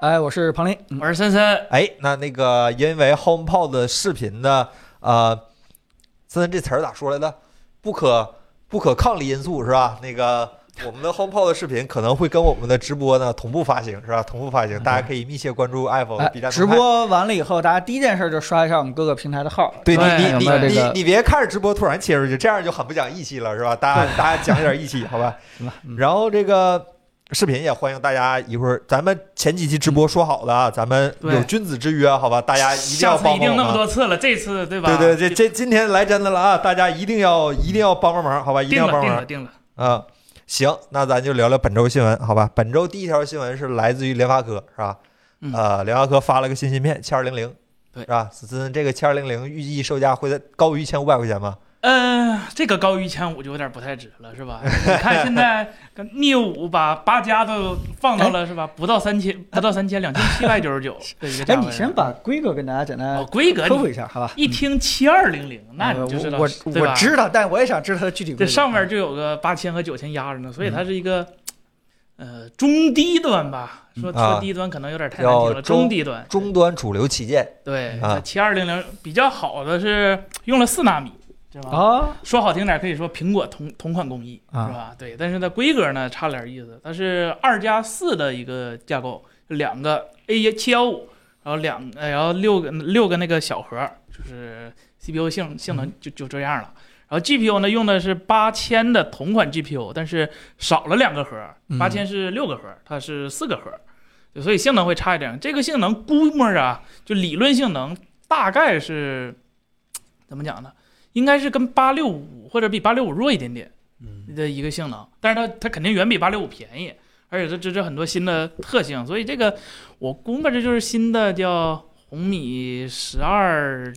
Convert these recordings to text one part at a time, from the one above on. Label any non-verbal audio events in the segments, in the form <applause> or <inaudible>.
哎，我是庞林，嗯我是森森，哎，那那个因为 HomePod 的视频呢，呃，森森这词儿咋说来的？不可不可抗力因素是吧？那个我们的 HomePod 的视频可能会跟我们的直播呢同步发行是吧？同步发行，大家可以密切关注 Apple <laughs> 哎 B 站动态直。播完了以后，大家第一件事就刷一下我们各个平台的号。对对你有你没有你这你个你别看着直播突然切出去，这样就很不讲义气了是吧？大家大家讲点义气好 <laughs> 吧行吧？嗯然后这个视频也欢迎大家一会儿，咱们前几期直播说好了啊，咱们嗯对有君子之约啊好吧？大家一定要上次帮一帮定那么忙。啊多次了，这次对吧？对对，这这今天来真的了啊！大家一定要一定要帮帮忙，好吧？一定定要了帮定忙了定了，啊！行，那咱就聊聊本周新闻，好吧？本周第一条新闻是来自于联发科，是吧？嗯呃，联发科发了个新芯片七二零零，对是吧？这这个七二零零预计售价会在高于一千五百块钱吗？嗯，这个高于一千五就有点不太值了，是吧？ <laughs> 你看现在跟 Neo 五把八加都放到了是吧？不到三千，不到三千，两千七百九十九这一个哎，价位。你先把规格跟大家简哦单规格科普你一下，好吧？一听七二零零，那你就知道我是对我吧我知道，但我也想知道它的具体规这格。上面就有个八千和九千压着呢，所以嗯它是一个呃中低端吧。说嗯啊说低端可能有点太难听要中了，中低端终端主流旗舰，对啊，七二零零比较好的是用了四纳米，是吧？啊说好听点，可以说苹果同同款工艺，啊是吧？对，但是它规格呢差了点意思，它是二加四的一个架构，两个 A 七幺五，然后两呃然后六个六个那个小核，就是 CPU 性性嗯能就就这样了。然后 GPU 呢用的是八千的同款 GPU，但是少了两个核，嗯八千是六个核，它是四个核，对所以性能会差一点。这个性能估摸啊，就理论性能大概是怎么讲呢？应该是跟八六五或者比八六五弱一点点嗯，的一个性能，但是它它肯定远比八六五便宜，而且它支持很多新的特性，所以这个我估摸这就是新的叫红米十二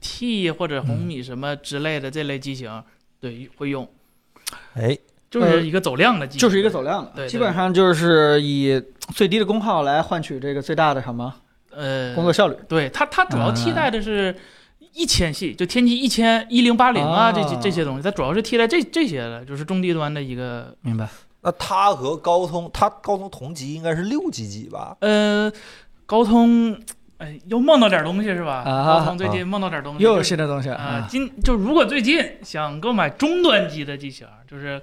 T 或者红米什么之类的这类机型，对会用，哎，就是一个走量的机型，呃就是一个走量对的，对基本上就是以最低的功耗来换取这个最大的什么呃工作效率。对它，它主要替代的是一千系，就天玑一千一零八零啊，啊这些这些东西，它主要是替代这这些的，就是中低端的一个。明白。那它和高通，它高通同级应该是六几几吧？呃，高通，哎，又梦到点东西是吧？啊高通最近梦到点东西，又有就是新的东西啊啊，！今就如果最近想购买终端机的机型，就是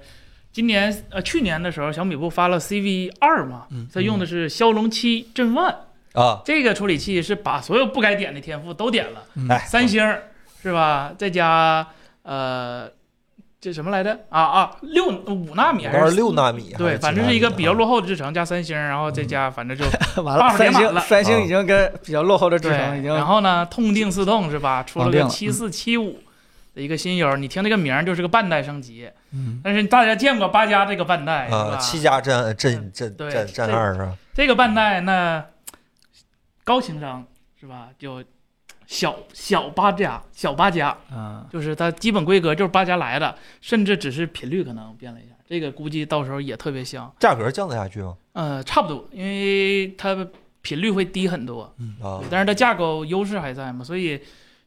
今年呃去年的时候，小米不发了 CV 二嘛，它用的是骁龙七震万。啊，这个处理器是把所有不该点的天赋都点了，嗯哎三星儿是吧？再加呃，这什么来着？啊啊，六五纳米还二是十六纳米还是几纳米对，的，啊反正是一个比较落后的制程，加三星儿，然后再加反正就 <laughs> 完了，爸爸别三买星了三星已经跟比较落后的制程已对。经然后呢，痛定思痛是吧？出了绑定个了嗯七四七五的一个新油，你听这个名儿就是个半代升级，嗯但是大家见过八加这个半代是啊，吧？七加占占占对占占这二是吧？这个半代那高情商是吧？就小小八加小八加。啊，就是它基本规格就是八加来的，甚至只是频率可能变了一下，这个估计到时候也特别香。价格降得下去吗？呃，差不多，因为它频率会低很多，啊，但是它架构优势还在嘛，所以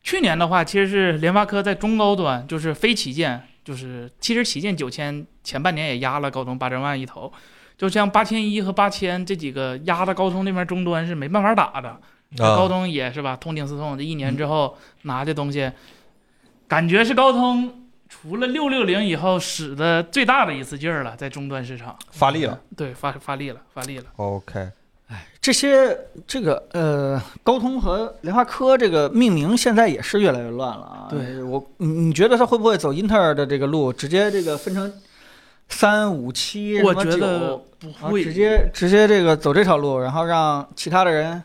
去年的话，其实是联发科在中高端，就是非旗舰，就是其实旗舰九千前半年也压了高通八千万一头，就像八千一和八千这几个压的高通那边终端是没办法打的，啊高通也是吧，痛定思痛，这一年之后拿这东西，感觉是高通除了六六零以后使的最大的一次劲儿了，在终端市场，发力了。对发发力了，发力了。 OK，这些这个呃，高通和联发科这个命名现在也是越来越乱了啊。对我你你觉得它会不会走英特尔的这个路，直接这个分成三五七我什么觉得九不然后会，直接直接这个走这条路，然后让其他的人，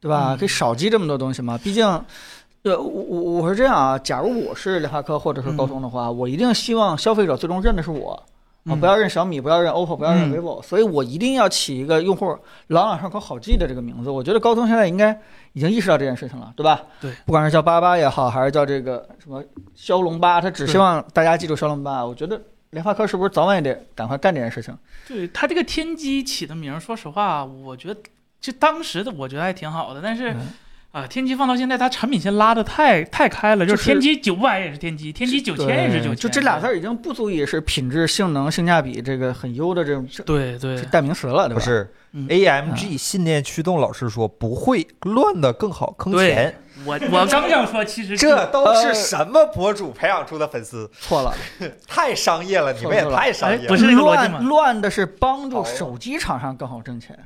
对吧？嗯可以少记这么多东西嘛。毕竟，呃，我我我是这样啊，假如我是联发科或者是高通的话，我一定希望消费者最终认的是我。啊，嗯不要认小米，不要认 OPPO，不要认嗯 vivo，、所以我一定要起一个用户朗朗上口、好记的这个名字。我觉得高通现在应该已经意识到这件事情了，对吧？对，不管是叫八八也好，还是叫这个什么骁龙八，他只希望大家记住骁龙八。我觉得联发科是不是早晚也得赶快干这件事情？对他这个啊天玑起的名儿，说实话，我觉得就当时的我觉得还挺好的，但是嗯啊，天玑放到现在，它产品线拉的太太开了，就就是天玑九百也是天玑，天玑九千也是九对千，就这俩字儿已经不足以是品质、性能、性价比这个很优的这种这对对这，代名词了，对不吧？是嗯 AMG 信念驱动，老师说不会乱的更好坑钱，我我刚想说，其实这都是呃什么博主培养出的粉丝？错了，太商业了，你们也错了太商哎业了。不是这个逻辑吗乱乱的是帮助好手机厂商更好挣钱，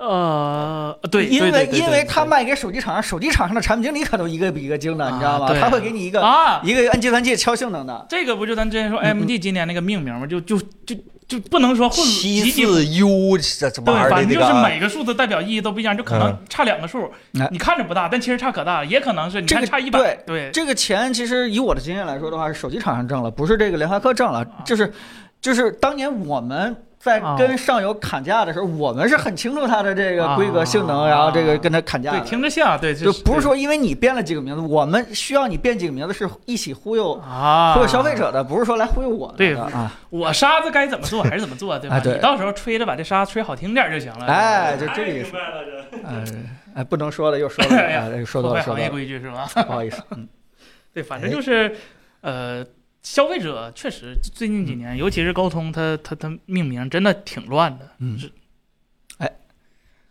呃对，因对为对对因为对他对卖给手机厂商，手机厂商的产品经理可都一个比一个精的，啊你知道吗？对啊他会给你一个啊，一个按计算器敲性能的，这个不就咱之前说嗯 AMD 今年那个命名吗？就就就就不能说混七集体混四 U 这这对，玩意儿反的那正就个是啊，每个数字代表意义都不一样，就可能差两个数嗯哎，你看着不大，但其实差可大，也可能是你这看个差一百，对，这个钱其实以我的经验来说的话，是手机厂商挣了，不是这个联发科挣了啊，就是就是当年我们。在跟上游砍价的时候，我们是很清楚它的这个规格、啊性能，然后这个跟它砍价对，的。听着像，对，这就不是说因为你变了几个名字，我们需要你变几个名字是一起忽悠对啊，忽悠消费。者的，不是说来忽悠我们对的啊。我沙子该怎么做还是怎么做，对吧？哎对你到时候吹着把这沙子吹好听点儿就行了。哎，就对吧这个意明思。白了这。呃，哎，不能说了，又说了， <laughs> 哎呀哎，说破多坏了，说行多业了，规 <laughs> 矩是吧？不好意思。嗯，对，反正就是，呃，消费者确实最近几嗯年，尤其是高通，它它它命名真的挺乱的。嗯是，哎，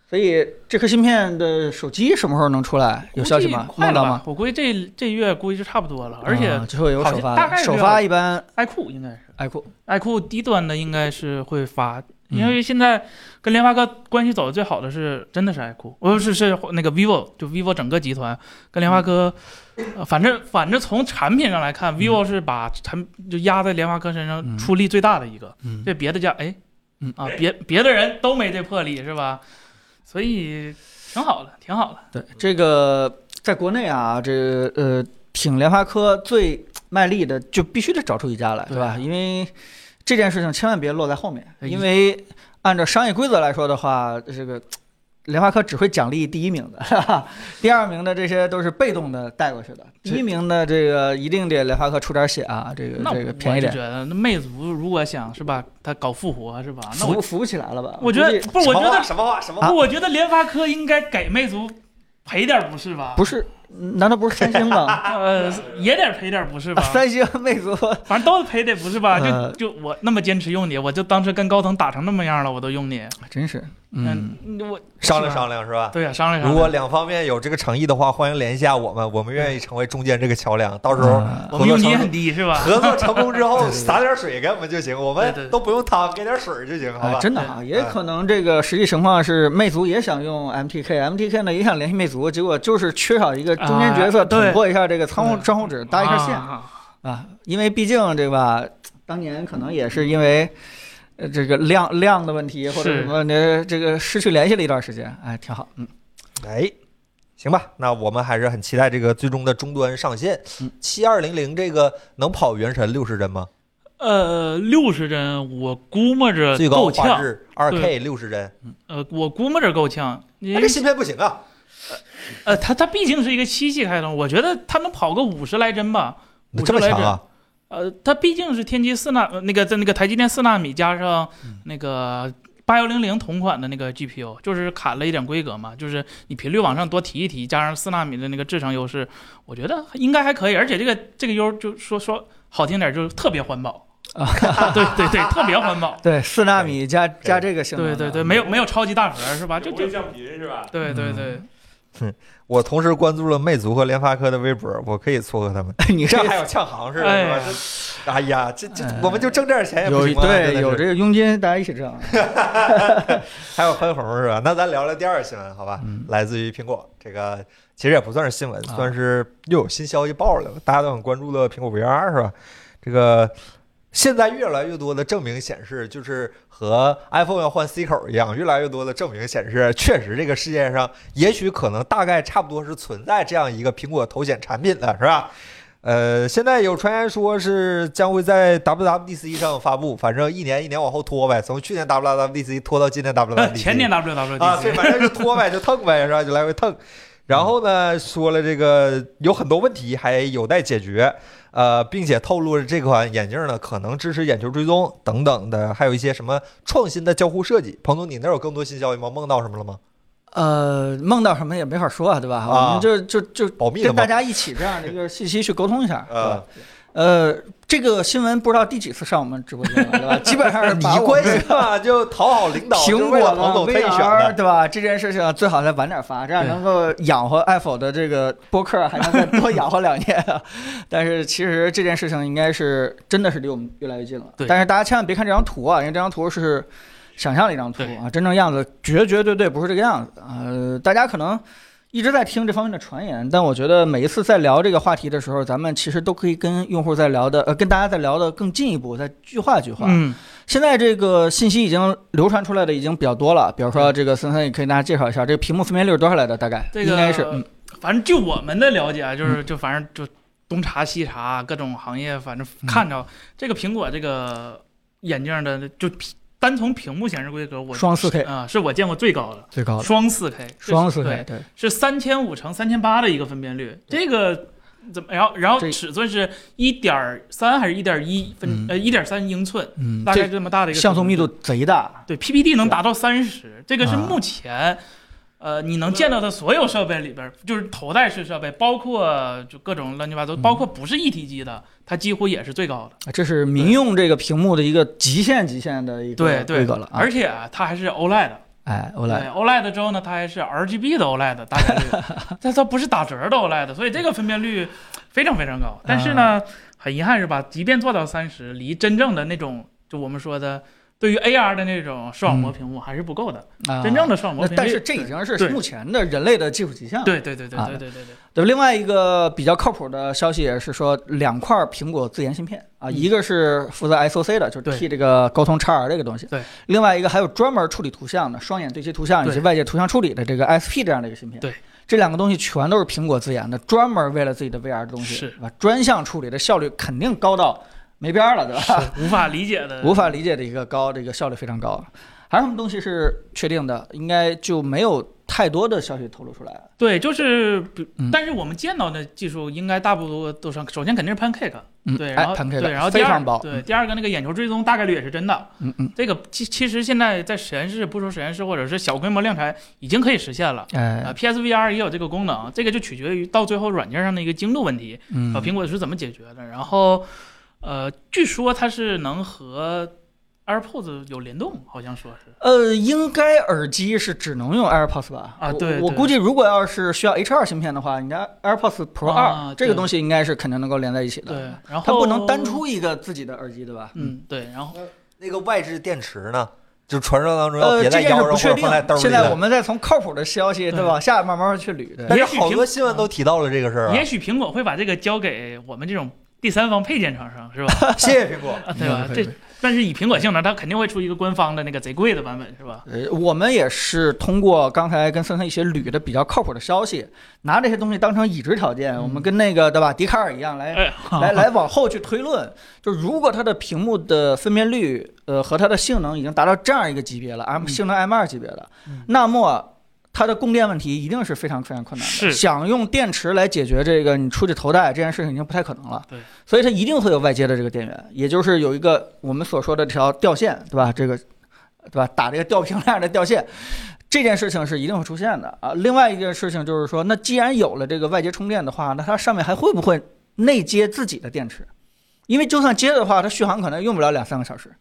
所以这颗芯片的手机什么时候能出来？有消息吗估？计快梦了到吧吗？？我估计这这月估计就差不多了，而且啊之后有首好像大发的，概是首发一般爱酷应该是哎酷爱酷低端的应该是会发，嗯因为现在跟联发科关系走的最好的是真的是爱酷，不是是那个 vivo，就 vivo 整个集团跟联发科，嗯呃反正反正从产品上来看，vivo 是把产就压在联发科身上嗯出力最大的一个，嗯这别的家哎嗯，啊别别的人都没这魄力是吧？所以挺好的，挺好的。对，这个在国内啊，这个呃，挺联发科最卖力的，就必须得找出一家来，对对吧？因为这件事情千万别落在后面，哎因为按照商业规则来说的话，这个。联发科只会奖励第一名的， <laughs> 哈哈，第二名的这些都是被动的带过去的。第一名的这个一定得联发科出点血啊，这个那这我个便宜就点觉，得，那魅族如果想是吧，他搞复活是吧？那我扶扶不起来了吧？我觉估得计不是，我觉得啊什么话什么话什么话？不，我觉得联发科应该给魅族赔点儿不是吧？不，是，难道不是三星吗？呃，也得赔点儿 <laughs> 不是啊吧？ <laughs> 三星、魅族反正都赔得不是吧？就呃就我那么坚持用你，我就当时跟高层打成那么样了，我都用你。真是，嗯嗯，，我商量是吧商量是吧？对呀，商量商量。如果两方面有这个诚意的话，欢迎联系一下我们，我们愿意成为中间这个桥梁。到时候啊嗯我合作们用你也很成低是吧？合作成功之 <laughs> 后，撒点水给我们就行，我对对们都不用汤，给点水就行，好哎，吧？真的啊，也可能这个实际情况是，魅族也想用 MTK，MTK 呢也想联系魅族，结果就是缺少一个中间角色啊对捅破一下这个窗户对窗户纸，搭一下线啊啊，因为毕竟对吧，当年可能也是因为。呃，这个量量的问题或者是什么，你这个失去联系了一段时间，哎，挺好，嗯，哎，行吧，那我们还是很期待这个最终的终端上线嗯。七二零零这个能跑原神六十帧吗？呃，六十帧，我估摸着最高呃够画呛。质二 K 六十帧，呃，我估摸着够呛，因那为这芯片不行啊！呃，它它毕竟是一个七系开通，我觉得它能跑个五十来帧吧。50这么强啊！呃，它毕竟是天玑四纳呃那个在那个台积电四纳米加上那个八幺零零同款的那个 GPU，就是砍了一点规格嘛，就是你频率往上多提一提，加上四纳米的那个制程优势，我觉得应该还可以。而且这个这个优就说说好听点，就是特别环 <laughs> 保啊，对对对，特别环保，对，四纳米加加这个性能 <laughs> 对的，对对，没有没有超级大核是啊吧？就就就微降频是吧？对对对，我同时关注了魅族和联发科的微博，我可以撮合他 <laughs> 们。你这这还有呛行似的，哎是呀吧？这哎呀，这这哎我们就挣点钱也不有行吗？真对的有是这个佣金，大家一起挣，啊还有分红是吧？那咱聊聊第二个新闻，好吧？嗯来自于苹果，这个其实也不算是新闻，啊算是又有新消息爆出来了，大家都很关注的苹果 VR 是吧？这个现在越来越多的证明显示，就是和 iPhone 要换 C 口一样，越来越多的证明显示，确实这个世界上也许可能大概差不多是存在这样一个苹果头显产品的，是吧？呃，现在有传言说是将会在 WWDC 上发布，反正一年一年往后拖呗，从去年 WWDC 拖到今年 WWDC，呃前年 WWDC 啊，对，反正就拖呗，就蹭呗，是吧？就来回蹭。然后呢，说了这个有很多问题还有待解决，呃，并且透露了这款眼镜呢可能支持眼球追踪等等的，还有一些什么创新的交互设计。彭总，你那儿有更多新消息吗？梦到什么了吗？呃，梦到什么也没法说啊，对吧？啊我们就就就保密的跟吗大？家一起这样的一个信息去沟通一下，对吧呃？，呃，这个新闻不知道第几次上我们直播间了，对吧？基本上是 <laughs> 你把我关们系大就讨好领导，就是苹为果了啊彭总特意选 VR 的。对吧？这件事情最好再晚点发，这样能够养活 Apple 的这个播客，还能再多养活两年。啊 <laughs> 但是其实这件事情应该是真的是离我们越来越近了。对但是大家千万别看这张图啊，因为这张图是想象的一张图对啊，真正样子绝绝对对不是这个样子。呃，大家可能。一直在听这方面的传言，但我觉得每一次在聊这个话题的时候，咱们其实都可以跟用户在聊的，呃，跟大家在聊的更进一步，再具化具化。嗯，现在这个信息已经流传出来的已经比较多了，比如说这个森森也可以大家介绍一下，这个屏幕分辨率是多少来的？大概这个应该是嗯反正就我们的了解啊，就是就反正就东查西查，各种行业反正嗯看着这个苹果这个眼镜的，就屏单从屏幕显示规格，我双 4K 啊、是我见过最高的最高，双四 K，双四 K 对，对，是三千五乘三千八的一个分辨率，对这个。怎么？然后，然后这尺寸是一点三还是一点一分？嗯呃，一点三英寸，嗯大概这这么大的一个像素密尺寸度贼大，对 PPD 能达到三十，这个是啊目前，呃，你能见到的所有设备里边儿，就是头戴式设备，包括就各种乱七八糟，嗯包括不是一体机的，它几乎也是最高的。这是民用这个屏幕的一个极限极限的一对个对规格了啊！而且啊它还是 OLED 的，哎，欧对莱 OLED 之后呢，它还是 RGB 的 OLED，的大概率， <laughs> 但它不是打折的 OLED，所以这个分辨率非常非常高。但是啊呢，很遗憾是吧，即便做到三十，离真正的那种就我们说的对于 AR 的那种视网膜屏幕还是不够的，嗯啊真正的视网膜那屏幕。但是这已经是目前的人类的技术极限了。 <laughs> 对对对对啊对对对对，对，另外一个比较靠谱的消息也是说，两块苹果自研芯片啊，嗯一个是负责 SOC 的，就是对替这个高通 XR 这个东西，对，另外一个还有专门处理图像的双眼对齐图像以及对外界图像处理的这个 SP 这样的一个芯片，对。这两个东西全都是苹果自研的，专门为了自己的 VR 的东西，是吧？专项处理的效率肯定高到没边儿了，对吧？无法理解 <laughs> 的，无法理解的一个高，这个效率非常高。还有什么东西是确定的？应该就没有太多的消息透露出来。对，就是比嗯，但是我们见到的技术应该大部分都上，首先肯定是 Pancake，嗯，对，哎然后 Pancake 对，然后非第常薄二，对，第二个那个眼球追踪大概率也是真的，嗯嗯，这个其其实现在在实验室不说实验室或者是小规模量产已经可以实现了。哎啊，，PSVR 也有这个功能，这个就取决于到最后软件上的一个精度问题，嗯啊，苹果是怎么解决的？然后，呃，据说它是能和 AirPods 有联动，好像说是，呃，应该耳机是只能用 AirPods 吧？啊我对我对估计如果要是需要 H2 芯片的话，你家 AirPods Pro 啊二这个对东西应该是肯定能够连在一起的。对，，然后呃它不能单，出一个自己的耳机，对吧？嗯，对，然后。那个外置电池呢，就传说当中要呃，别这在件腰事上不或确者定放在兜。里现在我的。们再从靠谱的消息，对对往下慢慢去捋。对但是也许好多苹新闻都提到了这个事儿也啊，许苹果会把这个交给我们这种第三方配件厂商，是 <laughs> 吧？谢谢苹果。啊对吧？可以这可以但是以苹果性能，它肯定会出一个官方的那个贼贵的版本，是吧？呃，我们也是通过刚才跟森森一起捋的比较靠谱的消息，拿这些东西当成已知条件，我们跟那个对吧，笛卡尔一样来嗯哎，来来往后去推论，就如果它的屏幕的分辨率，呃和它的性能已经达到这样一个级别了，M 嗯性能 M 二级别的嗯，那么它的供电问题一定是非常非常困难的。是想用电池来解决这个你出去头戴这件事情已经不太可能了。对，所以它一定会有外接的这个电源，也就是有一个我们所说的这条吊线，对吧？这个对吧？打这个吊瓶那样的吊线，这件事情是一定会出现的啊。另外一件事情就是说，那既然有了这个外接充电的话，那它上面还会不会内接自己的电池？因为就算接的话，它续航可能用不了两三个小时。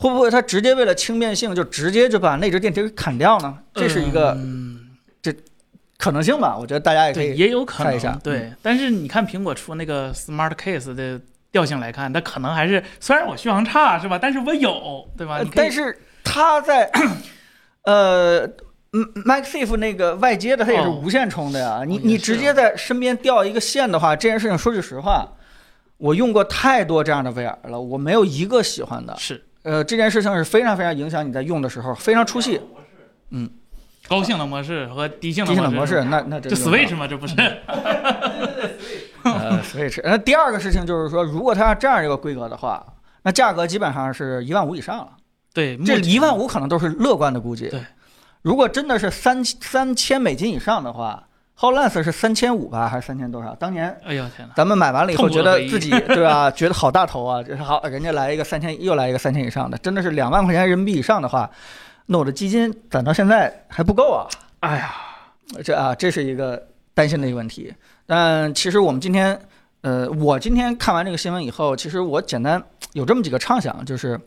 会不会它直接为了轻便性，就直接就把内置电池给砍掉呢？这是一个嗯，可能性吧？我觉得大家也可对，以。也有可看一下嗯能。对，但是你看苹果出那个 Smart Case 的调性来看，它可能还是虽然我续航差，是吧？但是我有，对吧？呃你可以但是它在 <clears throat> 呃嗯 MagSafe 那个外接的，它也是哦无线充的呀。你哦也你是直啊接在身边吊一个线的话，这件事情说句实话，我用过太多这样的 VR 了，我没有一个喜欢的。是呃，这件事情是非常非常影响你在用的时候，非常出戏。嗯高性能模式和低性低性能模模式，，那那嗯就真用不了 Switch 嘛，这不是？呃，Switch。那第二个事情就是说，如果它要这样一个规格的话，那价格基本上是一万五以上了。 <laughs> 对，目这前一万五可能都是乐观的估计。对，如果真的是三三千美金以上的话，HoloLens 是三千五吧，还是三千多少？当年哎呦天哪！咱们买完了以后，痛苦觉的得回忆自己对吧？ <laughs> 觉得好大头啊，这是好，人家来一个三千，又来一个三千以上的，真的是两万块钱人民币以上的话，那我的基金攒到现在还不够啊，哎呀，这啊，这是一个担心的一个问题。但其实我们今天，呃，我今天看完这个新闻以后，其实我简单有这么几个畅想，就是，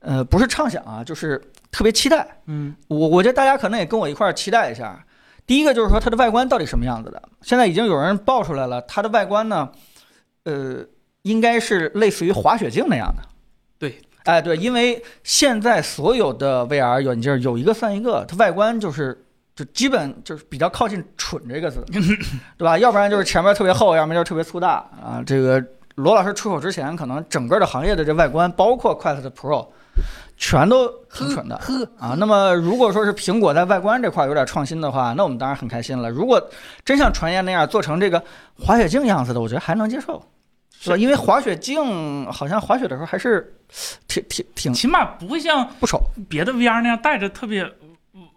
呃，不是畅想啊，就是特别期待。嗯我我觉得大家可能也跟我一块儿期待一下。第一个就是说它的外观到底什么样子的，现在已经有人爆出来了，它的外观呢，呃，应该是类似于滑雪镜那样的。对，哎对，因为现在所有的 VR 软件有一个算一个，它外观就是。就基本就是比较靠近“蠢”这 <laughs> 个字，对吧？要不然就是前面特别厚，要么就是特别粗大啊。这个罗老师出手之前，可能整个的行业的这外观，包括 Quest Pro，全都挺蠢的。呵，啊，那么如果说是苹果在外观这块儿有点创新的话，那我们当然很开心了。如果真像传言那样做成这个滑雪镜样子的，我觉得还能接受，是吧？因为滑雪镜好像滑雪的时候还是挺挺挺起码不会像不丑别的 VR 那样戴着特别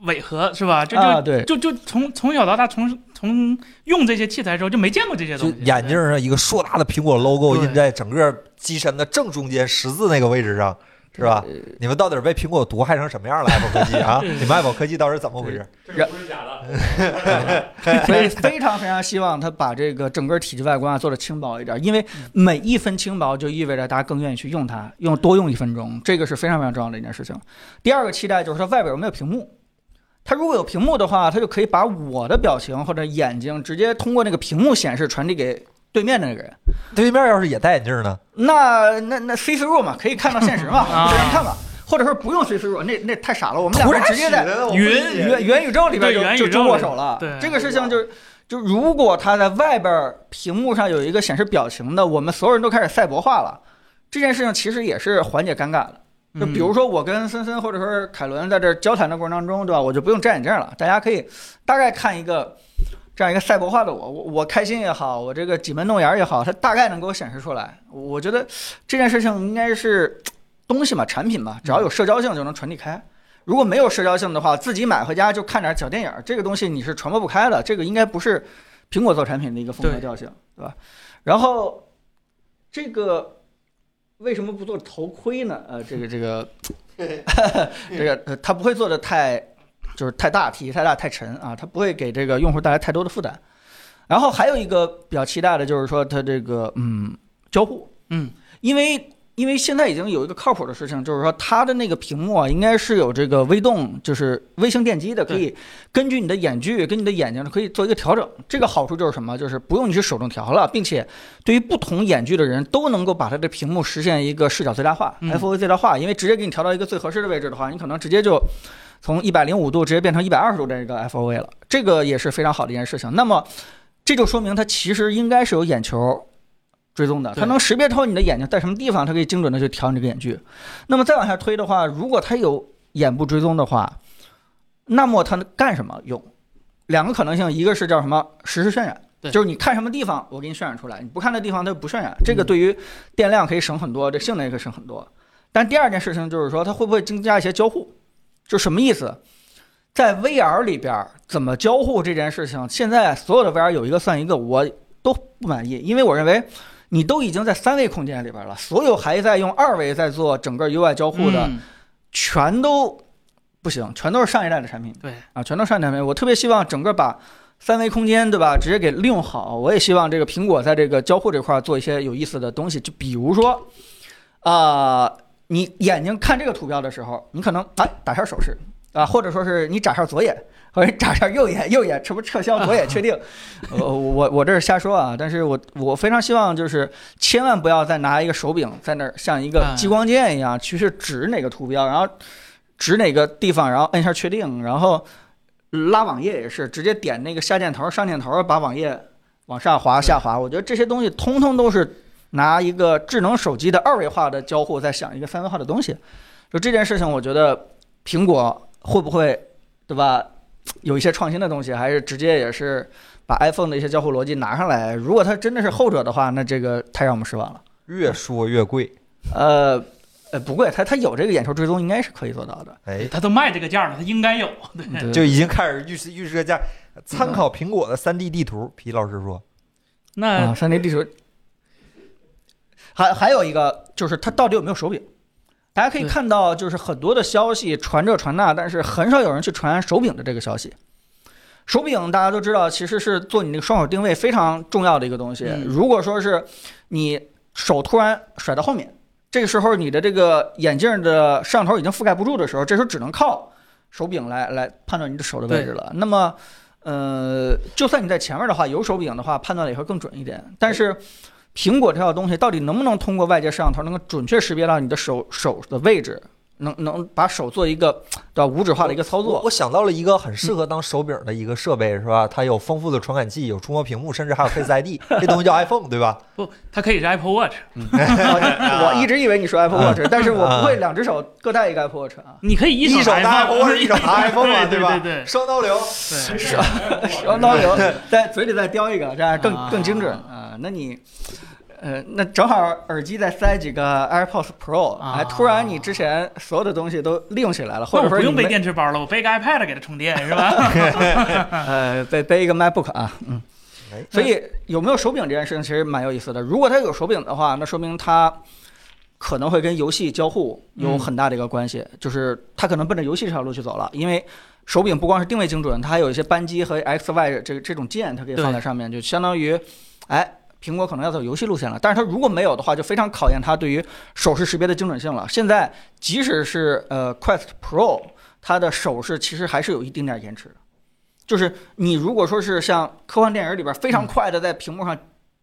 违和，是吧？这就、啊，对，就就从从小到大从从用这些器材之后就没见过这些就东西，眼镜上一个硕大的苹果 logo 对印在整个机身的正中间十字那个位置上，是吧？你们到底被苹果毒害成什么样了？Apple 科技啊，你们 Apple 科技到底是怎么回事？个不是假的， <laughs> 所呃以非常非常希望它把这个整个体积外观啊做的轻薄一点，因为嗯每一分轻薄就意味着大家更愿意去用它，用多用一分钟，这个是非常非常重要的一件事情。第二个期待就是它外边有没有屏幕，它如果有屏幕的话，它就可以把我的表情或者眼睛直接通过那个屏幕显示传递给对面的那个人，对面要是也戴眼镜呢？那那那 C C 入嘛，可以看到现实 <laughs> 嘛，啊这样看吧，或者说不用 C C 入，那那太傻了，我们两个人直接在云元元宇宙里边对元宇就宙就就握手了。对这个事情就就如果它在外边儿屏幕上有一个显示表情的，我们所有人都开始赛博化了，这件事情其实也是缓解尴尬的。就比嗯如说我跟森森或者说是凯伦在这儿交谈的过程当中，对吧？我就不用摘眼镜了，大家可以大概看一个这样一个赛博化的我，我我开心也好，我这个挤眉弄眼儿也好，它大概能给我显示出来。我觉得这件事情应该是东西嘛，产品嗯嘛，只要有社交性就能传递开。如果没有社交性的话，自己买回家就看点小电影儿，这个东西你是传播不开的。这个应该不是苹果做产品的一个风格对调性，对吧？然后这个为什么不做头盔呢？呃， <laughs> 这个这个这个呃，它不会做的太就是太大，体积太大太沉啊，它不会给这个用户带来太多的负担。然后还有一个比较期待的就是说它这个嗯交互，嗯，因为因为现在已经有一个靠谱的事情，就是说它的那个屏幕啊，应该是有这个微动，就是微型电机的，可对以根据你的眼距、跟你的眼睛可以做一个调整。这个好处就是什么？就是不用你去手动调了，并且对于不同眼距的人都能够把它的屏幕实现一个视角最大化、嗯 f o 最大化。因为直接给你调到一个最合适的位置的话，你可能直接就从一百零五度直接变成一百二十度这个 FOV 了，这个也是非常好的一件事情。那么这就说明它其实应该是有眼球追踪的，对它能识别透你的眼睛在什么地方，它可以精准的去调你这个眼距。那么再往下推的话，如果它有眼部追踪的话，那么它干什么用？两个可能性，一个是叫什么实时渲染，对就是你看什么地方，我给你渲染出来；你不看的地方，它就不渲染。这嗯个对于电量可以省很多，这性能也可以省很多。但第二件事情就是说，它会不会增加一些交互？就什么意思？在 VR 里边儿怎么交互这件事情，现在所有的 VR 有一个算一个，我都不满意，因为我认为你都已经在三维空间里边了，所有还在用二维在做整个 UI 交互的，嗯全都不行，全都是上一代的产品。对啊，全都上一代产品。我特别希望整个把三维空间，对吧，直接给利用好。我也希望这个苹果在这个交互这块儿做一些有意思的东西，就比如说，啊、你眼睛看这个图标的时候，你可能啊打一下手势啊，或者说是你眨一下左眼，或者你眨一下右眼，右眼什么撤销左眼确定。呃，我我这是瞎说啊，但是我我非常希望就是千万不要再拿一个手柄在那儿像一个哎激光剑一样去是指哪个图标，然后指哪个地方，然后摁一下确定，然后拉网页也是直接点那个下箭头、上箭头，把网页往上滑、下滑。我觉得这些东西通通都是拿一个智能手机的二维化的交互在想一个三维化的东西。就这件事情，我觉得苹果会不会对吧？有一些创新的东西，还是直接也是把 iPhone 的一些交互逻辑拿上来。如果它真的是后者的话，那这个太让我们失望了。越说越贵，呃，呃，不贵，它它有这个眼球追踪，应该是可以做到的。哎，他都卖这个价了，他应该有。对，嗯就已经开始预示预示价。参考苹果的三 D 地图，皮老师说，啊， <laughs> 那三 D 地图。还还有一个就是它到底有没有手柄？大家可以对看到，就是很多的消息传这传那，但是很少有人去传手柄的这个消息。手柄大家都知道，其实是做你那个双手定位非常重要的一个东西。嗯如果说是你手突然甩到后面，这个时候你的这个眼镜的摄像头已经覆盖不住的时候，这时候只能靠手柄来来判断你的手的位置了。那么，呃，就算你在前面的话，有手柄的话，判断的也会更准一点。但是。苹果这套东西到底能不能通过外界摄像头，能够准确识别到你的手手的位置，能能把手做一个对吧无纸化的一个操我作？我想到了一个很适合当手柄的一个设备，是吧？它有丰富的传感器，有触摸屏幕，甚至还有 Face ID，这东西叫 iPhone，对 <laughs> 吧？不，它可以是 Apple Watch，我一直以为你说 Apple Watch，但是我不会两只手各带一个 Apple Watch 啊。你可以一手手拿 Apple，Watch，一手拿 iPhone 嘛， <laughs> 对吧？对对双刀流，对 <laughs> 对，啊 <laughs> 双刀流 <laughs> 在嘴里再叼一个，这样更啊更精准啊。那你，呃，那正好耳机再塞几个 AirPods Pro，啊哎，突然你之前所有的东西都利用起来了，或那者说我不你用背没电池包了，我背个 iPad 给它充电是吧？啊呃背背一个 MacBook 啊，嗯哎。所以有没有手柄这件事情其实蛮有意思的。如果它有手柄的话，那说明它可能会跟游戏交互有嗯很大的一个关系，就是它可能奔着游戏这条路去走了，因为。手柄不光是定位精准，它还有一些扳机和 X、Y 这这种键，它可以放在上面，就相当于，哎，苹果可能要走游戏路线了。但是它如果没有的话，就非常考验它对于手势识别的精准性了。现在即使是呃 Quest Pro，它的手势其实还是有一丁点延迟的，就是你如果说是像科幻电影里边非常快的在屏幕上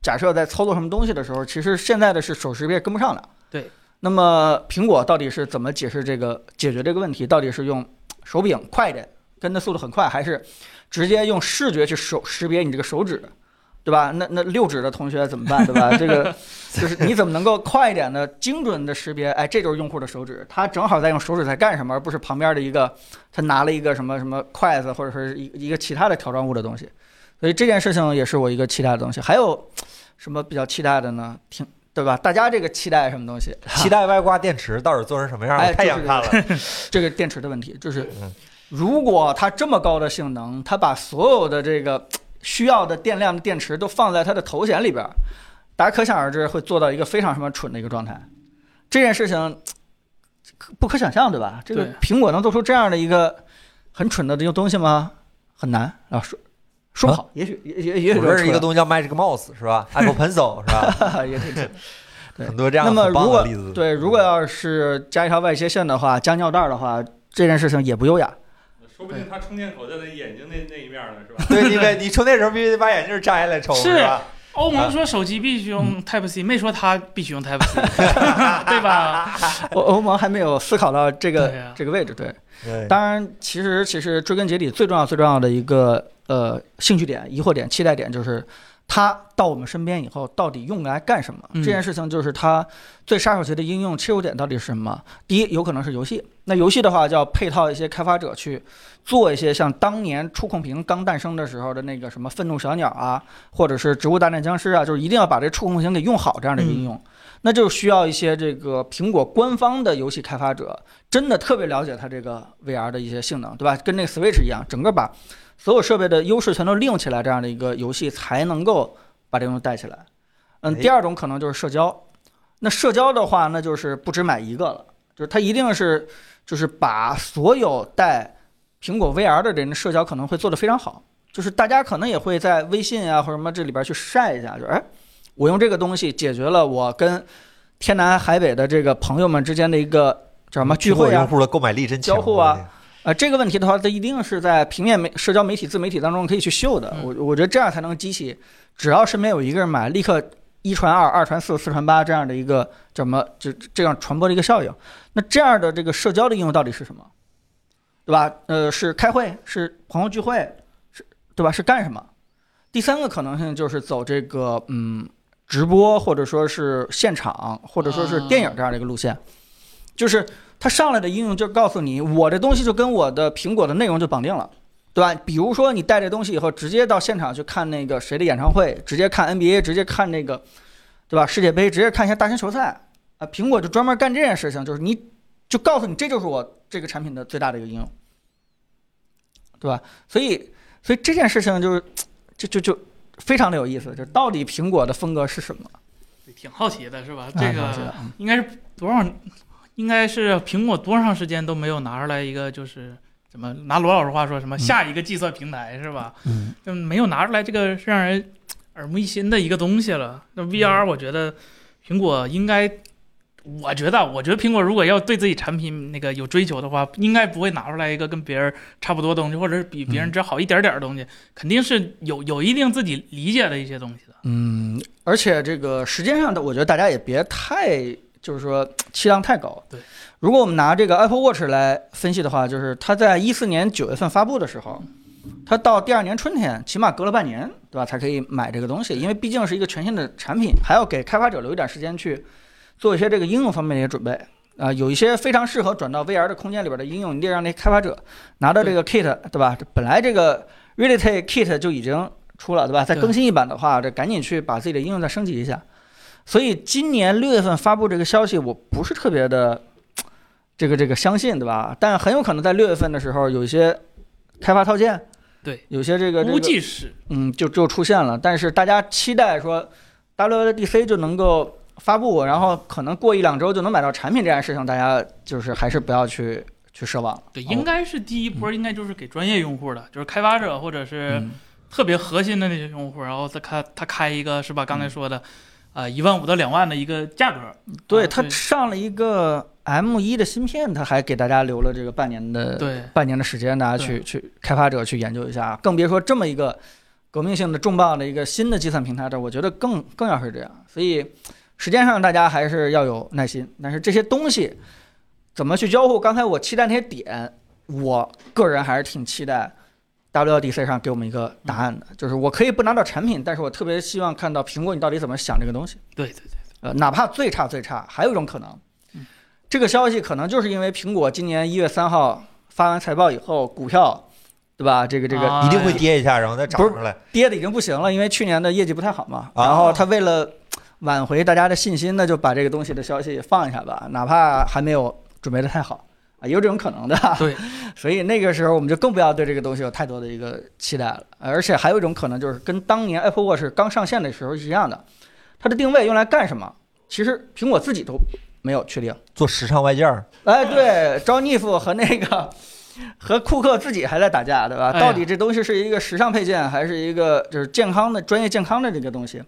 假设在操作什么东西的时候，其实现在的是手识别跟不上的。对。那么苹果到底是怎么解释这个解决这个问题？到底是用手柄快一点，跟的速度很快，还是直接用视觉去手识别你这个手指，对吧？那那六指的同学怎么办，对吧？这个就是你怎么能够快一点的、精准的识别？哎，这就是用户的手指，他正好在用手指在干什么，而不是旁边的一个他拿了一个什么什么筷子或者是一一个其他的条状物的东西。所以这件事情也是我一个期待的东西。还有什么比较期待的呢？挺对吧？大家这个期待什么东西？<laughs> <laughs> 期待外挂电池到底做成什么样，哎我太想看 <laughs> 了。这个电池的问题，就是嗯如果它这么高的性能，它把所有的这个需要的电量的电池都放在它的头显里边儿，大家可想而知会做到一个非常什么蠢的一个状态。这件事情可不可想象，对吧？这个对苹果能做出这样的一个很蠢的这个东西吗？很难啊，说说不啊好，也许也也也许啊我认识一个东东西叫 Magic Mouse，是 <laughs> 吧？Apple Pencil，是吧？西 <laughs> 也挺蠢。对很多这样那么很棒如的果例子。对，如果要是加一条外接线的话，加尿袋儿的话，这件事情也不优雅。说不定他充电口在他眼睛那那一面呢，是吧？ <laughs> 对，你得你充电时候必须得把眼镜摘下来充，是吧？欧盟说手机必须用 Type C，没说它必须用 Type C，对吧？我 <laughs> 欧盟还没有思考到这个、对呀这个位置，对。对，当然，其实其实追根结底，最重要最重要的一个呃兴趣点、疑惑点、期待点，就是它到我们身边以后，到底用来干什么？嗯这件事情就是它最杀手级的应用切入点到底是什么？第一，有可能是游戏。那游戏的话，就要配套一些开发者去做一些像当年触控屏刚诞生的时候的那个什么愤怒小鸟啊，或者是植物大战僵尸啊，就是一定要把这触控屏给用好这样的应用。那就需要一些这个苹果官方的游戏开发者，真的特别了解它这个 VR 的一些性能，对吧？跟那个 Switch 一样，整个把所有设备的优势全都利用起来，这样的一个游戏才能够把这东西带起来。嗯，哎第二种可能就是社交，那社交的话，那就是不止买一个了，就是它一定是就是把所有带苹果 VR 的人的社交可能会做得非常好，就是大家可能也会在微信啊或者什么这里边去晒一下，就是哎，我用这个东西解决了我跟天南海北的这个朋友们之间的一个叫什么聚苹果会啊用户的购买力真强，交互啊啊，这个问题的话，它一定是在平面媒、社交媒体、自媒体当中可以去秀的。嗯我我觉得这样才能激起，只要身边有一个人买，立刻一传二、二传四、四传八这样的一个怎么这这样传播的一个效应。那这样的这个社交的应用到底是什么？对吧？呃，是开会，是朋友聚会，是对吧？是干什么？第三个可能性就是走这个嗯直播，或者说是现场，或者说是电影这样的一个路线，就是它上来的应用就告诉你，我这东西就跟我的苹果的内容就绑定了。对吧？比如说你带这东西以后，直接到现场去看那个谁的演唱会，直接看 NBA，直接看那个，对吧？世界杯，直接看一下大型球赛啊。苹果就专门干这件事情，就是你就告诉你，这就是我这个产品的最大的一个应用，对吧？所以，所以这件事情就是，就就就非常的有意思，就到底苹果的风格是什么？挺好奇的是吧？啊这挺好奇个的嗯应该是多少？应该是苹果多长时间都没有拿出来一个就是。什么拿罗老师话说什么下一个计算平台是吧？嗯，就没有拿出来这个让人耳目一新的一个东西了。那嗯 VR 我觉得苹果应该，我觉得啊我觉得苹果如果要对自己产品那个有追求的话，应该不会拿出来一个跟别人差不多的东西，或者是比嗯别人只好一点点的东西，肯定是有有一定自己理解的一些东西的。嗯，而且这个时间上的，我觉得大家也别太，就是说期望太高。对，如果我们拿这个 Apple Watch 来分析的话，就是它在一四年九月份发布的时候，它到第二年春天，起码隔了半年，对吧？才可以买这个东西，因为毕竟是一个全新的产品，还要给开发者留一点时间去做一些这个应用方面的一些准备。啊、有一些非常适合转到 VR 的空间里边的应用，你得让那开发者拿到这个 kit，对吧？这本来这个 Reality Kit 就已经出了，对吧？再对更新一版的话，这赶紧去把自己的应用再升级一下。所以今年六月份发布这个消息，我不是特别的这个这个相信，对吧？但很有可能在六月份的时候，有一些开发套件，对，有些这个这估个计是嗯，就就出现了。但是大家期待说 WWDC 就能够发布，然后可能过一两周就能买到产品这件事情，大家就是还是不要去去奢望了。对，哦应该是第一嗯波，应该就是给专业用户的，就是开发者或者是嗯特别核心的那些用户，然后再开他开一个是嗯吧？刚才说的，啊，一万五到两万的一个价格，对啊它对上了一个 M 1的芯片，它还给大家留了这个半年的对半年的时间，大家去去开发者去研究一下，更别说这么一个革命性的重磅的一个新的计算平台这，我觉得更更要是这样。所以时间上大家还是要有耐心，但是这些东西怎么去交互，刚才我期待那些点，我个人还是挺期待。WDC 上给我们一个答案的，就是我可以不拿到产品，但是我特别希望看到苹果你到底怎么想这个东西。对对对，呃，哪怕最差最差，还有一种可能嗯，这个消息可能就是因为苹果今年一月三号发完财报以后，股票，对吧？这个这个啊一定会跌一下，然后再涨不是上来。跌的已经不行了，因为去年的业绩不太好嘛。啊然后他为了挽回大家的信心，那就把这个东西的消息放一下吧，哪怕还没有准备的太好。啊，也有这种可能的，对， <laughs> 所以那个时候我们就更不要对这个东西有太多的一个期待了。而且还有一种可能就是跟当年 Apple Watch 刚上线的时候是一样的，它的定位用来干什么？其实苹果自己都没有确定。做时尚外件儿，哎，对，招尼夫和那个 <laughs> 和库克自己还在打架，对吧？哎呀到底这东西是一个时尚配件，还是一个就是健康的专业健康的这个东西？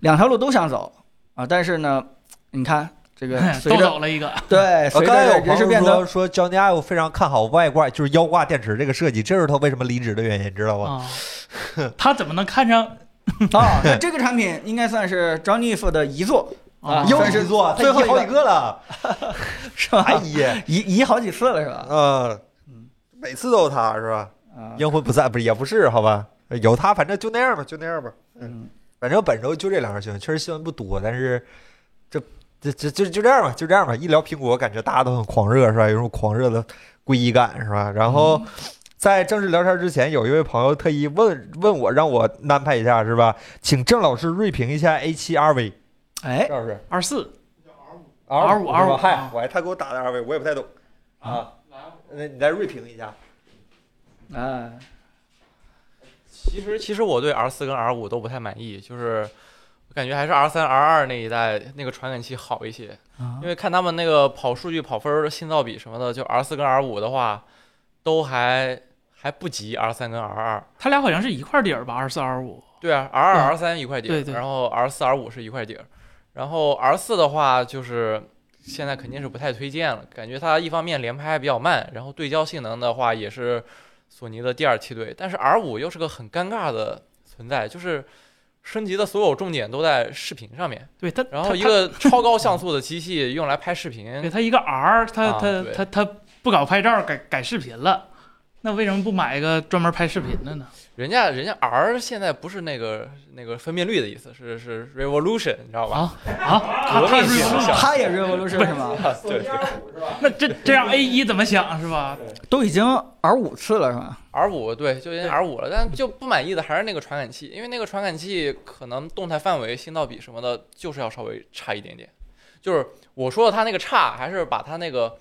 两条路都想走啊，但是呢，你看这个随哎都 <laughs> 着走了一个， <laughs> 对呃，随刚才着有人朋事友变说得说 Johnny Ive 非常看好外挂，就是腰挂电池这个设计，这是他为什么离职的原因，知道吗？啊，他怎么能看 <laughs> 上啊，那这个产品应该算是招尼夫的遗作，啊又算是一座，他最后移一个好几个 <laughs> 了，是还哎吧？移，遗遗好几次了是吧？呃嗯，每次都有他是吧？啊，阴魂不散不是也不是好吧？有他反正就那样吧，就那样吧。嗯，反正本周就这两条新闻，确实新闻不多，但是这这这就就这样吧，就这样吧。一聊苹果，感觉大家都很狂热，是吧？有种狂热的皈依感，是吧？然后在正式聊天之前，有一位朋友特意问问我，让我安排一下，是吧？请郑老师锐评一下 A 7 RV，哎，老师二四？ R 五 R5 是吧嗨啊，我还他给我打的 RV，我也不太懂啊。来，那你再锐评一下，哎，其实其实我对 R 四跟 R 五都不太满意，就是我感觉还是 R 三 R 二那一代那个传感器好一些，啊因为看他们那个跑数据、跑分儿、信噪比什么的，就 R 四跟 R 五的话，都还还不及 R 三跟 R 二。他俩好像是一块底儿吧？二四二五，对啊，R 二 R 三一块底儿对，对然后 R 四 R 五是一块底儿，然后 R 四的话就是。现在肯定是不太推荐了，感觉它一方面连拍比较慢，然后对焦性能的话也是索尼的第二梯队，但是 R 五又是个很尴尬的存在，就是升级的所有重点都在视频上面，对他，然他后一个超高像素的机器用来拍视频他给，他一个 R，他啊他对他他不搞拍照，改改视频了，那为什么不买一个专门拍视频的呢？人家人家 R 现在不是那个那个分辨率的意思，是是 revolution，你知道吧？啊啊，他革他命性是的项目他也 revolution 是吗？啊对对那这这让 A 一怎么想是吧？都已经 R 五次了是吧？ ，R 五对，就因为对 R 五了，但就不满意的还是那个传感器，因为那个传感器可能动态范围、信噪比什么的，就是要稍微差一点点。就是我说的它那个差，还是把它那个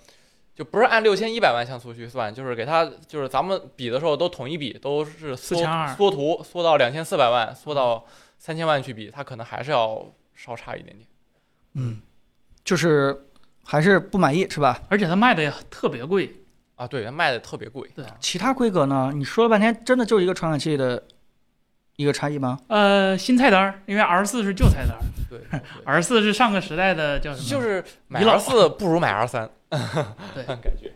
就不是按六千一百万像素去算，就是给它就是咱们比的时候都统一比，都是缩4200缩图缩到两千四百万，缩到三千万去比，它可能还是要稍差一点点。嗯，就是还是不满意是吧？而且他卖的也特别贵，啊，对，它卖的特别贵。其他规格呢？你说了半天，真的就一个传感器的一个差异吗？呃，新菜单儿，因为 R 四是旧菜单对， <laughs> 对，R 四是上个时代的叫什么？就是买遗老 R 四不如买 R 三，对感觉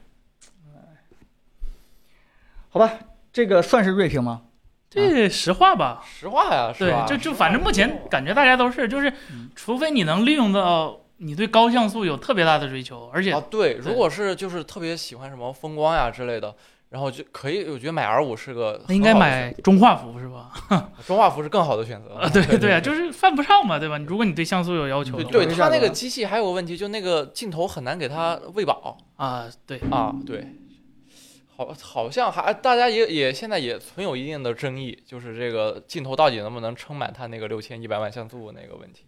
好吧，这个算是锐评吗？这实话吧，实话呀，是对吧？，就就反正目前感觉大家都是，就是嗯除非你能利用到你对高像素有特别大的追求，而且啊，对，如果是就是特别喜欢什么风光呀之类的，然后就可以，我觉得买 R 五是个那应该很好的选买中画幅是吧？择中画幅是更好的选 <laughs> 择。啊，对对啊，对就是犯不上嘛，对吧？你如果你对像素有要求对的话，对，我是它这那样个的机器还有个问题，就那个镜头很难给它喂饱啊，对，啊。对，好，好像还大家也也现在也存有一定的争议，就是这个镜头到底能不能撑满它那个六千一百万像素那个问题。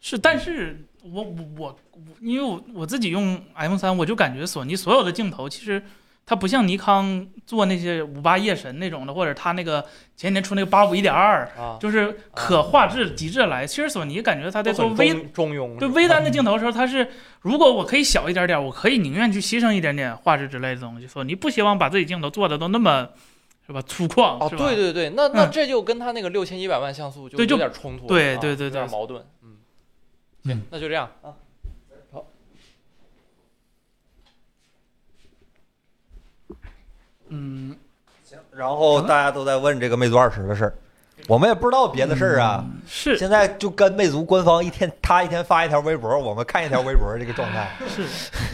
是，嗯但是我我我我因为我我自己用 M 三，我就感觉索尼所有的镜头其实它不像尼康做那些五八夜神那种的，或者它那个前几年出那个八五一点二，啊，就是可画质极致来。其实索尼感觉它在都做很微中中嗯庸，对是吧微单的镜头的时候，它是如果我可以小一点点，我可以宁愿去牺牲一点点画质之类的东西。索尼不希望把自己镜头做的都那么是吧粗犷哦，是吧？对对对，那那嗯这就跟他那个六千一百万像素就对就有点冲突了，对啊对对有点对矛盾，嗯，嗯行，那就这样啊。好，嗯，然后大家都在问这个魅族二十的事儿，我们也不知道别的事儿啊。是现在就跟魅族官方一天，他一天发一条微博，我们看一条微博这个状态。是，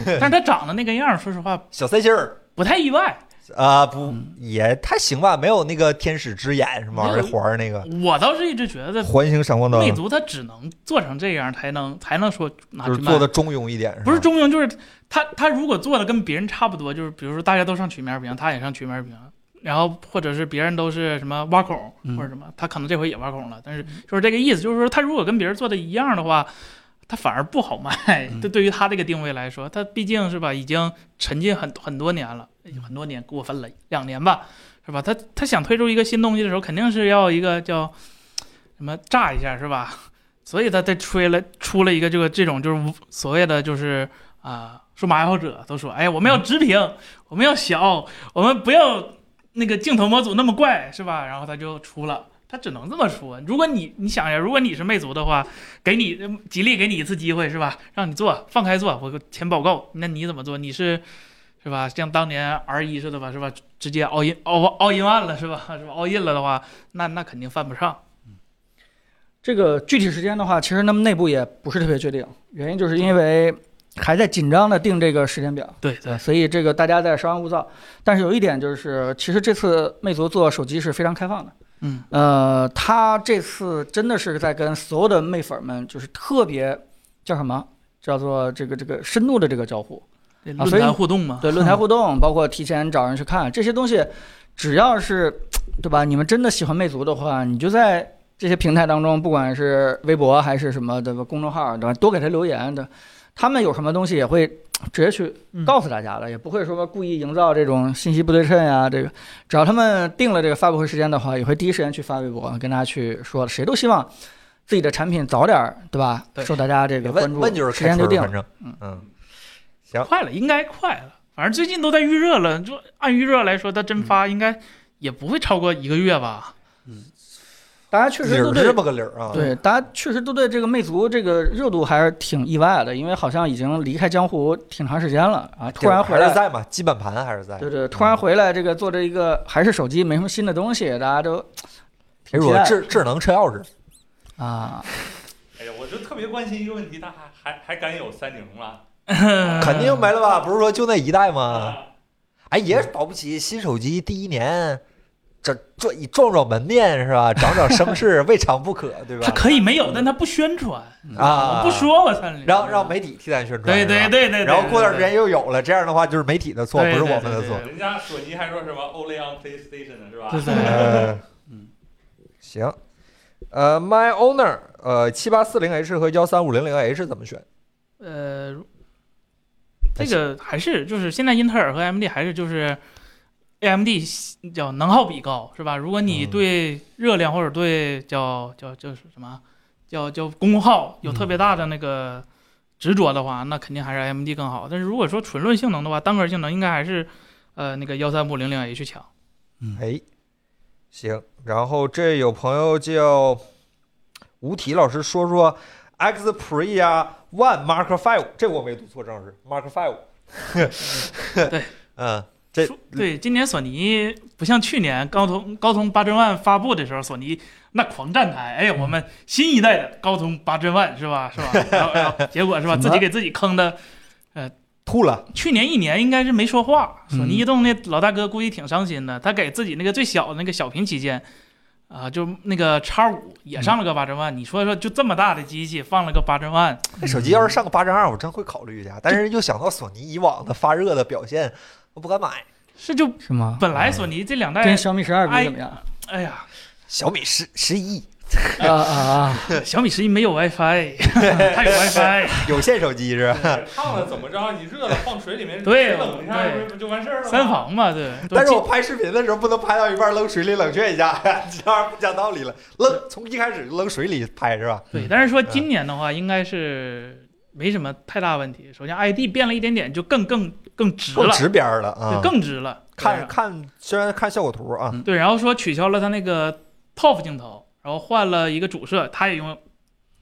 <laughs> 但是它长得那个样儿，说实话小三星儿不太意外。 <laughs> 啊、不也还行吧，没有那个天使之眼什么玩意儿没有环儿那个我倒是一直觉得环形闪光灯魅，族它只能做成这样，才能才能说拿就去是卖做。的中庸一点，吧不是中庸，就是它它如果做的跟别人差不多，就是比如说大家都上曲面屏，它也上曲面屏，然后或者是别人都是什么挖孔嗯或者什么，它可能这回也挖孔了，但是就是这个意思，就是说它如果跟别人做的一样的话，它反而不好卖。嗯这对于它这个定位来说，它毕竟是吧，已经沉浸很很多年了，很多年过分了，两年吧，是吧？它它想推出一个新东西的时候，肯定是要一个叫什么炸一下，是吧？ <laughs> 所以它才吹了出了一个这个这种就是所谓的就是啊、数码爱好者都说，哎，我们要直屏，我们要小，我们不要那个镜头模组那么怪，是吧？然后它就出了。它只能这么说。如果你你想呀，如果你是魅族的话，给你嗯吉利给你一次机会是吧？让你做，放开做，我钱保够。那你怎么做？你是是吧？像当年 R 一似的吧，是吧？直接 all in all all in one 了是吧？是吧？all in 了的话，那那肯定犯不上。这个具体时间的话，其实他们内部也不是特别确定，原因就是因为还在紧张的定这个时间表，对对，所以这个大家在稍安勿躁。但是有一点就是，其实这次魅族做手机是非常开放的，嗯，呃，他这次真的是在跟所有的魅粉们，就是特别叫什么，叫做这个这个深度的这个交互，这啊论所以坛互动嘛，对论坛互动，包括提前找人去看这些东西，只要是对吧？你们真的喜欢魅族的话，你就在这些平台当中，不管是微博还是什么的公众号，对吧？多给他留言的，他们有什么东西也会直接去告诉大家的，也不会说故意营造这种信息不对称呀、这个只要他们定了这个发布会时间的话，也会第一时间去发微博跟大家去说。谁都希望自己的产品早点儿对吧对受大家这个关问注，问就是时开间就春定儿，了反。正嗯嗯，快了，应该快了。反正最近都在预热了，就按预热来说，它真嗯发应该也不会超过一个月吧？大家确理实都儿对是这么个理儿啊，对，大家确实都对这个魅族这个热度还是挺意外的，因为好像已经离开江湖挺长时间了啊，突然回还是来，在嗯嘛，基本盘还是在。对对，突然回来这个做这一个还是手机，没什么新的东西，大家都比挺嗯哎如期说待智智能车钥匙，啊，哎呀，我就特别关心一个问题，他还还还敢有三菱吗？肯定没了吧？嗯不是说就那一代吗？啊，哎，也保不齐新手机第一年，这撞撞撞门面是吧？长长声 <laughs> 势，未尝不可，对它吧？可以没有，但它不宣传，啊，我不，说我三菱，让让媒体替咱宣传，对是对吧。对对，然后过段时对间又有了，这样的话就是媒体的错，不对是对我们的对错对。人家索尼还说什么 Only on PlayStation 呢，是吧？对 <laughs> 对对嗯，行，呃，My Owner，呃，七八四零 H 和幺三五零零 H 怎么选？呃，这个还是就是现在英特尔和 AMD 还是就是 AMD 叫能耗比高是吧？如果你嗯对热量或者对叫叫就是什么叫叫功耗有特别大的那个执着的话，那肯定还是 AMD 更好。但是如果说纯论性能的话，单核性能应该还是呃那个幺三五零零 H 强。哎，行，然后这有朋友叫吴体老师说说 X Pria One Mark Five，这我没读错，正是 Mark Five。对， <laughs> 嗯，这说对，今年索尼不像去年高通高通八千万发布的时候，索尼那狂站台，哎呀，我们新一代的高通八千万是吧？<laughs> 是吧？然后然后结果是吧，什么自己给自己坑的。吐了，去年一年应该是没说话，嗯索尼移动那老大哥估计挺伤心的，他给自己那个最小的那个小屏旗舰，啊、就那个叉五也上了个八千万，你说说就这么大的机器放了个八千万，这手机要是上个八针二，我真会考虑一下，但是又想到索尼以往的发热的表现，我不敢买。是就是吗？本来索尼这两代跟，小米十二比怎么样？哎呀，小米十十一 <laughs> 啊啊啊！小米十一没有 WiFi，它 <laughs> 有 WiFi，有线手机是吧？烫哎了怎么着？你热了放水里面，对哦冷一下对不就完事儿了吗？三防嘛，对，都但是进我拍视频的时候不能拍到一半扔水里冷却一下， <laughs> 这玩意儿不讲道理了。扔从一开始扔水里拍是吧？对，但是说今年的话，应该是没什么太大问题。首先，ID 变了一点点，就更更更直更了，直边儿了啊对，，更直了。看对啊看，虽然看效果图啊，对，然后说取消了它那个 TOF 镜头，然后换了一个主摄，它也用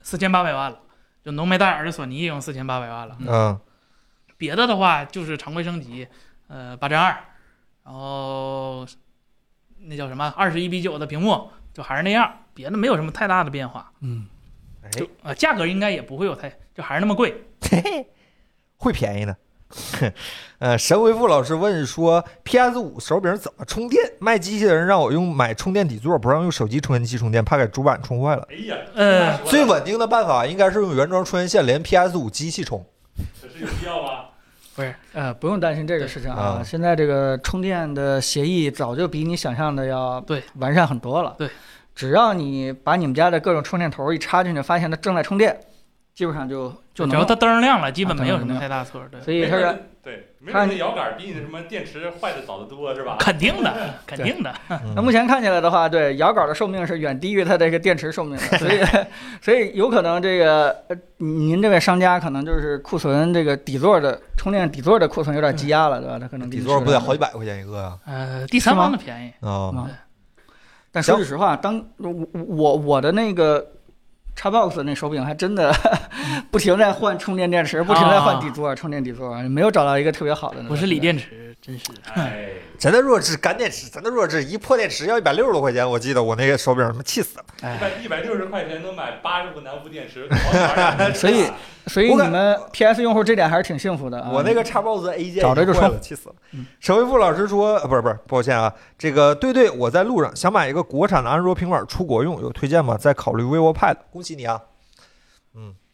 四千八百万了。就浓眉大眼儿的索尼也用四千八百万了。嗯，别的的话就是常规升级，呃，八针二，然后那叫什么二十一比九的屏幕，就还是那样，别的没有什么太大的变化。嗯，哎，就呃，价格应该也不会有太，就还是那么贵。会便宜呢。 <laughs> 呃，神回复老师问说，PS 五手柄怎么充电？卖机器人让我用买充电底座，不让用手机充电器充电，怕给主板充坏了。哎呀，呃那说最的稳定的办法应该是用原装充电线连 PS 五机器充。可是有必要吗？呃，不用担心这个事情啊。啊现在这个充电的协议早就比你想象的要对完善很多了。对，只要你把你们家的各种充电头一插进去，发现它正在充电，基本上就就只能要用。它灯儿亮了，基本啊没有灯儿什么亮太大错儿。对，所以他没说准对，没看准那摇杆比你什么电池坏的早得 <laughs> 多是吧？肯定的，肯定的。那目嗯、前看起来的话，对摇杆的寿命是远低于它这个电池寿命的， <laughs> 所以所以有可能这个呃您这位商家可能就是库存这个底座的充电底座的库存有点积压了，对吧？它可能嗯底座不得好几百。百块钱一个呀、呃，第三是吗方的便宜，啊？啊对但说句实话，当我我我的那个 Xbox 那手柄还 <laughs> 真的不停在换充电电池，不停在啊换底座、充电底座，没有找到一个特别好的那种。不是锂电池，真是。哎，真的弱智，干电池真的弱智，一破电池要一百六十多块钱，我记得我那个手柄他妈气死了。一百一百六十块钱能买八十个南孚电池，好好玩儿所啊以所以我你感们 PS 用户这点还是挺幸福的啊。我那个 Xbox A 键找着就坏了，充气死了嗯。沈维富老师说，呃不是不是，抱歉啊，这个对对，我在路上想买一个国产的安卓平板出国用，有推荐吗？在考虑 vivo Pad，恭喜你啊！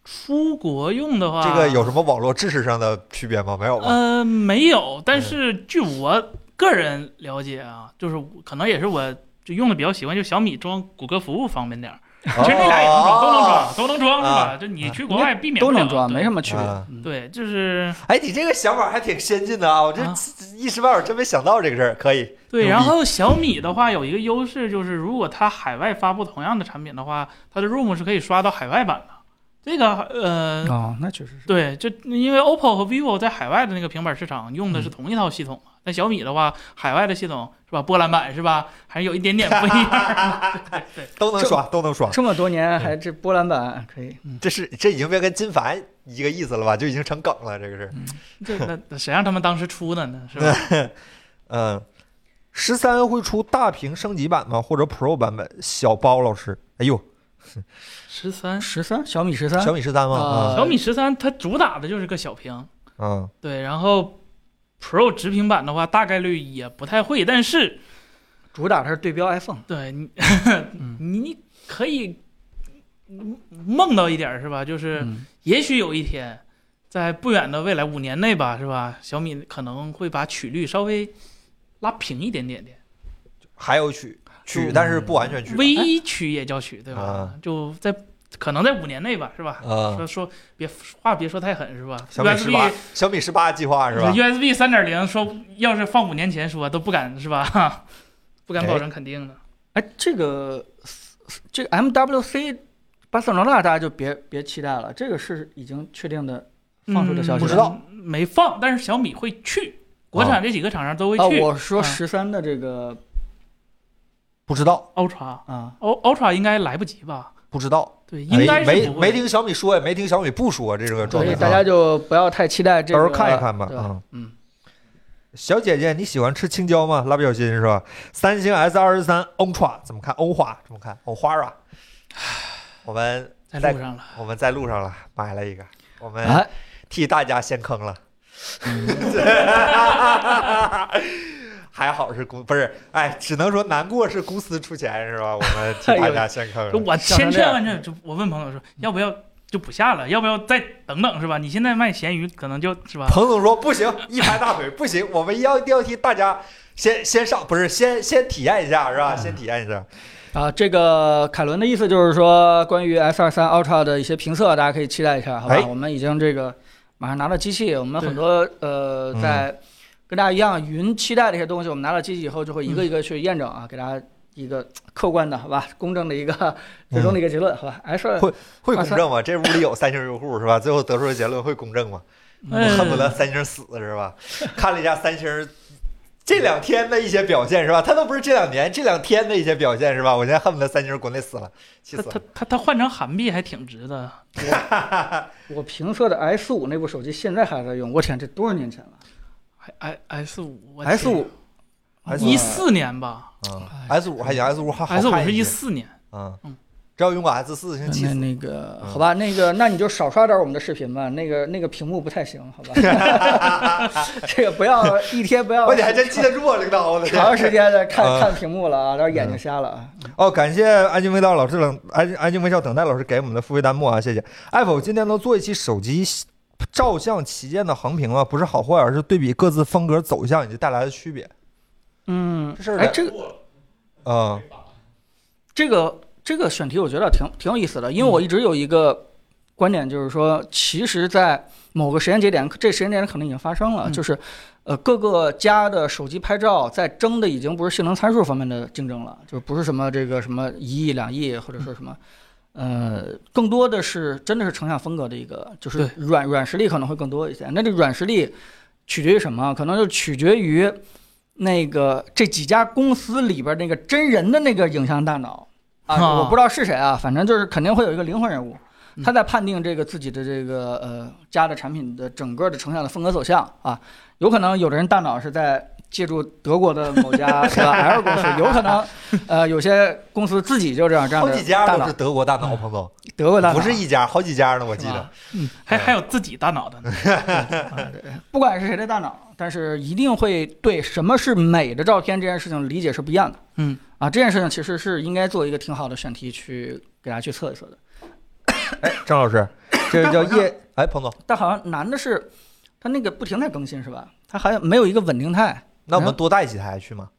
出国用的话，这个有什么网络知识上的区别吗？没有吧？哦呃没有，但是据我个人了解啊，就是我可能也是我就用的比较习惯，就小米装谷歌服务方便点儿。其实那俩也能装，都能装，都能装是哦啊吧？就你去国外避免都不了能装，没什么。么区别。啊嗯对，就是 <laughs> 哎，你这个想法还挺先进的啊！我这啊 <laughs> 一时半会儿真没想到这个事儿，可以。对，牛然逼后小米的话有一个优势就是，如果它海外发布同样的产品的话，它的 ROM 是可以刷到海外版的。这个呃，哦，那确实是。对，就因为 OPPO 和 vivo 在海外的那个平板市场用的是同一套系统嘛，但小米的话，海外的系统是吧，波兰版是吧，还是有一点点不一样。 <laughs> 对对，都能刷，都能刷。这么多年还这波兰版可以，这是这已经变跟金凡一个意思了吧？就已经成梗了，这个嗯是。这那那谁让他们当时出的呢？是吧？嗯，十三会出大屏升级版吗？或者 Pro 版本？小包老师，哎呦，十三，十三小米十三小米十三吗？啊小米十三它主打的就是个小屏，嗯对，然后 Pro 直屏版的话，大概率也不太会，但是。主打它是对标 iPhone，对你，嗯 <laughs> 你可以梦到一点儿是吧？就是嗯也许有一天，在不远的未来五年内吧，是吧？小米可能会把曲率稍微拉平一点点点，还有曲曲，嗯但是不完全曲。微曲也叫曲，对吧啊？就在可能在五年内吧，是吧？啊，说说别话别说太狠是吧小米十？USB 八，小米十八计划是吧？ USB 三点零说要是放五年前说都不敢是吧？ <laughs> 不敢哎保证肯定的。哎，这个这个 MWC 巴塞罗那大家就别别期待了，这个是已经确定的放出的消息嗯不了。知道没放，但是小米会去，国产这几个厂商都会啊，去我说嗯十三的这个不知道， Ultra，Ultra 啊， Ultra 应该来不及吧？不知道，对，应该哎没是不没会。听小米说，也没听小米不说这个状态所以啊，大家就不要太期待这到时个。候看一看吧对啊。嗯，小姐姐，你喜欢吃青椒吗？蜡笔小新是吧？三星 S 二十三 Ultra 怎么看欧化怎么看欧花啊？我们在路上了，我们在路上了，买了一个，我们哎，替大家先坑了。 <laughs> 还好是公不是，哎，只能说难过是公司出钱是吧？我们替大家先坑就了。我千像这劝样万劝，就我问朋友说，要不要就不下了，要不要再等等是吧？你现在卖咸鱼可能就是吧，彭总说不行，一拍大腿不行，我们要一定要替大家先先上，不是先先体验一下是吧？先体验一下。啊，这个凯伦的意思就是说，关于 S 二三 Ultra 的一些评测，大家可以期待一下，好吧？哎我们已经这个马上拿到机器，我们对很多呃嗯在跟大家一样云期待的一些东西，我们拿到机器以后就会一嗯个一个去验证啊，给大家一个客观的，好吧？公正的一个最终的一个结论，好吧？S 二会公正吗？这屋里有三星用户是吧？最后得出的结论会公正吗？ <laughs> 我嗯恨不得三星死是吧？看了一下三星这两天的一些表现是吧？他都不是这两年，这两天的一些表现是吧？我现在恨不得三星国内死了，气他死他了。他他换成韩币还挺值的。我评测的 S 五那部手机现在还在用，我天，这多少年前了 i i s 五？S 五一 S5 四年吧嗯，S 五还行，S 五还好看哎，S 五是一一些，四年，嗯嗯，只要用过 S 四，先气那死。那个嗯好吧，那个那你就少刷点我们的视频吧，那个那个屏幕不太行，好吧？ <laughs> <laughs> 这个不要一天不要我你还真记得住啊这个 <laughs> 刀子。长时间的看嗯看屏幕了啊，到时候眼睛瞎了啊。哦，感谢安静微笑老师冷安安静微笑等待老师给我们的付费弹幕啊，谢谢。Apple 今天能做一期手机照相旗舰的横屏啊吗？不是好坏，而是对比各自风格走向以及带来的区别。嗯这事儿哎得，这个嗯这个这个选题我觉得挺挺有意思的，因为我一直有一个观点，就是说，其实，在某个时间节点，这时间节点可能已经发生了，嗯就是，呃，各个家的手机拍照在争的已经不是性能参数方面的竞争了，就是不是什么这个什么一亿、两亿，或者说什么。呃，更多的是真的是成像风格的一个，就是嗯对软软实力可能会更多一些。那这个软实力取决于什么？可能就取决于那个这几家公司里边那个真人的那个影像大脑啊，啊我不知道是谁啊，反正就是肯定会有一个灵魂人物，嗯他在判定这个自己的这个呃家的产品的整个的成像的风格走向啊，有可能有的人大脑是在。借助德国的某 <laughs> 家是吧 L 公司，有可能，呃，有些公司自己就这样这样好的几家大都脑是，德国大 <laughs> 脑，彭总，德国大脑不是一家，好几家呢，我记是得吧。嗯，还嗯还有自己大脑的呢，不管是谁的大脑，但是一定会对什么是美的照片这件事情理解是不一样的。嗯，啊，这件事情其实是应该做一个挺好的选题去给大家去测一测的。张 <laughs> 老师，这个叫叶，哎，彭总，但好像难的是，它那个不停在更新是吧？它好像没有一个稳定态。那我们多带几台去吗？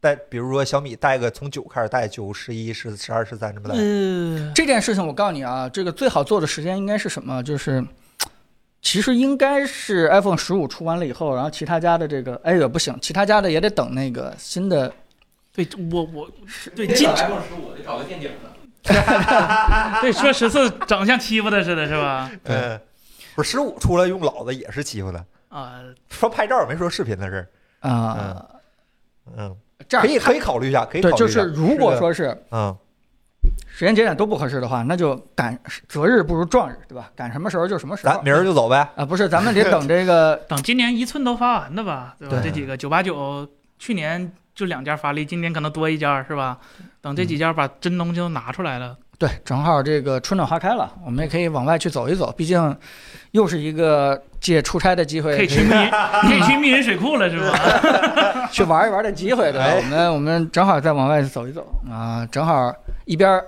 带，比如说小米带个从九开始带，九、十一、十、十二、十三这么带。呃，这件事情我告诉你啊，这个最好做的时间应该是什么？就是。其实应该是 iPhone 十五出完了以后，然后其他家的这个，哎也不行，其他家的也得等那个新的对我我 <laughs> 对进十五得找个垫底的。 <laughs> 对说十次整像欺负的似的，是吧？嗯，不是十五出来用老的也是欺负的，啊，说拍照没说视频的事儿。啊、嗯，这样可以可以考虑一下，可以考对，虑一下。就是如果个说是嗯，时间节点都不合适的话，那就赶择日不如撞日，对吧？赶什么时候就什么时候。咱明儿就走呗。啊，不是，咱们得等这 <laughs> 个等今年一寸都发完的吧，对吧？对这几个九八九去年就两家发力，今年可能多一家，是吧？等这几家把真东西都拿出来了，对，正好这个春暖花开了，我们也可以往外去走一走，毕竟又是一个借出差的机可以会去密，可以去密云水库了，是吧？ <laughs> 去玩一玩的机会，对吧？哎我们我们正好再往外走一走啊，正好一边儿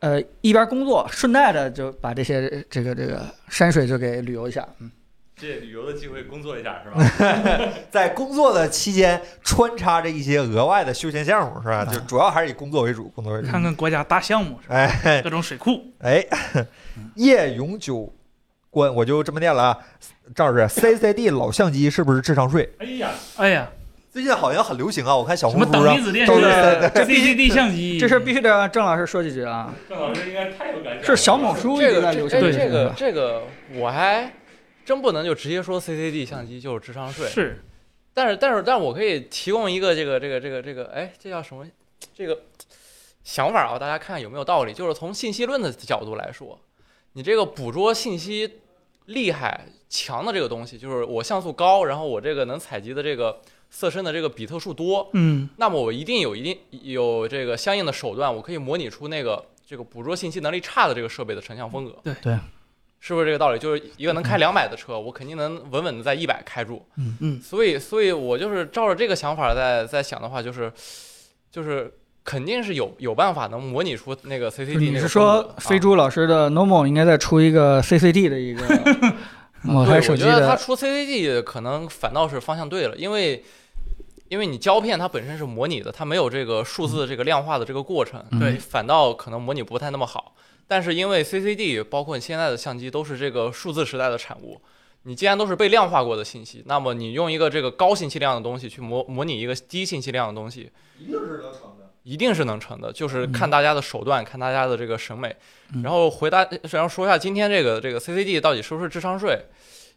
呃一边儿工作，顺带着就把这些这个这个山水就给旅游一下。嗯借旅游的机会工作一下是吧？嗯在工作的期间穿插着一些额外的休闲项目，是吧？嗯就主要还是以工作为主，工作为主。看看国家大项目，是吧？哎各种水库，哎， <laughs> 夜永久关，我就这么念了啊。赵 <laughs> 老师，CCD 老相机是不是智商税？哎呀，哎呀，最近好像很流行啊，我看小什红么书等上离子电都是视、啊对 CCD 相机，这事儿必须得让郑老师说几句啊，郑老师应该太有感想是了。小某书一这直在个流这哎行这事这情个吧这个，我还真不能就直接说 CCD 相机就是智商税。是但是但是但我可以提供一个这个这个这个这个，哎，这叫什么？这个想法啊，大家看有没有道理？就是从信息论的角度来说，你这个捕捉信息厉害强的这个东西，就是我像素高，然后我这个能采集的这个色深的这个比特数多，嗯那么我一定有一定有这个相应的手段，我可以模拟出那个这个捕捉信息能力差的这个设备的成像风格。对对，是不是这个道理？就是一个能开两百的车，我肯定能稳稳的在一百开住。嗯，所以，所以我就是照着这个想法在在想的话，就是就是肯定是有有办法能模拟出那个 CCD 那个你是风说格啊飞猪老师的 Normal 应该再出一个 CCD 的一 <laughs> 个对某台手机我觉得它的？出 CCD 可能反倒是方向对了，因为因为你胶片它本身是模拟的，它没有这个数字这个量化的这个过程，嗯对，反倒可能模拟不太那么好。但是因为 CCD 包括你现在的相机都是这个数字时代的产物，你既然都是被量化过的信息，那么你用一个这个高信息量的东西去模模拟一个低信息量的东西，一定是能成的。一定是能成的，就是嗯看大家的手段，看大家的这个审美嗯。然后回答，然后说一下今天这个这个 CCD 到底是不是智商税？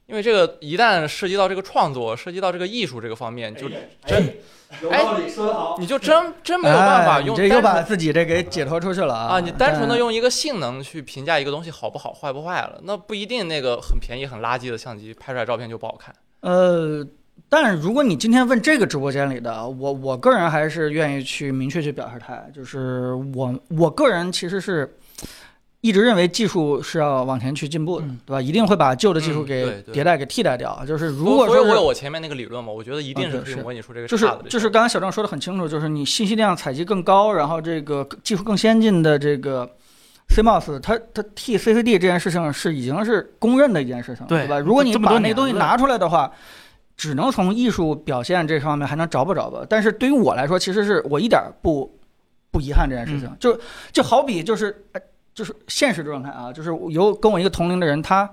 因为这个一旦涉及到这个创作，涉及到这个艺术这个方面，就真有 <laughs> 道理，说得好。你就真真没有办法哎用你这又单把纯自己这给解脱出去了啊！啊，你单纯的但用一个性能去评价一个东西好不好、坏不坏了，那不一定那个很便宜、很垃圾的相机拍出来照片就不好看。呃，但如果你今天问这个直播间里的我，我个人还是愿意去明确去表示态，就是我我个人其实是一直认为技术是要往前去进步的，嗯对吧？一定会把旧的技术嗯给对对迭代给替代掉。就是如果所说以是我有我前面那个理论嘛，我觉得一定啊是对可以是模拟出这个就是差的这就是刚才小郑说的很清楚，就是你信息量采集更高，然后这个技术更先进的这个 CMOS，它它替 CCD 这件事情是已经是公认的一件事情了，对对吧？如果你这么多把那年东西了拿出来的话，只能从艺术表现这方面还能找吧找吧。但是对于我来说，其实是我一点儿不不遗憾这件事情，嗯就就好比就是呃就是现实状态啊，就是有跟我一个同龄的人，他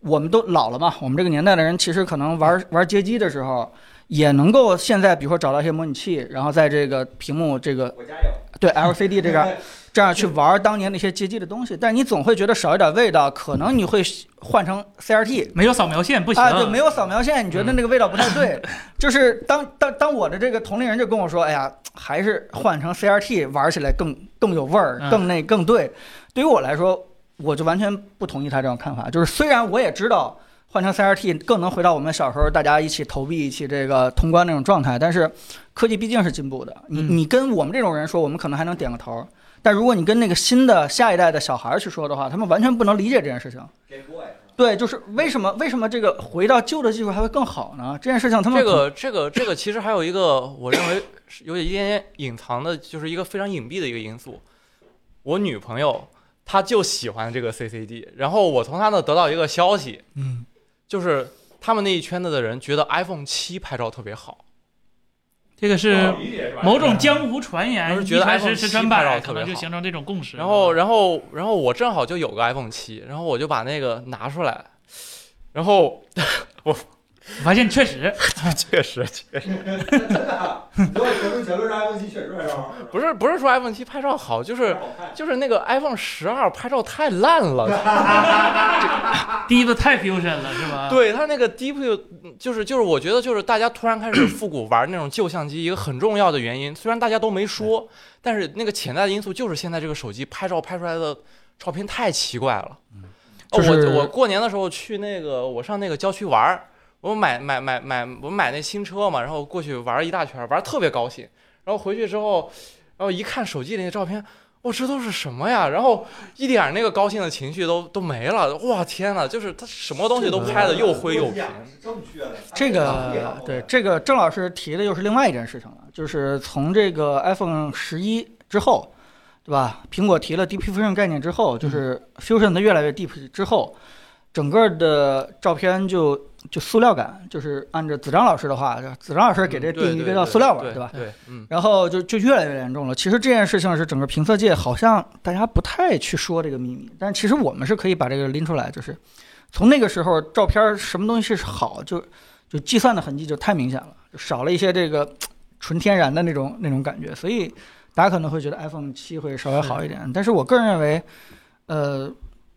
我们都老了嘛，我们这个年代的人，其实可能嗯玩玩街机的时候，也能够现在比如说找到一些模拟器，然后在这个屏幕这个我家有。对 LCD 这 <laughs> 个这样去玩当年那些街机的东西，但你总会觉得少一点味道，可能你会换成 CRT，没有扫描线不行，嗯啊，对，没有扫描线，你觉得那个味道不太对。 <laughs> 就是当当当我的这个同龄人就跟我说，哎呀，还是换成 CRT 玩起来更更有味儿，嗯更那更对。对于我来说，我就完全不同意他这种看法。就是虽然我也知道换成 CRT 更能回到我们小时候大家一起投币、一起这个通关那种状态，但是科技毕竟是进步的。你嗯你跟我们这种人说，我们可能还能点个头儿。但如果你跟那个新的下一代的小孩儿去说的话，他们完全不能理解这件事情。 Game Boy 对，就是为什么为什么这个回到旧的技术还会更好呢？这件事情他们这个这个这个其实还有一个，我认为是有一点点隐藏的，就是一个非常隐蔽的一个因素。我女朋友她就喜欢这个 CCD，然后我从她那得到一个消息，嗯，就是他们那一圈子的人觉得 iPhone 七拍照特别好，这个是理解是吧？某种江湖传言，我是觉得一开 iPhone 始是7真版，拍照特可别能就好形成这种共识。然后然后然后我正好就有个 iPhone 七，然后我就把那个拿出来，然 <laughs> 后我发现确实确实你给我得出结论是 iPhone 七确实拍照不是不是说 iPhone 七拍照好，就是好看。就是那个 iPhone 十二拍照太烂了。低的太 fusion 了，是啊吧？对他那个 deep 就是就是，我觉得就是大家突然开始复古玩那种旧相机，一个很重要的原因，虽然大家都没说，但是那个潜在的因素就是现在这个手机拍照拍出来的照片太奇怪了。哦嗯就是我我过年的时候去那个我上那个郊区玩儿，我买买买买我买那新车嘛，然后过去玩儿一大圈儿，玩儿特别高兴，然后回去之后，然后一看手机里那照片。我这都是什么呀？然后一点儿那个高兴的情绪都都没了。哇天哪！就是他什么东西都拍的又灰又平。是正确的。这个对这个郑老师提的又是另外一件事情了，就是从这个 iPhone 十一之后，对吧？苹果提了 Deep Fusion 概念之后，就是嗯 Fusion 它越来越 Deep 之后，整个的照片就就塑料感，就是按照子章老师的话，子章老师给这定义这叫塑料感，嗯对对吧？对，嗯，然后就就越来越严重了。其实这件事情是整个评测界好像大家不太去说这个秘密，但其实我们是可以把这个拎出来，就是从那个时候照片儿什么东西是好，就就计算的痕迹就太明显了，就少了一些这个嘖纯天然的那种那种感觉，所以大家可能会觉得 iPhone 七会稍微好一点，但是我个人认为，呃。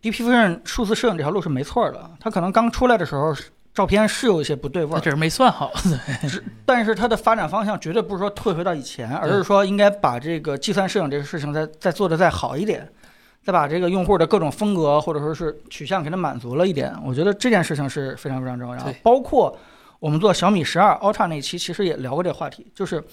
Deep Fusion 数字摄影这条路是没错儿的，它可能刚出来的时候是照片是有一些不对味那儿，只是没算好。 <laughs> 但是它的发展方向绝对不是说退回到以前，而是说应该把这个计算摄影这个事情再再做得再好一点，再把这个用户的各种风格或者说是取向给它满足了一点。我觉得这件事情是非常非常重要对的。包括我们做小米十二 Ultra 那期，其实也聊过这个话题，就是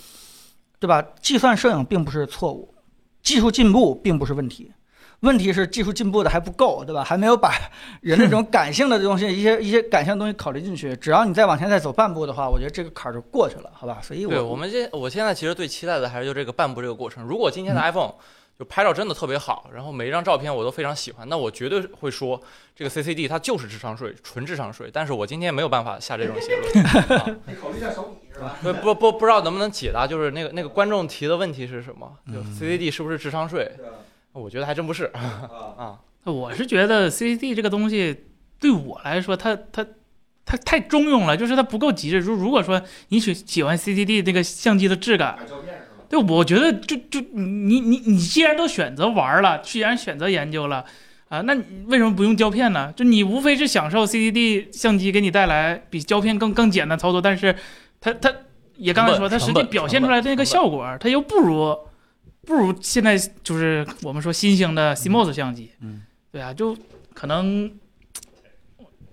对吧？计算摄影并不是错误，技术进步并不是问题。问题是技术进步的还不够，对吧？还没有 <laughs> 把人那种感性的东西、一些一些感性的东西考虑进去。只要你再往前再走半步的话，我觉得这个坎儿就过去了，好吧？所以我对我们这，我现在其实最期待的还是就这个半步这个过程。如果今天的嗯 iPhone 就拍照真的特别好，然后每一张照片我都非常喜欢，那我绝对会说这个 CCD 它就是智商税，纯智商税。但是我今天没有办法下这种结论。 <laughs> 啊你考虑一下小米是吧？不不不，不知道能不能解答，就是那个那个观众提的问题是什么？就嗯 CCD 是不是智商税？我觉得还真不是。啊，我是觉得 CCD 这个东西对我来说，它它它太中庸了，就是它不够极致。如如果说你喜喜欢 CCD 这个相机的质感，买照片是吧？对，我觉得就就你你你既然都选择玩了，既然选择研究了，啊，那你为什么不用胶片呢？就你无非是享受 CCD 相机给你带来比胶片更更简单操作，但是它它也刚才说，它实际成本表现出来的那个效果，它又不如不如现在就是我们说新型的 CMOS 相机，嗯，对啊，就可能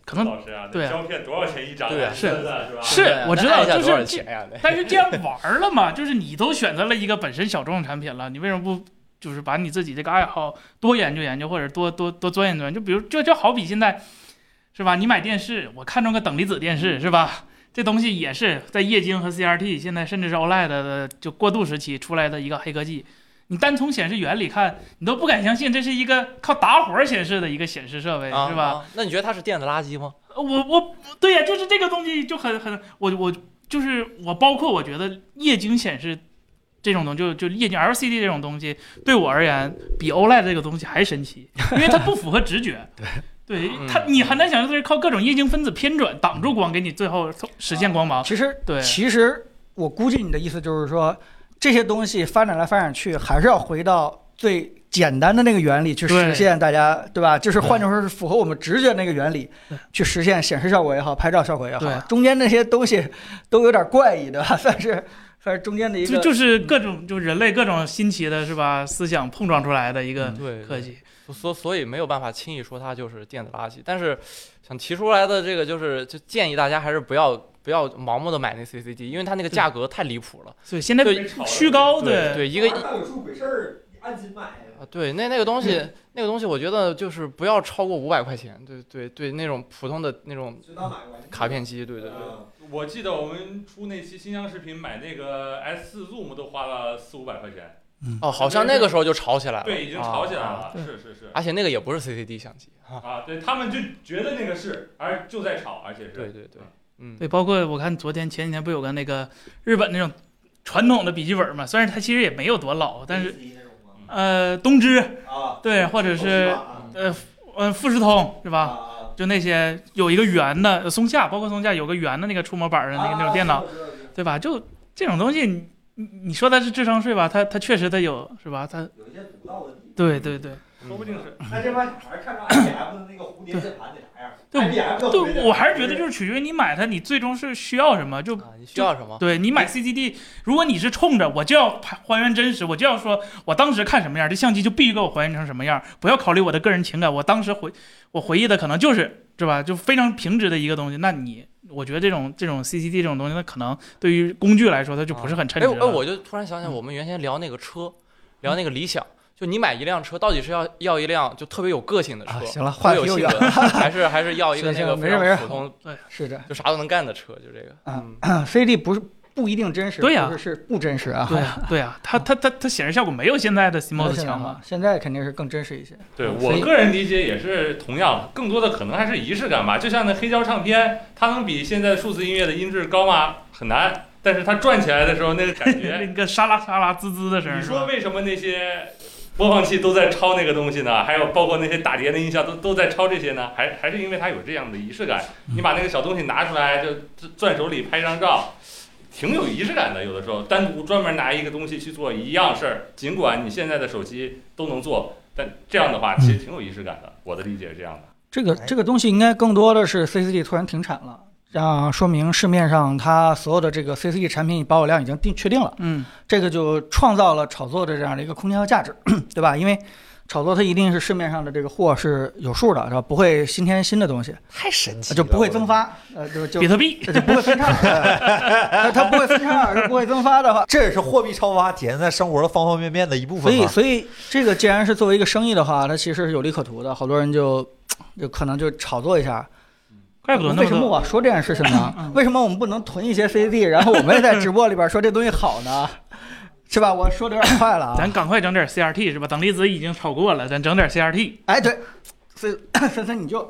可能老师啊，对那啊胶片多少钱一张啊？对啊是的，是吧？是我知道那按一下就是多少这钱呀？但是这样玩儿了嘛，就是你都选择了一个本身小众的产品了，你为什么不就是把你自己这个爱好多研究研究，或者多多多钻研钻研？就比如这就好比现在，是吧？你买电视，我看中个等离子电视，是吧？这东西也是在液晶和 CRT，现在甚至是 OLED 的就过渡时期出来的一个黑科技。你单从显示原理看，你都不敢相信这是一个靠打火显示的一个显示设备，啊是吧？啊那你觉得它是电子垃圾吗？呃我我对呀、就是这个东西就很很我我就是我包括我觉得液晶显示这种东西，就就液晶 LCD 这种东西，对我而言比 OLED 这个东西还 <laughs> 神奇，因为它不符合直觉。对嗯它你很难想象它是靠各种液晶分子偏转挡住光，给你最后实现光芒。其实对其实我估计你的意思就是说，这些东西发展来发展去，还是要回到最简单的那个原理去实现，大家对吧？就是换句话说，是符合我们直觉那个原理对去实现显示效果也好，拍照效果也好对，中间那些东西都有点怪异，对吧？ <laughs> 算是算是中间的一就个。就是各种就人类各种新奇的是吧思想碰撞出来的一个嗯对，科技，所所以没有办法轻易说它就是电子垃圾，但是想提出来的这个就是，就建议大家还是不要不要盲目的买那 CCD，因为它那个价格太离谱了。所以现在对被炒了虚高对对一个大有数鬼事儿，你按斤买。啊，对，那那个东嗯西，那个东西，我觉得就是不要超过五百块钱。对对对，那种普通的那种就当买过来卡片机，对对对。啊我记得我们出那期新疆视频买那个 S 4 Zoom 都花了四五百块钱，哦，好像那个时候就炒起来了。对，已经吵起来啊啊了，对是是是而且那个也不是 CCD 相机。啊，对他们就觉得那个是，而就在吵，而且是对对对，嗯，对，包括我看昨天前几天不有个那个日本那种传统的笔记本嘛，虽然它其实也没有多老，但是类似于那种吗呃，东芝啊，对，或者是啊呃呃富士通是啊吧？啊，就那些有一个圆的，呃松下包括松下有个圆的那个触摸板的那个那种电脑，啊，啊对吧？就这种东西，你你你说它是智商税吧？它它确实它有是吧？它有一些独到的地方。对对对嗯说不定是那这帮小孩看着 IBM 的那个蝴蝶键盘得啥样对？IBM 的蝴蝶键对，盘我还是觉得就是取决于你买它，你最终是需要什么就。啊，你需要什么？对你买 CCD，如果你是冲着我就要还还原真实，我就要说我当时看什么样，这相机就必须给我还原成什么样，不要考虑我的个人情感，我当时回我回忆的可能就是是吧，就非常平直的一个东西。那你我觉得这种这种 CCD 这种东西，那可能对于工具来说，它就不是很称哎，职我哎，了。我就突然想起来，我们原先聊那个车，聊那个理想，就你买一辆车，到底是要要一辆就特别有个性的啊，车，行了，话题特别又有性远了，格， <laughs> 还是还是 <laughs> 要一个行那个行非没事没事常普通，是的就啥都能干的车，就这个。嗯，啊，CCD 不是不一定真实，对呀不是是不真实啊，对啊，对啊，它它它它显示效果没有现在的 CMOS 现在强啊嘛？现在肯定是更真实一些。对嗯所我以个人理解也是同样，更多的可能还是仪式感吧。就像那黑胶唱片，它能比现在数字音乐的音质高吗？很难。但是它转起来的时候，那个感那觉，个沙拉沙拉滋滋的声儿你是说吧？为什么那些播放器都在抄那个东西呢？还有包括那些打碟的音效都都在抄这些呢？还还是因为它有这样的仪式感？嗯你把那个小东西拿出来，就攥攥手里拍张照，挺有仪式感的。有的时候单独专门拿一个东西去做一样事儿，尽管你现在的手机都能做，但这样的话嗯其实挺有仪式感的。我的理解是这样的。这个哎这个东西应该更多的是 CCD 突然停产了，让说明市面上它所有的这个 CCG 产品保有量已经定确定了，嗯这个就创造了炒作的这样的一个空间和价值， <clears throat> 对吧？因为炒作它一定是市面上的这个货是有数的，是吧？不会新添新的东西，太神奇了，就不会增发，呃，<laughs> 就就比特币，就不会分叉，呃它它不会分叉，它不会增发 <laughs> 的话，这也是货币超发体现在生活的方方面面的一部所分以，嘛。所以这个既然是作为一个生意的话，它其实是有利可图的。好多人就就可能就炒作一下，怪不得那为什么多。嗯我说这件事情 <laughs> 呢？为什么我们不能囤一些 CD，然后我们也在直播里边说这东西好呢？是吧？我说的有点快了啊咱！赶快整点 CRT 是吧？等离子已经超过了，咱整点 CRT。哎，对，所以 <coughs> 森森你就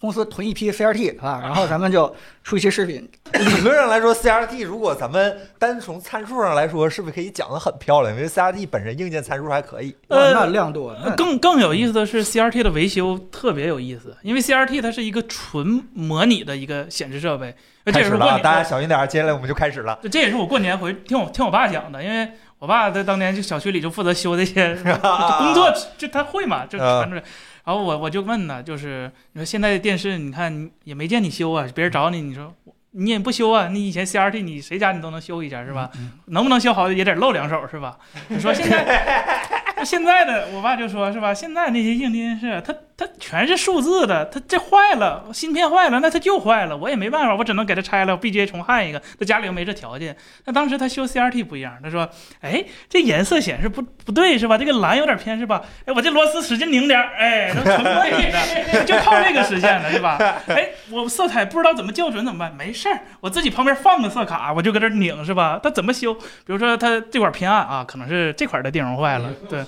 公司囤一批 CRT 啊，然后咱们就出一些视频。理论上来说，CRT 如果咱们单从参数上来说，是不是可以讲得很漂亮？因为 CRT 本身硬件参数还可以。哇呃那量度，啊那 <laughs> 更更有意思的是，CRT 的维修特别有意思，因为 CRT 它是一个纯模拟的一个显示设备，而这开也始是了过啊，年大家小心点儿，接下来我们就开始了。这这也是我过年回听我听我爸讲的，因为我爸在当年就小区里就负责修 <laughs> 这些工作，就他会嘛，嗯就传出来。然后我我就问他，就是你说现在的电视，你看也没见你修啊，别人找你，你说你也不修啊，你以前 CRT 你谁家你都能修一下是吧？嗯能不能修好也得露两手是 <laughs> 吧？你说现在。 <laughs> 现在的我爸就说是吧？现在那些硬件是它它全是数字的，它这坏了，芯片坏了，那它就坏了，我也没办法，我只能给它拆了，BGA 重焊一个。他家里又没这条件，那当时他修 CRT 不一样，他说：“哎，这颜色显示不不对是吧？这个蓝有点偏是吧？哎，我这螺丝使劲拧点儿，哎，都纯模拟的，就靠这个实现的是吧？哎，我色彩不知道怎么校准怎么办？没事儿，我自己旁边放个色卡，我就搁这儿拧是吧？它怎么修？比如说它这块儿偏暗啊，可能是这块儿的电容坏了，对。”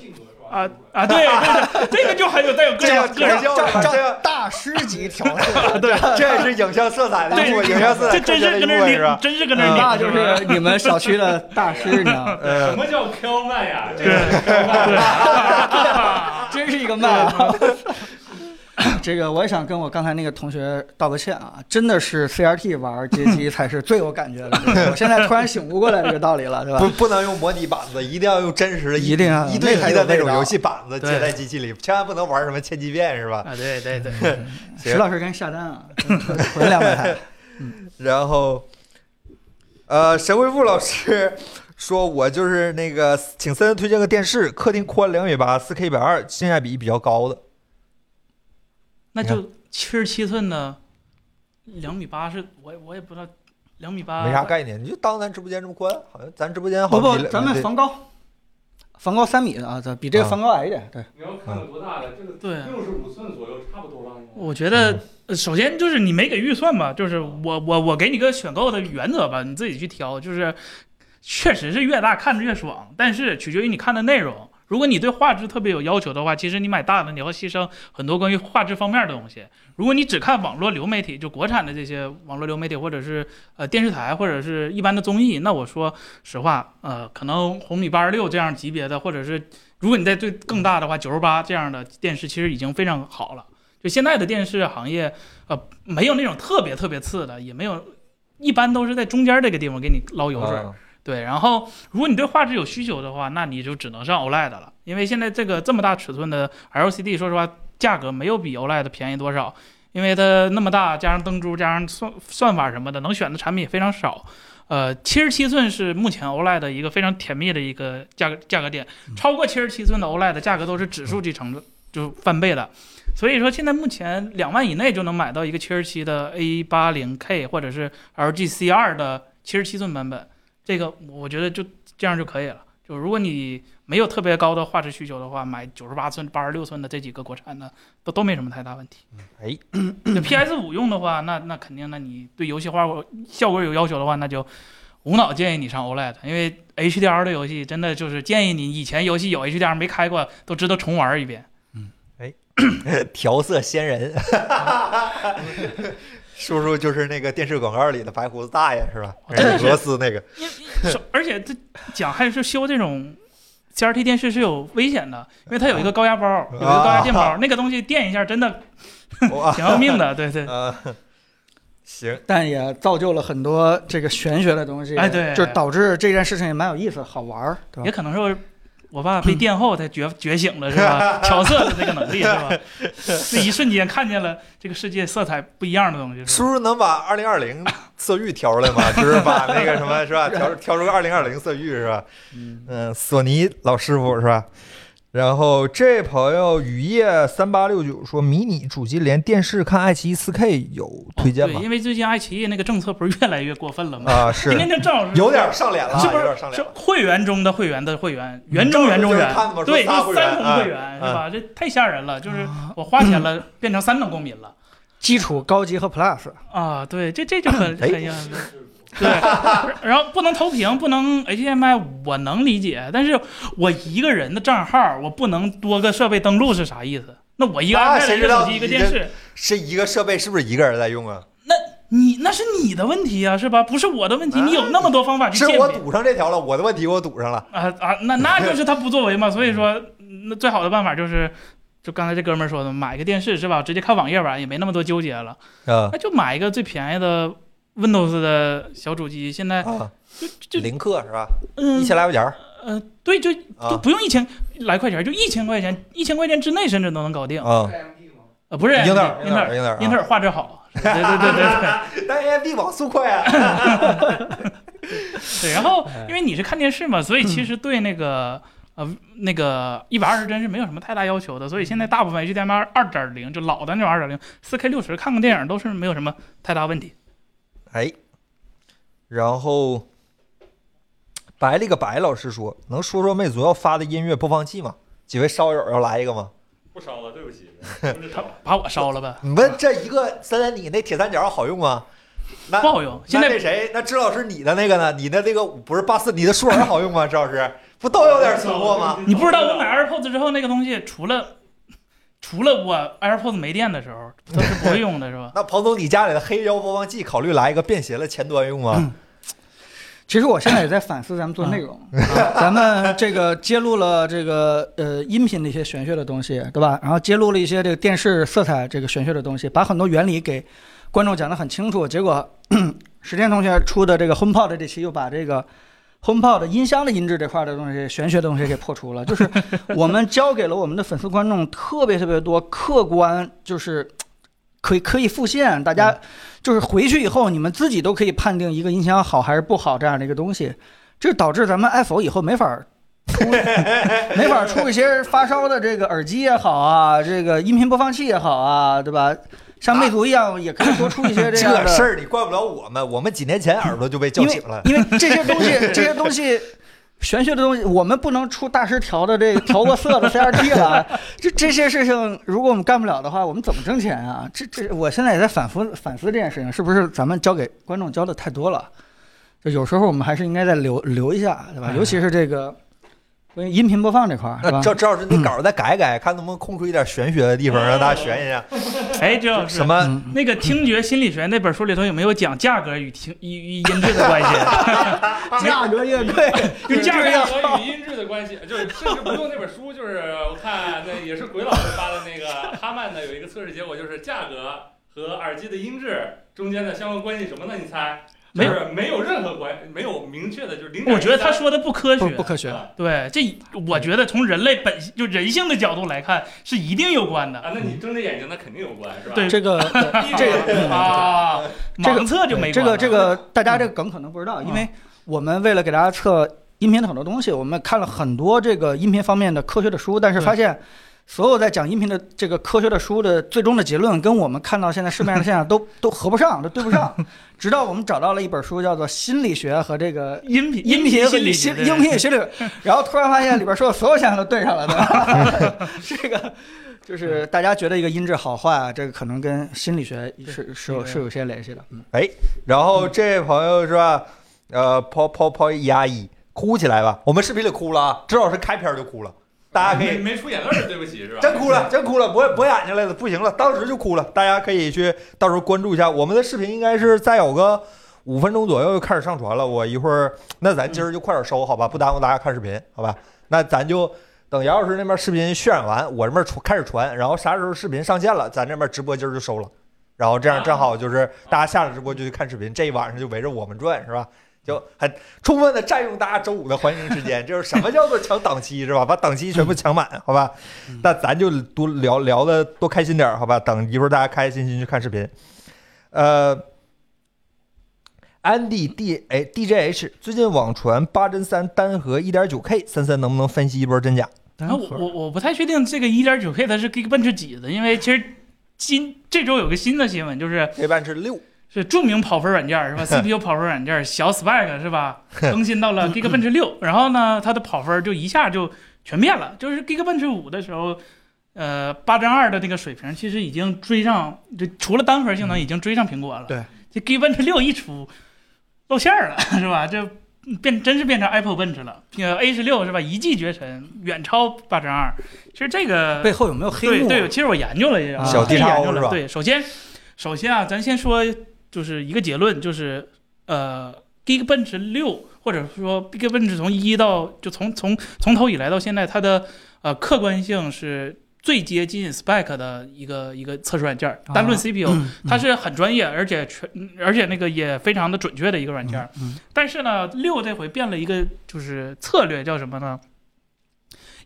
啊啊，对，对对这个就很有带有个这性样，个性这样照这样大师级调 <laughs> 试，这也是影像色彩的一部分，对影像色彩这科真学的一是搁部那儿分是拧，吧？真是搁那儿拧，嗯那就是你们小区的大师，你知道吗？什呃，么叫 Q 慢呀？这对个是 Q 慢 <laughs> 真是一个卖啊！这个我也想跟我刚才那个同学道个歉啊，真的是 CRT 玩街机才是最有感觉的。我现在突然醒悟过来这个道理了，对吧不？不能用模拟板子，一定要用真实的，一定要一对一的那种游戏板子对接在机器里，千万不能玩什么千机变是吧？啊，对对对，石老师该下单啊，囤两百台。然后，呃，神回复老师说，我就是那个，请森森推荐个电视，客厅宽两米八，四 K 一百二，性价比比较高的。那就七十七寸的，两米八是我也我也不知道，两米八没啥概念，你就当咱直播间这么宽，好像咱直播间好啊不像不比，咱们比房高，房高三米的啊，咱比这个房高矮一点。对，你要看看多大的，这个对啊六十五寸左右差不多吧。应该我觉嗯得，呃首先就是你没给预算吧，就是我我我给你个选购的原则吧，你自己去挑。就是确实是越大看着越爽，但是取决于你看的内容。如果你对画质特别有要求的话，其实你买大的你要牺牲很多关于画质方面的东西。如果你只看网络流媒体，就国产的这些网络流媒体，或者是呃电视台，或者是呃一般的综艺，那我说实话，呃，可能红米八十六这样级别的，或者是如果你再对更大的话，九十八这样的电视，其实已经非常好了。就现在的电视行业，呃，没有那种特别特别次的，也没有，一般都是在中间这个地方给你捞油水。啊对，然后如果你对画质有需求的话，那你就只能上 OLED 了，因为现在这个这么大尺寸的 LCD，说实话价格没有比 OLED 便宜多少，因为它那么大，加上灯珠，加上算算法什么的，能选的产品也非常少。呃，七十七寸是目前 OLED 的一个非常甜蜜的一个价格价格点，超过七十七寸的 OLED 价格都是指数级成长，就是翻倍的。所以说，现在目前两万以内就能买到一个七十七的 A 八零 K 或者是 LG C 二的七十七寸版本，这个我觉得就这样就可以了。就如果你没有特别高的画质需求的话，买九十八寸、八十六寸的这几个国产的都都没什么太大问题。哎，就 PS 五用的话，那那肯定，那你对游戏化效果有要求的话，那就无脑建议你上 OLED，因为 HDR 的游戏真的就是建议你以前游戏有 HDR 没开过，都值得重玩一遍。调色仙人， <laughs> 叔叔就是那个电视广告里的白胡子大爷是吧？真的是俄罗斯那个，因为首而且这讲还是修这种 CRT 电视是有危险的，因为它有一个高压包，有一个高压电包，那个东西电一下真的哇，挺要命的。对 <laughs> 对，呃，嗯行，但也造就了很多这个玄学的东西。哎对就是导致这件事情也蛮有意思，好玩儿，对也吧？可能是我爸被电后 <laughs> 才觉觉醒了是吧？调色的这个能力是吧？那一瞬间看见了这个世界色彩不一样的东西是吧？叔叔能把二零二零色域调出来 <laughs> 吗？就是把那个什么是吧，调调出个二零二零色域是吧？嗯，嗯，索尼老师傅是吧？然后这朋友雨夜三八六九说，迷你主机连电视看爱奇艺四 K 有推荐对，吗？因为最近爱奇艺那个政策不是越来越过分了吗？啊，今天是这郑老师有点上脸了啊，是不有是点上是脸了。会员中的会员的会员，员中员中就是员看的嘛，对，说仨就会三员啊重哎会员是哎吧？这太吓人了，就是我花钱了变成三等公民了嗯基础、高级和 Plus，啊！对，这这 <coughs> 就很哎很呀。 <laughs> 对，然后不能投屏，不能 HDMI，我能理解，但是我一个人的账号，我不能多个设备登录是啥意思？那我一个那 iPad、谁一知个道手机、一个电你视，是一个设备是不是一个人在用啊？你那是你的问题啊，是吧？不是我的问啊题，你有那么多方法去啊是鉴别。我堵上这条了，我的问题我堵上了。啊啊，那那就是他不作为嘛。所嗯以说，那最好的办法就是，就刚才这哥们儿说的，买一个电视是吧？直接看网页版也没那么多纠结了，啊那就买一个最便宜的 Windows 的小主机。现在啊，就零克是吧？一嗯千来块钱儿呃，对，就都啊不用一千来块钱，就一千块钱，一千块钱之内甚至都能搞定。啊，呃，不是英特尔，尔啊英特尔，英特尔英特尔画质好。是吧对对对 <laughs> 对对。但 AMD 网速快啊！对，然后哎因为你是看电视嘛，所以其实嗯对那个呃那个一百二十帧是没有什么太大要求的，所以现在嗯大部分 HDMI 二点零就老的那种二点零，四 K 六十看个电影都是没有什么太大问题。 <laughs> 哎，然后白了个白老师说，能说说魅族要发的音乐播放器吗？几位烧友要来一个吗？不烧了，对 <laughs> 不起。不知他道把我烧了呗，你们这一个三三，你那铁三角好用吗？那不好用。现那在那谁，那支老师你的那个呢？你的那个不是八四，你的数儿好用吗？支老师不都有点存货吗？你不知道我买 AirPods 之后那个东西，除了除了我 AirPods 没电的时候，都是不会用的，是吧 <laughs> ？那彭总，你家里的黑胶播放器考虑来一个便携的前端用吗？其实我现在也在反思咱们做内容，啊咱们这个揭露了这个呃音频的一些玄学的东西，对吧？然后揭露了一些这个电视色彩这个玄学的东西，把很多原理给观众讲得很清楚。结果，石天同学出的这个 HomePod 这期又把这个 <laughs> HomePod 音箱的音质这块的东西、玄学的东西给破除了，就是 <laughs> 我们教给了我们的粉丝观众特别特别多客观，就是可以可以复现，大嗯家就是回去以后，你们自己都可以判定一个音箱好还是不好这样的一个东西，这导致咱们 Apple 以后没法儿出 <laughs> 没法儿出一些发烧的这个耳机也好啊，这个音频播放器也好啊，对吧？像魅族一样，也可以多出一些这这样的事儿你怪不了我们，我们几年前耳朵就被叫因醒为了。因为这些东西，这些东西。玄学的东西，我们不能出大师调的这个调过色的 CRT 了。这这些事情，如果我们干不了的话，我们怎么挣钱啊？这这，我现在也在反复反思这件事情，是不是咱们教给观众教的太多了？就有时候我们还是应该再留留一下，对吧？哎尤其是这个关于音频播放这块儿，是那吧？赵赵老师，你稿儿再改一改，看能不能空出一点玄学的地方，让大家悬一下。哎，这老师什么嗯，那个听觉心理学那本书里头有没有讲价格与听与与音质的关系？价格越 <laughs> 贵，就价格越要和语音质的关系，就是甚至不用那本书，就是我看那也是鬼老师发的 <laughs> 那个哈曼的有一个测试结果，就是价格和耳机的音质中间的相关关系什么呢？你猜？没就是没有任何关，没有明确的，就是零点。我觉得他说的不科学，不不科学。啊，对，这我觉得从人类本就人性的角度来看，是一定有关的。啊那你睁着眼睛，那肯定有关，是吧？对这个嗯这个啊，这个盲 <laughs> 测就没关这个了这个大家这个梗可能不知道，嗯因为我们为了给大家测音频的很多东西，我们看了很多这个音频方面的科学的书，但是对发现所有在讲音频的这个科学的书的最终的结论，跟我们看到现在市面上的现象都嗯都合不上，都对不上。直到我们找到了一本书，叫做《心理学和这个音频音频频和心理 <laughs> 心对音频与心理学》，然后突然发现里边说的所有现象都对上了，对吧？ <laughs> 这个。就是大家觉得一个音质好坏啊，这个可能跟心理学是是有是有些联系的。嗯然后这位朋友是吧？呃，抛抛抛一压一，哭起来吧！我们视频里哭了啊，周老师开篇就哭了，大家可没以没出眼泪儿，对不起，是吧？真哭了，真哭了，博博眼睛来了，不行了，当时就哭了。大家可以去到时候关注一下，我们的视频应该是再有个五分钟左右就开始上传了。我一会儿，那咱今儿就快点收好吧，不耽误大家看视频，好吧？那咱就等姚老师那边视频渲染完，我这边传开始传，然后啥时候视频上线了，咱这边直播今儿就啊收了。然后这样正好就是大家下了直播就去看视频，这一晚上就围着我们转，是吧？就很充分的占用大家周五的欢迎时间。 <laughs> 这是什么叫做抢档期是吧？把档期全部抢满，好吧？那咱就多聊聊的多开心点儿，好吧？等一会儿大家开开心心去看视频。呃，Andy D 哎 DJH 最近网传八帧三单核一点九 K，森森能不能分析一波真假？单然后我核啊我我不太确定这个一点九 K 它是 Geekbench 几的，因为其实今这周有个新的新闻，就是陪伴是六，是著名跑分软件儿是吧？CPU 跑分软件儿小 Spike 是吧？更新到了 Geekbench 六，然后呢，它的跑分就一下就全变了，就是 Geekbench 五的时候。呃，八针二的那个水平其实已经追上，就除了单核性能已经追上苹果了。对，这 Geekbench 六一出，露馅儿了是吧？这变真是变成 Apple Bench 了。呃，A 十六是吧？一骑绝尘，远超八针二。其实这个背后有没有黑对幕啊？对，其实我研究了一下，小特意 DXO 研究是吧了。对，首先首先啊，咱先说就是一个结论，就是呃，Geekbench 六或者说 Geekbench 从一到就从从从头以来到现在，它的呃客观性是最接近 Spec 的一个一个测试软件儿，单论啊 CPU，、嗯，它是很专业，而且全嗯而且那个也非常的准确的一个软件儿。嗯但是呢，六这回变了一个就是策略，叫什么呢？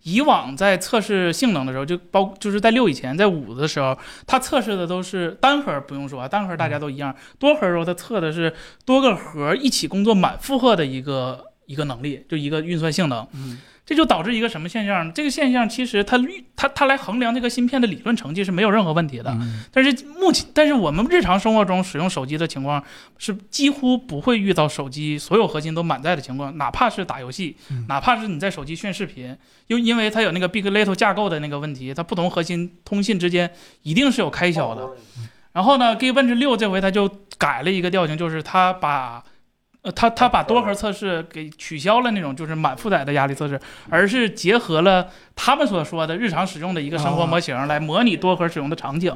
以往在测试性能的时候，就包就是在六以前，在五的时候，它测试的都是单核，不用说啊，单核大家都一样。多核时候，它测的是多个核一起工作满负荷的一个一个能力，就一个运算性能。嗯这就导致一个什么现象呢？这个现象其实它律它它来衡量这个芯片的理论成绩是没有任何问题的。嗯但是目前，但是我们日常生活中使用手机的情况是几乎不会遇到手机所有核心都满载的情况，哪怕是打游戏，嗯哪怕是你在手机炫视频，又因为它有那个 big little 架构的那个问题，它不同核心通信之间一定是有开销的。然后呢，Geekbench 六这回它就改了一个调性，就是它把。呃，它它把多核测试给取消了那种就是满负载的压力测试，而是结合了他们所说的日常使用的一个生活模型来模拟多核使用的场景。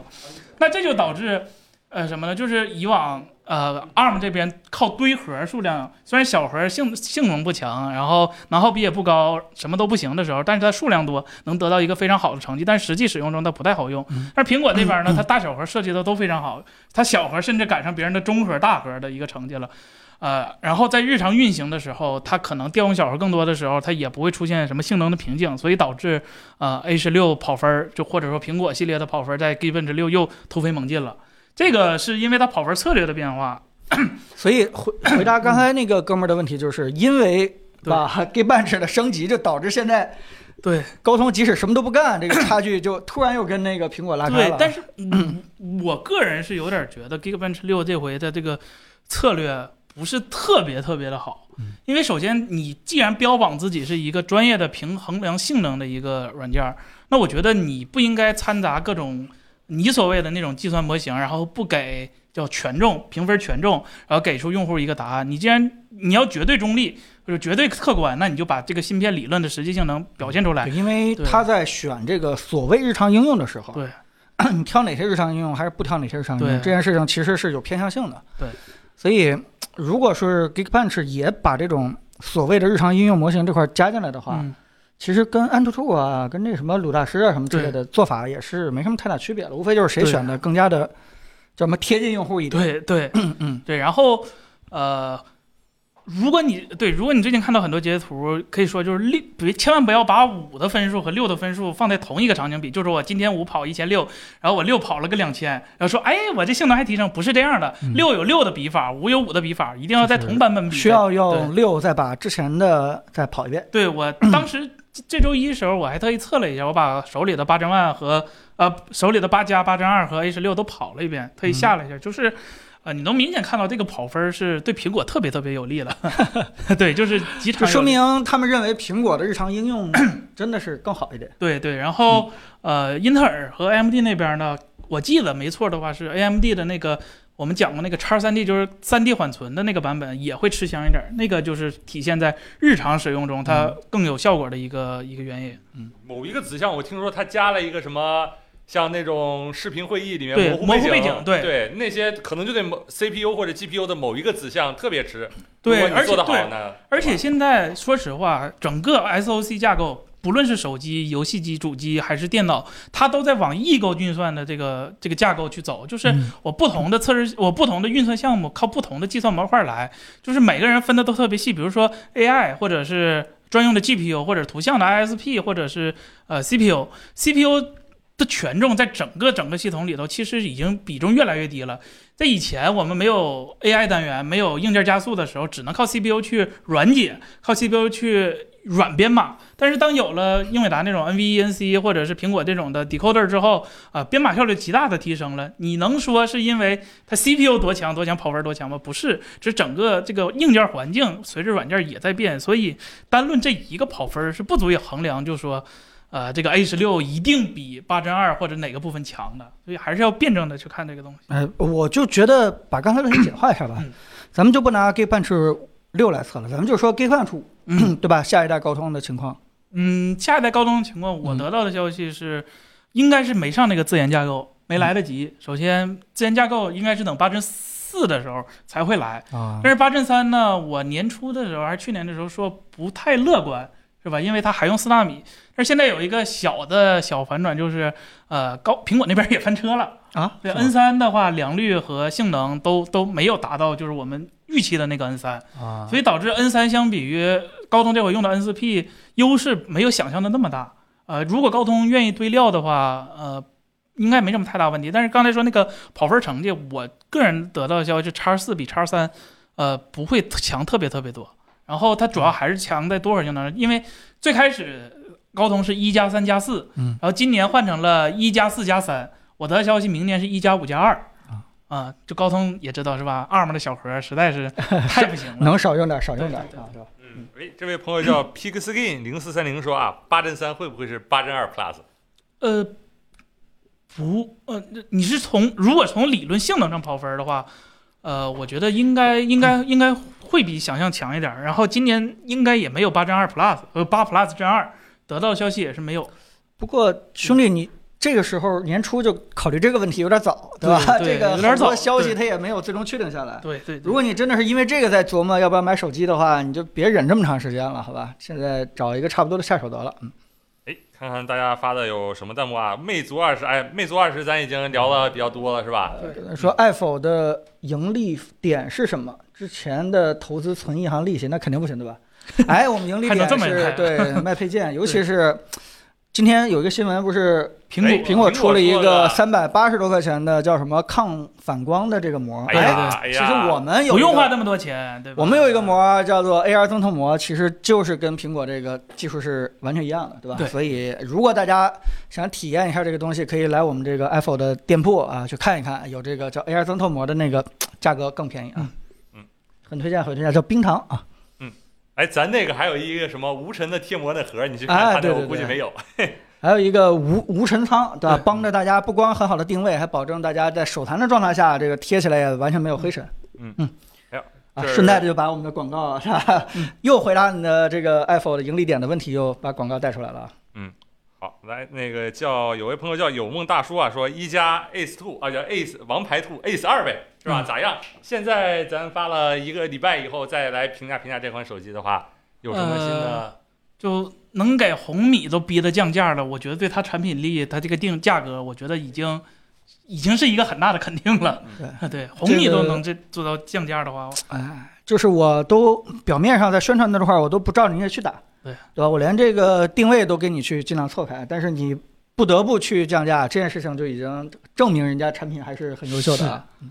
那这就导致，呃，什么呢？就是以往呃 ARM 这边靠堆核数量，虽然小核性性能不强，然后能耗比也不高，什么都不行的时候，但是它数量多，能得到一个非常好的成绩。但实际使用中它不太好用嗯。但是苹果这边呢，它大小核设计的都非常好，它小核甚至赶上别人的中核、大核的一个成绩了。呃，然后在日常运行的时候，它可能调用小核更多的时候，它也不会出现什么性能的瓶颈，所以导致呃 A 十六跑分儿，就或者说苹果系列的跑分儿在 Geekbench 六又突飞猛进了。这个是因为它跑分策略的变化，所以 <clears throat> 回回答刚才那个哥们儿的问题，就是因为对把 <laughs> Geekbench 的升级，就导致现在对高通即使什么都不干，这个差距就突然又跟那个苹果拉开对了。，但是、嗯我个人是有点觉得 Geekbench 六这回的这个策略不是特别特别的好，嗯因为首先你既然标榜自己是一个专业的平衡量性能的一个软件儿，那我觉得你不应该掺杂各种你所谓的那种计算模型，然后不给叫权重评分权重，然后给出用户一个答案。你既然你要绝对中立或者绝对客观，那你就把这个芯片理论的实际性能表现出来对。因为他在选这个所谓日常应用的时候，对，你挑哪些日常应用还是不挑哪些日常应用，对这件事情其实是有偏向性的。对，所以如果是 Geekbench 也把这种所谓的日常应用模型这块加进来的话，嗯，其实跟安兔兔啊，跟这什么鲁大师啊什么之类的做法也是没什么太大区别了，无非就是谁对啊选的更加的叫什么贴近用户一点。对对，嗯对。然后呃，如果你对，如果你最近看到很多截图，可以说就是六，别千万不要把五的分数和六的分数放在同一个场景比，就是我今天五跑一千六，然后我六跑了个两千，然后说哎，我这性能还提升，不是这样的，六有六的比法，五有五的比法，一定要在同版本比。嗯需要用六再把之前的再跑一遍。对我当时这这周一的时候，我还特意测了一下，我把手里的八针万和呃手里的八加八针二和 A 十六都跑了一遍，特意下了一下，就是。呃，你能明显看到这个跑分是对苹果特别特别有利的， <laughs> 对，就是几场就有说利明他们认为苹果的日常应 <clears throat> 用真的是更好一点。对对，然后、呃，英特尔和 AMD 那边呢，我记得没错的话是 AMD 的那个我们讲过那个叉三 D 就是三 D 缓存的那个版本也会吃香一点儿，那个就是体现在日常使用中它更有效果的一个、一个原因。某一个子项，我听说他加了一个什么，像那种视频会议里面对模糊模糊背景景，对那些可能就对某 CPU 或者 GPU 的某一个子项特别吃。对如果而你且做得好对呢，而且现在说实话，整个 SOC 架构不论是手机、游戏机、主机还是电脑，它都在往异构运算的这个这个架构去走。就是嗯我不同的测试，我不同的运算项目靠不同的计算模块来，就是每个人分的都特别细。比如说 AI，或者是专用的 GPU，或者图像的 ISP，或者是呃 CPU。CPU 的权重在整个整个系统里头，其实已经比重越来越低了。在以前我们没有 AI 单元、没有硬件加速的时候，只能靠 CPU 去软解，靠 CPU 去软编码。但是当有了英伟达那种 NVENC 或者是苹果这种的 decoder 之后，啊、编码效率极大的提升了。你能说是因为它 CPU 多强多强跑分多强吗？不是，这整个这个硬件环境随着软件也在变，所以单论这一个跑分是不足以衡量，就说。呃，这个 A 十六一定比八针二或者哪个部分强的，所以还是要辩证的去看这个东西。 <laughs> 呃，我就觉得把刚才的问题简化一下吧，哎嗯 <clears throat> 咱们就不拿 GateBench 六来测了，咱们就说 GateBench 五、嗯对吧？下一代高通的情况，嗯，下一代高通的情况，我嗯得到的消息是，应该是没上那个自研架构，没来得及。首先，自研架构应该是等八针四的时候才会来，啊但是八针三呢，我年初的时候还是去年的时候说不太乐观，是吧？因为它还用四纳米。但是现在有一个小的小反转，就是呃，高苹果那边也翻车了。啊，对是吧 N 三的话，良率和性能都都没有达到就是我们预期的那个 N 三。啊，所以导致 N 三相比于高通这回用的 N 四 P 优势没有想象的那么大。呃，如果高通愿意堆料的话，呃，应该没什么太大问题。但是刚才说那个跑分成绩，我个人得到的消息是叉四比叉三，呃，不会强特别特别多。然后它嗯主要还是强在多核性能，因为最开始高通是一加三加四，嗯，然后今年换成了一加四加三。我得到消息，明年是一加五加二。啊，就高通也知道是吧？ARM 的小核实在 <laughs> 是太不行了，能少用点少用点对对对啊，是吧？嗯，喂，这位朋友叫 Pigskin 零四三零说啊，八针三会不会是八针二 Plus？呃，不，呃，你是从如果从理论性能上跑分儿的话，呃，我觉得应该应该应该会比想象强一点儿。然后今年应该也没有八针二 Plus，呃，八 Plus 针二得到的消息也是没有。不过兄弟，你这个时候年初就考虑这个问题有点早，吧？对这个有点很多早消息对它也没有最终确定下来。对对如对，果你真的是因为这个在琢磨要不要买手机的话，你就别忍这么长时间了，好吧？现在找一个差不多的下手得了。嗯，哎，看看大家发的有什么弹幕啊？魅族二十，哎，魅族二十咱已经聊的比较多了，是吧？呃说 Apple 的盈利点是什么？之前的投资存银行利息，那肯定不行，对吧？哎，我们盈利还能点这么是看对卖配件，尤其是今天有一个新闻，不是苹果哎苹果出了一苹果个出三百八十多块钱的叫什么抗反光的这个膜？哎哎，呀，哎其呀，实我们有不一用个花那么多钱，对吧？我们有一个膜叫做 AR 增透膜，其实就是跟苹果这个技术是完全一样的，对吧？对所以如果大家想体验一下这个东西，可以来我们这个 Apple 的店铺啊去看一看，有这个叫 AR 增透膜的那个，价格更便宜啊。嗯嗯，很推荐，很推荐，叫冰糖啊。哎，咱那个还有一个什么无尘的贴膜那盒，你去哎看看，对对我估计对没有。 <laughs> 还有一个无无尘仓，对吧？对帮着大家不光很好的定位，还保证大家在手残的状态下，这个贴起来也完全没有灰尘。嗯嗯还有。啊，这儿顺带着就把我们的广告是 <laughs> 吧？又回答你的这个 Apple 的盈利点的问题，又把广告带出来了啊。好，来那个叫有位朋友叫有梦大叔啊，说一加 Ace Two 啊，叫 Ace 王牌 Two Ace 二呗，是吧？咋样？现在咱发了一个礼拜以后再来评价评价这款手机的话，有什呃么新的？就能给红米都逼得降价了，我觉得对它产品力，它这个定价格，我觉得已经已经是一个很大的肯定了。嗯 <laughs> 对红米都能这做到降价的话，哎，就是我都表面上在宣传的这块儿，我都不照着你也去打，对啊对吧？我连这个定位都给你去尽量错开，但是你不得不去降价，这件事情就已经证明人家产品还是很优秀的啊，嗯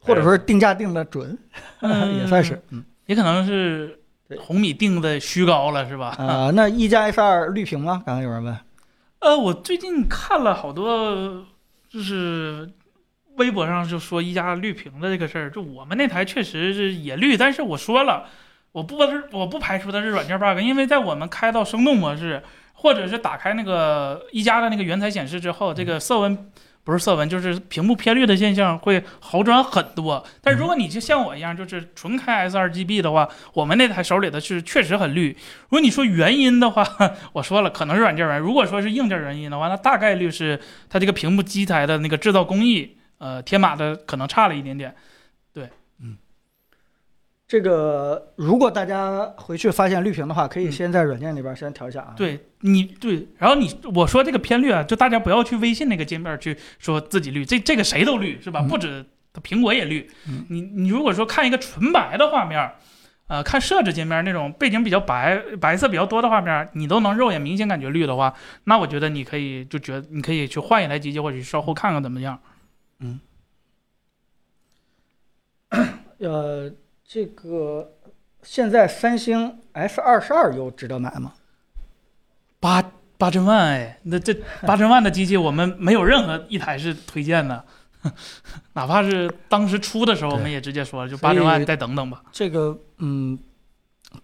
或者说是定价定的准，哎也算是。嗯也可能是对红米定的虚高了，是吧？啊，那一加 S 二绿屏吗？刚才有人问，呃，我最近看了好多，就是微博上就说一加绿屏的这个事儿，就我们那台确实是也绿，但是我说了，我不我不排除它是软件 bug，因为在我们开到生动模式，或者是打开那个一加的那个原彩显示之后，这个色温。不是色温，就是屏幕偏绿的现象会好转很多。但是如果你就像我一样，就是纯开 sRGB 的话，我们那台手里的是确实很绿。如果你说原因的话，我说了，可能是软件原因。如果说是硬件原因的话，那大概率是它这个屏幕机台的那个制造工艺，呃，天马的可能差了一点点。这个如果大家回去发现绿屏的话，可以嗯先在软件里边先调一下啊。，对你对，然后你我说这个偏绿啊，就大家不要去微信那个界面去说自己绿，这这个谁都绿是吧？嗯不止苹果也绿嗯。你你如果说看一个纯白的画面，呃，看设置界面那种背景比较白、白色比较多的画面，你都能肉眼明显感觉绿的话，那我觉得你可以就觉你可以去换一台机器，或者稍后看看怎么样。呃，这个现在三星 S 二十二 U 值得买吗？八八千万哎，那这八千万的机器，我们没有任何一台是推荐的， <laughs> 哪怕是当时出的时候，我们也直接说了，就所八以千万再等等吧。这个嗯，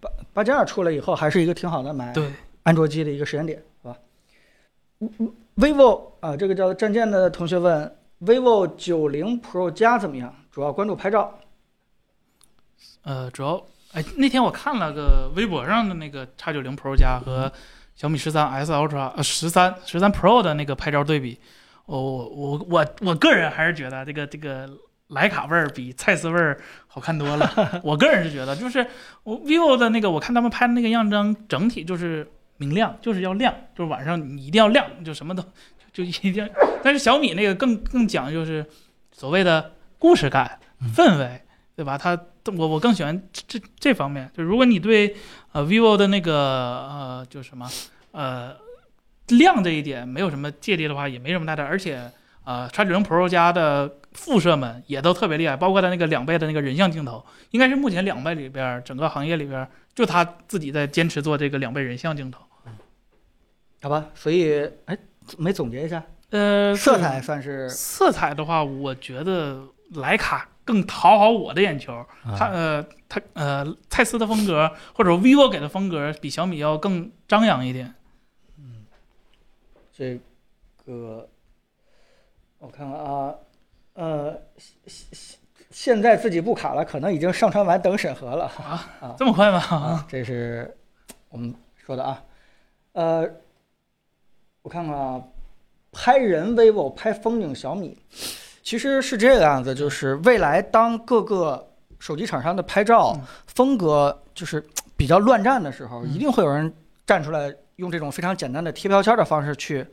八八加二出来以后，还是一个挺好的买对安卓机的一个时间点，好吧嗯嗯？vivo 啊、这个叫战舰的同学问，vivo 九零 Pro 加怎么样？主要关注拍照。呃，主要哎，那天我看了个微博上的那个 X 九零 Pro 加和小米十三 S Ultra 呃十三十三 Pro 的那个拍照对比，我我我我我个人还是觉得这个这个徕卡味儿比蔡司味儿好看多了。我个人是觉得，就是我 vivo 的那个，我看他们拍的那个样张，整体就是明亮，就是要亮，就是晚上你一定要亮，就什么都就一定要。但是小米那个更更讲究是所谓的故事感、氛围，对吧？它我我更喜欢这这这方面。就如果你对呃 vivo 的那个呃就什么呃亮这一点没有什么芥蒂的话，也没什么大的，而且呃 X 九零 Pro 加的副摄们也都特别厉害，包括它那个两倍的那个人像镜头，应该是目前两倍里边儿整个行业里边儿就它自己在坚持做这个两倍人像镜头。好吧，所以哎，没总结一下，呃，色彩算是色彩的话，我觉得徕卡更讨好我的眼球。啊它呃，它呃，蔡司的风格或者 vivo 给的风格比小米要更张扬一点。这个，我看看啊，呃，现现现在自己不卡了，可能已经上传完等审核了这么快吗？啊，这是我们说的啊，呃，我看看啊，拍人 vivo 拍风景小米，其实是这个样子，就是未来当各个手机厂商的拍照嗯风格就是比较乱战的时候，嗯一定会有人站出来用这种非常简单的贴标签的方式去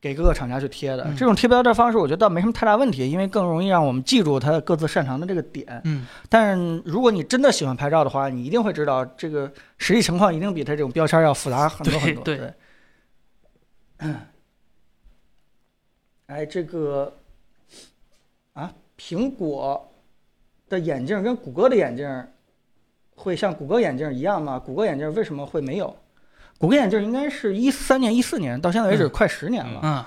给各个厂家去贴的。嗯这种贴标签的方式，我觉得倒没什么太大问题，因为更容易让我们记住它各自擅长的这个点。嗯，但如果你真的喜欢拍照的话，你一定会知道这个实际情况一定比它这种标签要复杂很多很多。对对对 <coughs> 哎，这个啊，苹果的眼镜跟谷歌的眼镜会像谷歌眼镜一样吗？谷歌眼镜为什么会没有？谷歌眼镜应该是一三年、一四年到现在为止嗯快十年了。嗯，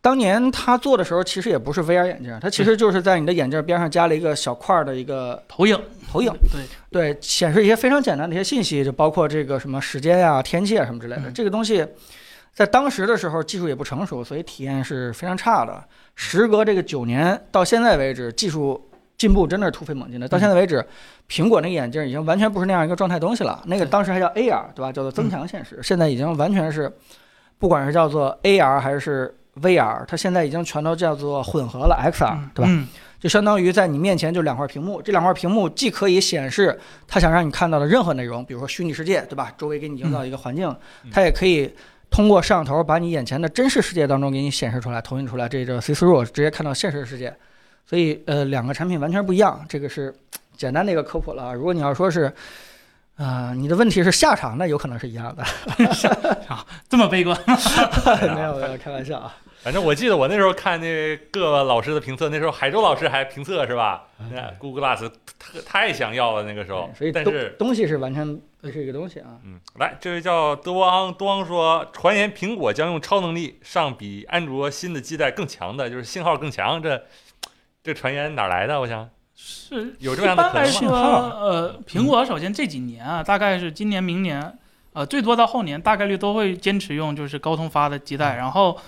当年它做的时候，其实也不是 VR 眼镜，它其实就是在你的眼镜边上加了一个小块儿的一个投影，投影。对，对，显示一些非常简单的一些信息，就包括这个什么时间呀、天气啊什么之类的。嗯这个东西在当时的时候技术也不成熟，所以体验是非常差的。时隔这个九年到现在为止，技术进步真的是突飞猛进的。到现在嗯为止，苹果那个眼镜已经完全不是那样一个状态东西了。那个对嗯当时还叫 AR，对吧？叫做增强现实，现在已经完全是，不管是叫做 AR 还是 VR，它现在已经全都叫做混合了 XR，、对吧？嗯， <laughs> 就相当于在你面前就两块屏幕，这两块屏幕既可以显示它想让你看到的任何内容，比如说虚拟世界，对吧？周围给你营造嗯一个环境，它也可以通过摄像头把你眼前的真实世界当中给你显示出来、投影出来，这叫 see through，直接看到现实世界。所以，呃，两个产品完全不一样，这个是简单的一个科普了啊。如果你要说是，啊、你的问题是下场，那有可能是一样的。这么悲观。 <laughs> 没有，没有，开玩笑啊。反正我记得我那时候看那各老师的评测，那时候海州老师还评测是吧？那 Google Glass 特太想要了那个时候对，所以但东是东西是完全不是一个东西啊。嗯，来，这位叫德沃昂多昂说，传言苹果将用超能力上比安卓新的基带更强的，就是信号更强，这这传言哪来的？我想是有这样的一般来可说，能呃，苹果首先这几年啊，大概是今年、明年，呃，最多到后年，大概率都会坚持用就是高通发的基嗯带，然后，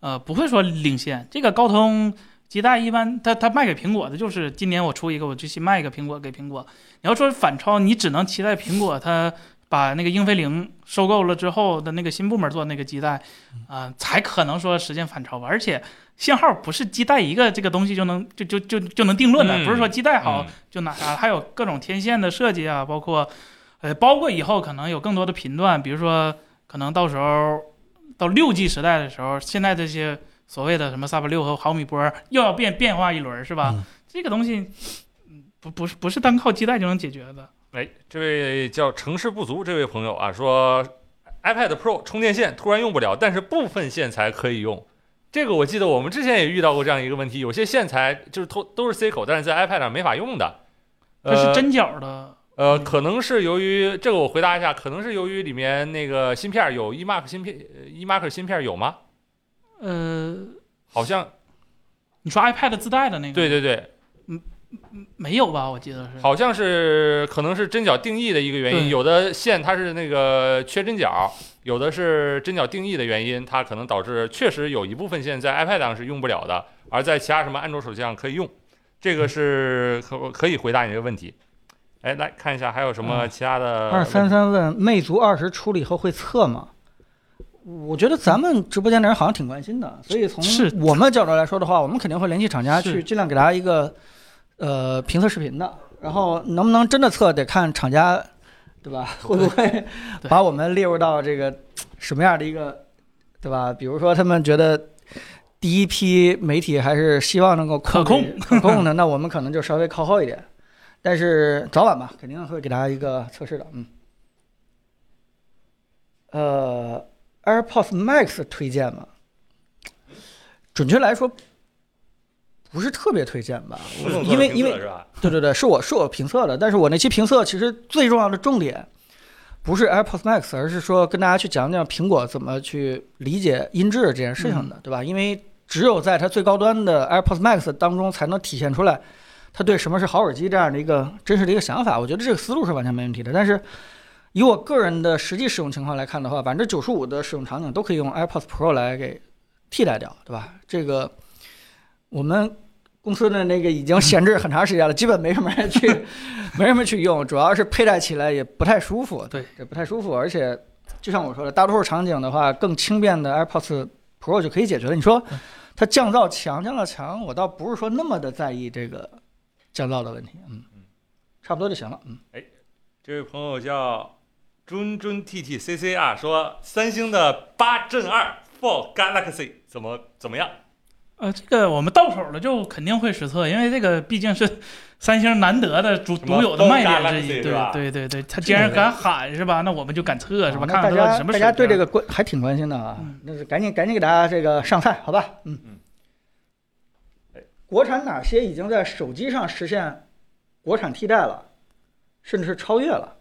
呃，不会说领先。这个高通基带一般，它它卖给苹果的就是今年我出一个，我就去卖给苹果给苹果。你要说反超，你只能期待苹果它把那个英飞凌收购了之后的那个新部门做那个基带，嗯啊、才可能说实现反超吧。而且信号不是基带一个这个东西就能就就就就能定论的，嗯不是说基带好嗯就哪啥，还有各种天线的设计啊，包括，呃，包括以后可能有更多的频段，比如说可能到时候到六 G 时代的时候，现在这些所谓的什么三八六和毫米波又要变变化一轮儿，是吧？嗯这个东西嗯不不是不是单靠基带就能解决的。哎，这位叫成事不足这位朋友啊，说 iPad Pro 充电线突然用不了，但是部分线材可以用。这个我记得我们之前也遇到过这样一个问题，有些线材就是都都是 C 口，但是在 iPad 上没法用的。它是呃针脚的，呃，可能是由于这个，我回答一下，可能是由于里面那个芯片儿有 eMark 芯片呃，eMark 芯片儿有吗？呃，好像你说 iPad 自带的那个？对，对对，没有吧？我记嗯得是。好像是可能是针脚定义的一个原因，对有的线它是那个缺针脚，有的是针脚定义的原因，它可能导致确实有一部分线在 iPad 上是用不了的，而在其他什么安卓手机上可以用。这个是可可以回答你这个问题。哎，来看一下还有什么其他呃的嗯二问三题三问：魅族二十出了以后会测吗？我觉得咱们直播间的人好像挺关心的，所以从是我们角度来说的话，我们肯定会联系厂家是去尽量给大家一个呃评测视频的。然后能不能真的测，得看厂家，对吧？会不会对把我们列入到这个什么样的一个，对吧？比如说他们觉得第一批媒体还是希望能够可控可控 <laughs> 的，那我们可能就稍微靠后一点。但是早晚吧，肯定会给大家一个测试的，嗯。呃，AirPods Max 推荐吗？准确来说，不是特别推荐吧，吴总做的因为评因为测是吧？ <laughs> 对对对，是我是我评测的，但是我那期评测其实最重要的重点不是 AirPods Max，而是说跟大家去讲讲苹果怎么去理解音质这件事情的，对吧？因为只有在它最高端的 AirPods Max 当中，才能体现出来它对什么是好耳机这样的一个真实的一个想法。我觉得这个思路是完全没问题的，但是。以我个人的实际使用情况来看的话，百分之九十五的使用场景都可以用 AirPods Pro 来给替代掉，对吧？这个我们公司的那个已经闲置很长时间了，基本没什么人去，没什么去用，主要是佩戴起来也不太舒服，对，也不太舒服，而且就像我说的，大多数场景的话，更轻便的 AirPods Pro 就可以解决了。你说它降噪强，降噪强，我倒不是说那么的在意这个降噪的问题，嗯嗯，差不多就行了，嗯，这位朋友叫谆谆 T T C C 啊，说三星的八阵二 For Galaxy 怎么怎么样？呃，这个我们到手了就肯定会实测，因为这个毕竟是三星难得的独什么独有的卖点之 Galaxy 一。是吧对对对对，他既然敢喊是吧，那我们就敢测是吧？啊那大看看到底家什大么水家对平这个关还挺关心的啊嗯，那是赶紧赶紧给大家这个上菜，好吧，嗯嗯哎。国产哪些已经在手机上实现国产替代了，甚至是超越了？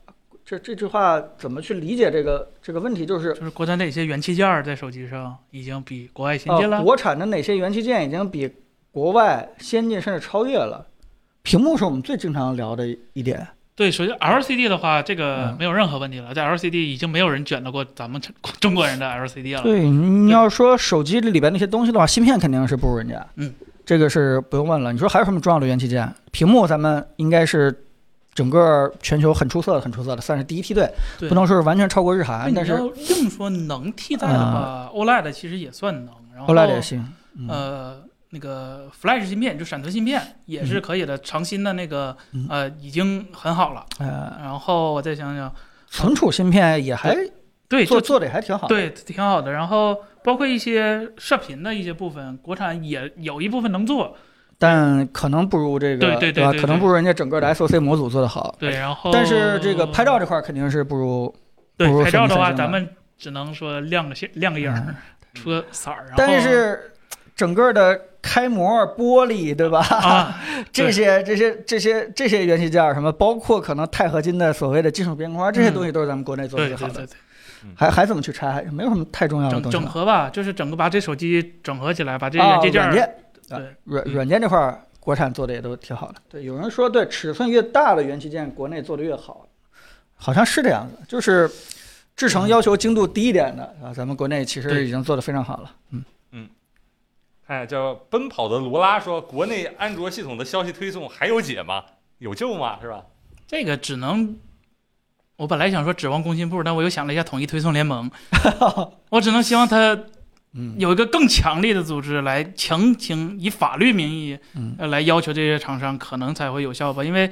这这句话怎么去理解这个这个问题？就是就是国产的一些元器件儿在手机上已经比国外先进呃，了。国产的哪些元器件已经比国外先进甚至超越了？屏幕是我们最经常聊的一点，对，首先 LCD 的话，这个嗯没有任何问题了，在 LCD 已经没有人卷得过咱们 <laughs> 中国人的 LCD 了。对，你要说手机里边那些东西的话，芯片肯定是不如人家，嗯，这个是不用问了。你说还有什么重要的元器件？屏幕咱们应该是整个全球很出色的、很出色的，算是第一梯队，对不能说是完全超过日韩，那啊但你是啊要硬说能替代的话、o l e d 其实也算能。然后 OLED 也行，嗯呃，那个 Flash 芯片就闪存芯片也是可以的，长新的那个嗯呃已经很好了。呃，然后我再想想，存储芯片也还对，做就做的也还挺好，，对挺好的。然后包括一些射频的一些部分，国产也有一部分能做。但可能不如这个，对对对吧？对可能对不如人家整个的 SOC 模组做的好，对，然后哎但是这个拍照这块儿肯定是不如对不如拍照的三话，星咱们只能说亮个线亮个影儿，出个色儿。然后嗯但是整个的开模、玻璃，对吧？啊，这些、这些、这些、这些元器件儿，什么包括可能钛合金的所谓的金属边框，这些东西都是咱们国 <laughs> 内做的嗯对最好对的。对对。还还怎么去拆？没有什么太重要的整东西整了。合吧，就是整个把这手机整合起来，把这啊元器件软儿、件，啊对软嗯软件这块儿，国产做的也都挺好的。对，有人说，对尺寸越大的元器件，国内做的越好，好像是这样子，就是。制成要求精度低一点的啊，咱们国内其实嗯对已经做的非常好了。嗯，看哎叫奔跑的罗拉说，国内安卓系统的消息推送还有解吗？有救吗？是吧？这个只能我本来想说指望工信部，但我又想了一下统一推送 <laughs> 联盟，我只能希望它嗯有一个更强力的组织来强行以法律名义嗯呃来要求这些厂商，可能才会有效吧。因为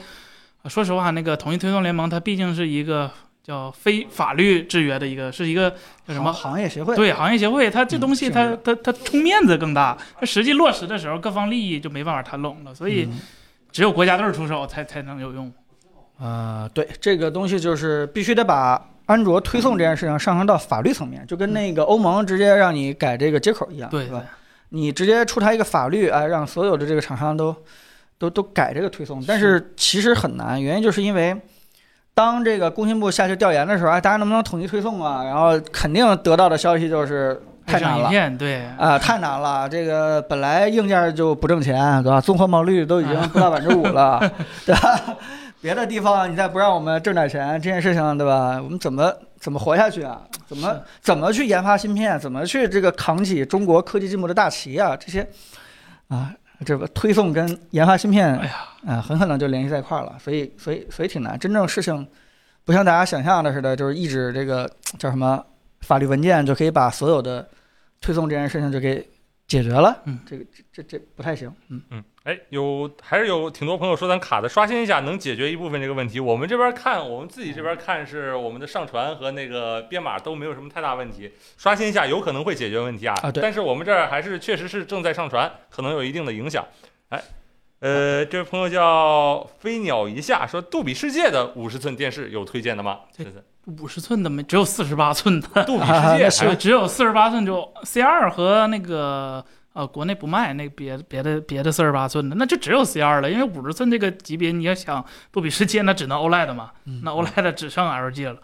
呃说实话，那个统一推送联盟它毕竟是一个叫非法律制约的一个，是一个叫什么行行业协会？对行业协会，它这嗯东西是它的它它冲面子更大，它实际落实的时候各方利益就没办法谈拢了，所以嗯只有国家队出手才才能有用。啊，对，这个东西就是必须得把安卓推送这件事情上升到法律层面，就跟那个欧盟直接让你改这个接口一样，对是吧？你直接出台一个法律，哎，让所有的这个厂商都都都改这个推送，但是其实很难，原因就是因为。当这个工信部下去调研的时候，哎，大家能不能统一推送啊？然后肯定得到的消息就是太爱难上一了片，对，啊、太难了。这个本来硬件就不挣钱，对吧？综合毛利率都已经啊不到百分之五了， <laughs> 对吧？别的地方你再不让我们挣点钱，这件事情，对吧？我们怎么怎么活下去啊？怎么怎么去研发芯片？怎么去这个扛起中国科技进步的大旗啊？这些啊，这个推送跟研发芯片，哎呀啊、很可能就联系在一块儿了。所以，所以，所以挺难。真正事情不像大家想象的似的，就是一纸这个叫什么法律文件就可以把所有的推送这件事情就给解决了。嗯这个这这这不太行。嗯，嗯，哎，有还是有挺多朋友说咱卡的，刷新一下能解决一部分这个问题。我们这边看，我们自己这边看是我们的上传和那个编码都没有什么太大问题，刷新一下有可能会解决问题啊。啊对但是我们这儿还是确实是正在上传，可能有一定的影响。哎，呃，这位朋友叫飞鸟一下说，杜比世界的五十寸电视有推荐的吗？对这是五十寸的没，只有四十八寸的，杜比世界那是 <laughs> 还只有四十八寸就 C 二和那个呃国内不卖那别别的别的四十八寸的，那就只有 C 二了，因为五十寸这个级别你要想杜比世界，那只能 OLED 嘛，嗯那 OLED 只剩 LG 了。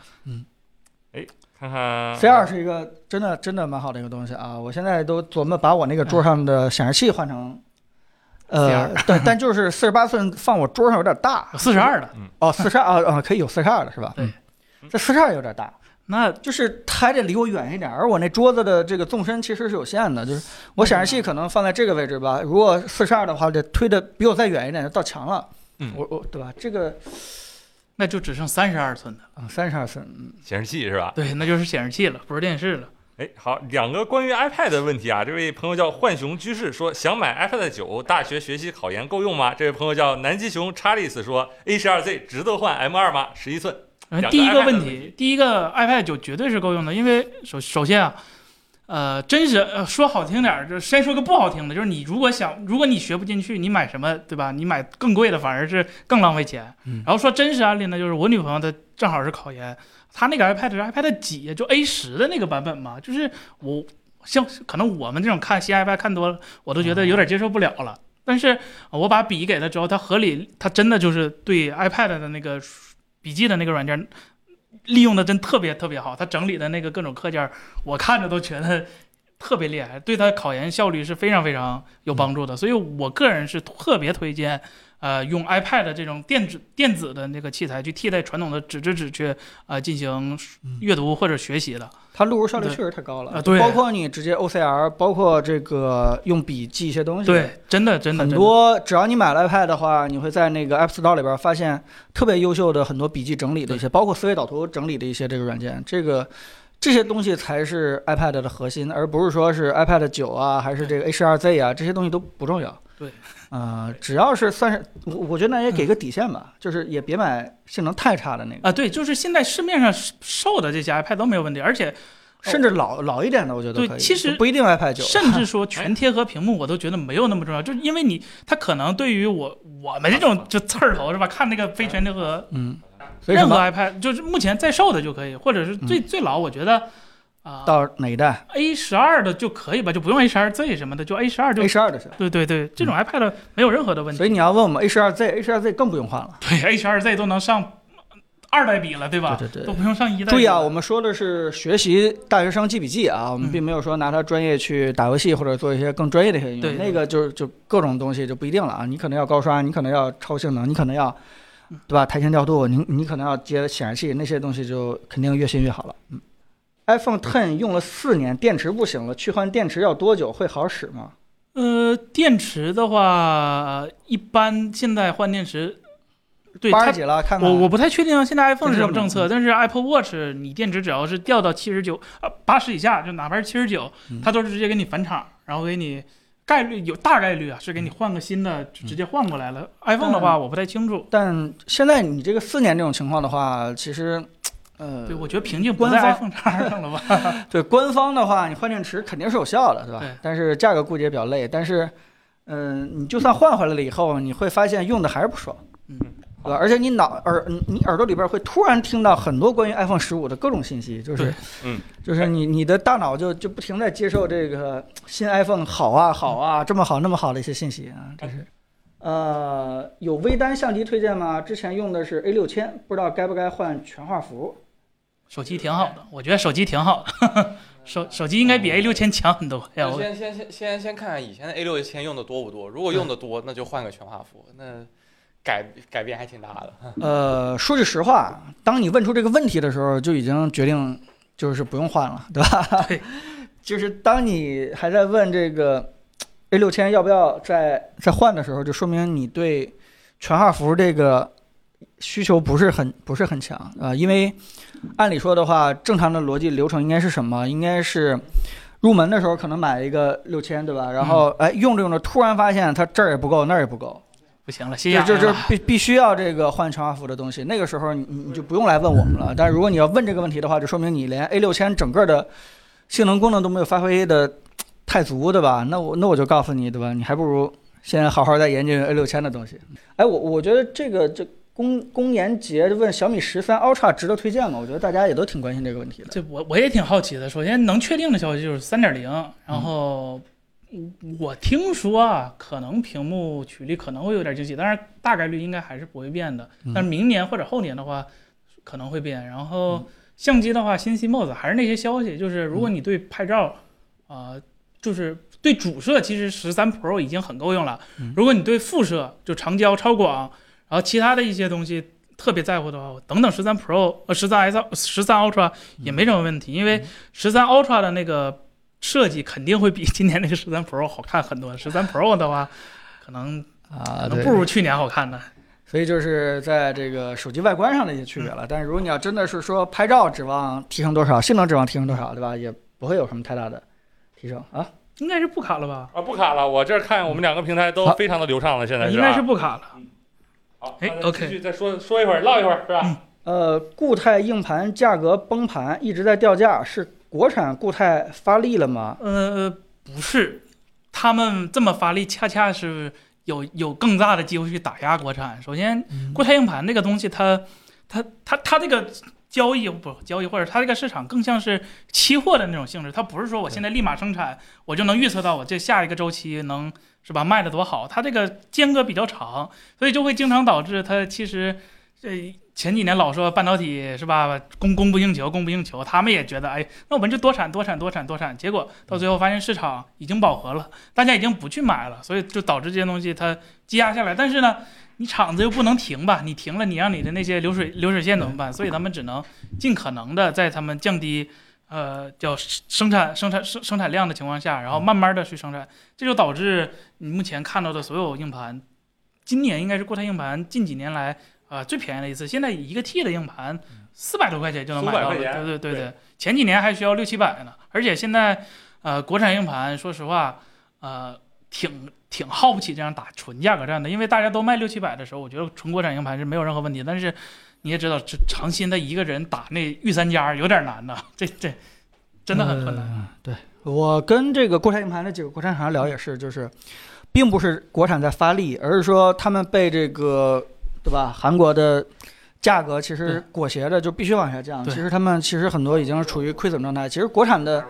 看看 C 二是一个真的真的蛮好的一个东西啊！我现在都琢磨把我那个桌上的显示器换成。呃，对，但就是四十八寸放我桌上有点大，四十二的，哦，四十二啊啊，可以有四十二的是吧？对嗯，这四十二有点大，那就是它还得离我远一点，而我那桌子的这个纵深其实是有限的，就是我显示器可能放在这个位置吧，如果四十二的话，得推的比我再远一点，就到墙了。嗯我我对吧？这个那就只剩三十二寸的了，啊，三十二寸，嗯显示器是吧？对，那就是显示器了，不是电视了。哎，好，两个关于 iPad 的问题啊。这位朋友叫浣熊居士说，想买 iPad 九，大学学习考研够用吗？这位朋友叫南极熊查理斯说，A 1 2 Z 值得换 M 2吗？十一寸，嗯两个第一个 iPad 问的问题，第一个 iPad 九绝对是够用的，因为首首先啊，呃，真是呃说好听点儿，就是先说个不好听的，就是你如果想，如果你学不进去，你买什么对吧？你买更贵的反而是更浪费钱。嗯然后说真实案例呢，就是我女朋友她正好是考研，她那个 iPad 是 iPad 几呀，就 A 十的那个版本嘛，就是我像可能我们这种看新 iPad 看多了，我都觉得有点接受不了了。但是我把笔给她之后，她合理，她真的就是对 iPad 的那个笔记的那个软件利用的真特别特别好，他整理的那个各种课件儿，我看着都觉得特别厉害，对他考研效率是非常非常有帮嗯助的。所以我个人是特别推荐，呃，用 iPad 这种电子电子的那个器材去替代传统的纸质纸去呃进行阅读或者学习的。它录入效率对确实太高了，啊对包括你直接 OCR，包括这个用笔记一些东西，对，真的真的很真的多，只要你买了 iPad 的话，你会在那个 App Store 里边发现特别优秀的很多笔记整理的一些，包括思维导图整理的一些这个软件。这个这些东西才是 iPad 的核心，而不是说是 iPad 九啊，还是这个 H2Z 啊，这些东西都不重要。对，啊、只要是算是我，我觉得那也给个底线吧，就是也别买性能太差的那个，嗯啊，对，就是现在市面上售的这些 iPad 都没有问题，而且甚至老老一点的，我觉得对可以其实不一定 iPad 九，<laughs> 甚至说全贴合屏幕，我都觉得没有那么重要，就是因为你，它可能对于我我们这种就刺儿头是吧？看那个非全贴合，嗯，所以什任何么嗯 iPad 就是目前在售的就可以，或者是最、最老，我觉得啊、到哪一代 A 十二的就可以吧，就不用 A 十二 Z 什么的，就 A 十二就嗯？A 十嗯二就行。对对对，这种 iPad 没有任何的问题，所以你要问我们 A 十二 Z，A 十二 Z 更不用换了。对 A 十二 Z 都能上二代笔了，对吧？对对对都不用上一代笔了。注意啊，我们说的是学习大学生记笔记啊，我们嗯并没有说拿它专业去打游戏或者做一些更专业的一些应对用，那个就就各种东西就不一定了啊。你可能要高刷，你可能要超性能，你可能要，嗯对吧？台前调度，你你可能要接显示器，那些东西就肯定越新越好了。嗯，iPhone Ten 用了四年，电池不行了，去换电池要多久？会好使吗？呃，电池的话，一般现在换电池对八十它几了，看看我我不太确定现在 iPhone 是什么政这策，但是 Apple Watch 你电池只要是掉到七十九啊八十以下，就哪怕是七十九嗯，它都是直接给你返厂，然后给你概率有大概率啊是给你换个新的，就直接换过来了。iPhone 的话嗯我不太清楚，但现在你这个四年这种情况的话，其实，呃，对我觉得瓶颈不官在方 iPhone 叉上了吧？ <laughs> 对官方的话，你换电池肯定是有效的，对吧？对但是价格估计也比较累，但是，嗯、你就算换回来了以后，你会发现用的还是不爽，嗯，对吧？而且你脑耳你你耳朵里边会突然听到很多关于 iPhone 十五的各种信息，就是对，嗯，就是你你的大脑就就不停在接受这个呃新 iPhone 好啊好嗯啊这么好那么好的一些信息啊，这是。呃，有微单相机推荐吗？之前用的是 A 六千，不知道该不该换全画幅。 <laughs> 手机挺好的，我觉得手机挺好的， <laughs> 手手机应该比嗯 A 六千强很多哎呀。那我先先先先先看看以前的 A 六千用的多不多，如果用的多，那就换个全画幅，那改改变还挺大的。呃，说句实话，当你问出这个问题的时候，就已经决定就是不用换了，对吧？ <laughs> 对，就是当你还在问这个 A 六千要不要再再换的时候，就说明你对全画幅这个需求不是很不是很强啊、呃因为按理说的话，正常的逻辑流程应该是什么？应该是。入门的时候可能买一个六千，对吧？然后哎，用着用着，突然发现它这儿也不够，那儿也不够，不行了，谢啊谢就就就了。必必须要这个换全画幅的东西，那个时候你你你就不用来问我们了。但是如果你要问这个问题的话，就说明你连 A 六千整个的性能功能都没有发挥的太足，对吧？那我那我就告诉你，对吧？你还不如先好好再研究 A 六千的东西。哎，我我觉得这个这公公研节问小米十三 Ultra 值得推荐吗？我觉得大家也都挺关心这个问题的。这我我也挺好奇的。首先能确定的消息就是三点零，嗯然后我听说啊，可能屏幕曲率可能会有点惊喜，但是大概率应该还是不会变的嗯。但是明年或者后年的话可能会变。然嗯后相机的话，新 CMOS 还是那些消息，就是如果你对拍照，啊，就是对主摄，其实十三 Pro 已经很够用了嗯。如果你对副摄，就长焦、超广，然后其他的一些东西特别在乎的话，我等等十三 Pro 呃十三 S 十三 Ultra 也没什么问题，因嗯为十三 Ultra 的那个设计肯定会比今年那个十三 Pro 好看很多。十三 Pro 的话，可能啊可能不如去年好看呢。所以就是在这个手机外观上的一些区别了。但是如果你要真的是说拍照指望提升多少，性能指望提升多少，对吧？也不会有什么太大的提升啊。应该是不卡了吧？啊，不卡了，我这儿看我们两个平台都好非常的流畅了，现在应吧该是不卡了。好，哎那继 OK 续再说说一会儿，唠一会儿是吧？呃，固态硬盘价格崩盘，一直在掉价，是国产固态发力了吗？呃，不是，他们这么发力，恰恰是有有更大的机会去打压国产。首先，嗯固态硬盘这个东西它，它它它这个交易不交易，或者它这个市场更像是期货的那种性质，它不是呃说我现在立马生产，我就能预测到我这下一个周期能是吧卖的多好，它这个间隔比较长，所以就会经常导致它其实这。前几年老说半导体是吧， <laughs> 供供不应求，供不应求，他们也觉得哎，那我们就多产多产多产多产，结果到最后发现市场已经饱和了，大家已经不去买了，所以就导致这些东西它积压下来。但是呢，你厂子又不能停吧？你停了，你让你的那些流水流水线怎么办？所以他们只能尽可能的在他们降低，呃，叫生产生产生生产量的情况下，然后慢慢的去生产，这就导致你目前看到的所有硬盘，今年应该是固态硬盘近几年来啊、呃最便宜的一次。现在一个 T 的硬盘四百多块钱就能买到了， 400块钱对对对对对，前几年还需要六七百呢。而且现在，呃，国产硬盘说实话，呃，挺挺耗不起这样打纯价格战的，因为大家都卖六七百的时候，我觉得纯国产硬盘是没有任何问题。但是你也知道，这长鑫他一个人打那御三家有点难呐，这这真的很困难。呃对我跟这个国产硬盘的几个国产厂商聊也是，就是并不是国产在发力，而是说他们被这个对吧韩国的。价格其实对裹挟着就必须往下降，其对实他们其实很多已经是处于亏损状态。其实国产的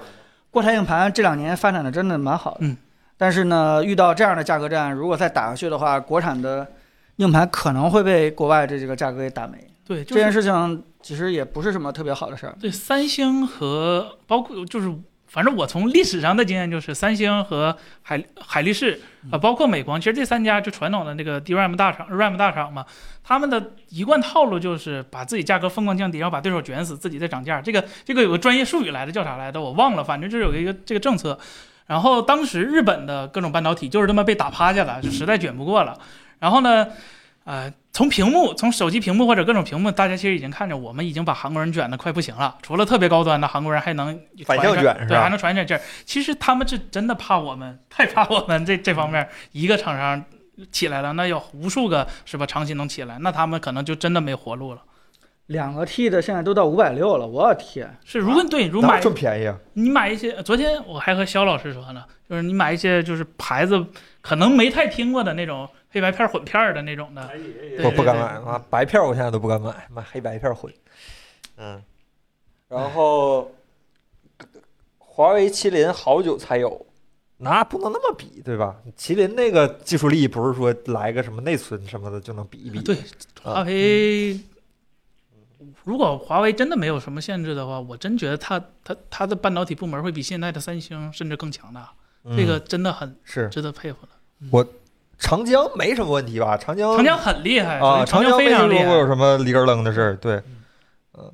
固态硬盘这两年发展的真的蛮好的，嗯但是呢，遇到这样的价格战，如果再打下去的话，国产的硬盘可能会被国外这几个价格给打没。对，就这件是事情其实也不是什么特别好的事儿。对三星和包括就是，反正我从历史上的经验就是，三星和海海力士啊、包括美光，其实这三家就传统的那个 DRAM 大厂、RAM 大厂嘛，他们的一贯套路就是把自己价格疯狂降低，然后把对手卷死，自己再涨价。这个这个有个专业术语来的，叫啥来着？我忘了，反正就是有一个这个政策。然后当时日本的各种半导体就是这么被打趴下了，就实在卷不过了。然后呢，呃，从屏幕，从手机屏幕或者各种屏幕，大家其实已经看着，我们已经把韩国人卷的快不行了。除了特别高端的韩国人，还能反传一向传卷是对，吧呃还能传一传劲儿。其实他们是真的怕我们，太怕我们这这方面一个厂商起来了，那有无数个是吧？长期能起来，那他们可能就真的没活路了。两个 T 的现在都到五百六了，我天！是，如果对，如哪买有这么便宜啊？你买一些，呃昨天我还和肖老师说呢，就是你买一些就是牌子可能没太听过的那种黑白片混片儿的那种哎的，对我不敢对买啊，白票我现在都不敢买，买黑白票混。嗯，然后华为麒麟好久才有，那不能那么比，对吧？麒麟那个技术力不是说来个什么内存什么的就能比一比。啊对，华为，如果华为真的没有什么限制的话，我真觉得它它它的半导体部门会比现在的三星甚至更强大，嗯这个真的很是值得佩服的。长江没什么问题吧？长江长江很厉害嗯啊，哎长江江没非听常厉说过有害。什么离根儿楞的事儿。对，嗯，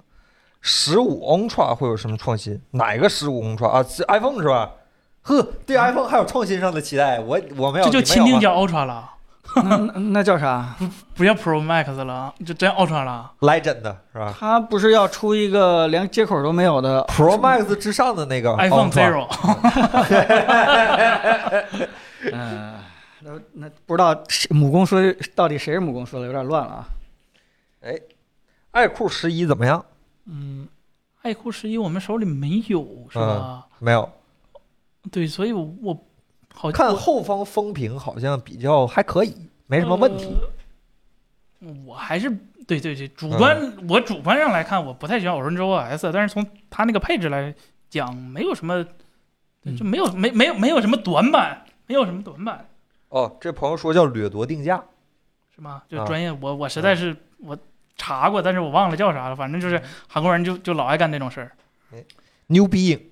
十五 Ultra 会有什么创新？哪个十五 Ultra 啊？是 iPhone 是吧？呵，对 iPhone 还有创新上的期待，我我没有，啊这就你们有钦吗定叫 Ultra 了， <laughs> 那那那叫啥？不叫 Pro Max 了，就真 Ultra 啊了。 Legend 的是吧他不是要出一个连接口都没有的？ ？Pro Max 之上的那个 iPhone Ultra Zero，嗯，那那不知道是母公司到底谁是母公司了，有点乱了啊。爱酷十一怎么样？嗯，爱酷十一我们手里没有是吧？没有，对，所以我我好看我后方风评好像比较还可以，没什么问嗯题。呃我还是对对对，主观、啊我主观上来看，我不太喜欢 Orange OS，但是啊从它那个配置来讲，没有什么，对嗯就没有、没没有没有什么短板，没有什么短板哦，这朋友说叫掠夺定价，是吗？就啊嗯专业，我我实在是、我查过，但是我忘了叫啥了，反正就是韩国人就就老爱干这种事儿。牛逼，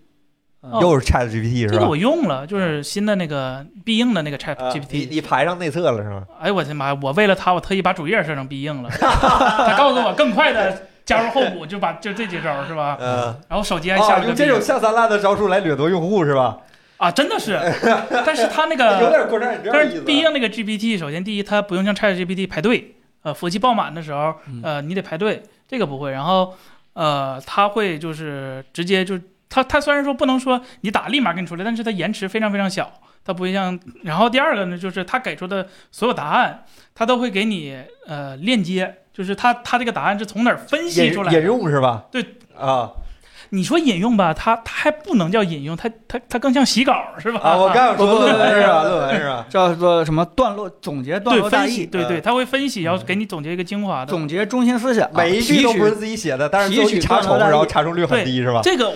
嗯又是 Chat GPT 哦是这个吧我？用了，就是新的那个必应的那个 Chat 啊你 GPT，、你排上内测了是吗？哎，我的妈！我为了他，我特意把主页设成必 <laughs> 应了。他告诉我更快的加入后补，就把就这几招是吧？呃，然后手机还下啊，了个用必这应种下三滥的招数来掠夺用户是吧？啊，真的是。但是他那 <laughs> 有个，点过山车但的意是思。必应那个 GPT，首先第一，它不用像 Chat GPT 排队，呃，服务器爆满的时候，呃，你得排队，这个不会。然后，呃，它会就是直接就它它虽然说不能说你打立马给你出来，但是它延迟非常非常小。它不会像，然后第二个呢，就是它给出的所有答案，它都会给你呃链接，就是它它这个答案是从哪儿分析引出来的引用是吧？对啊你说引用吧，它它还不能叫引用，它它它更像洗稿是吧？啊，我刚想说不不不论文是吧？论文是吧？叫做什么段落总结段对落大分析，意，啊对对，嗯他会分析，然后给你总结一个精华的。总结中心思想，啊每一句都提取不是自己写的，但是提都取去查重，段落大意然后查重率很低是吧？这个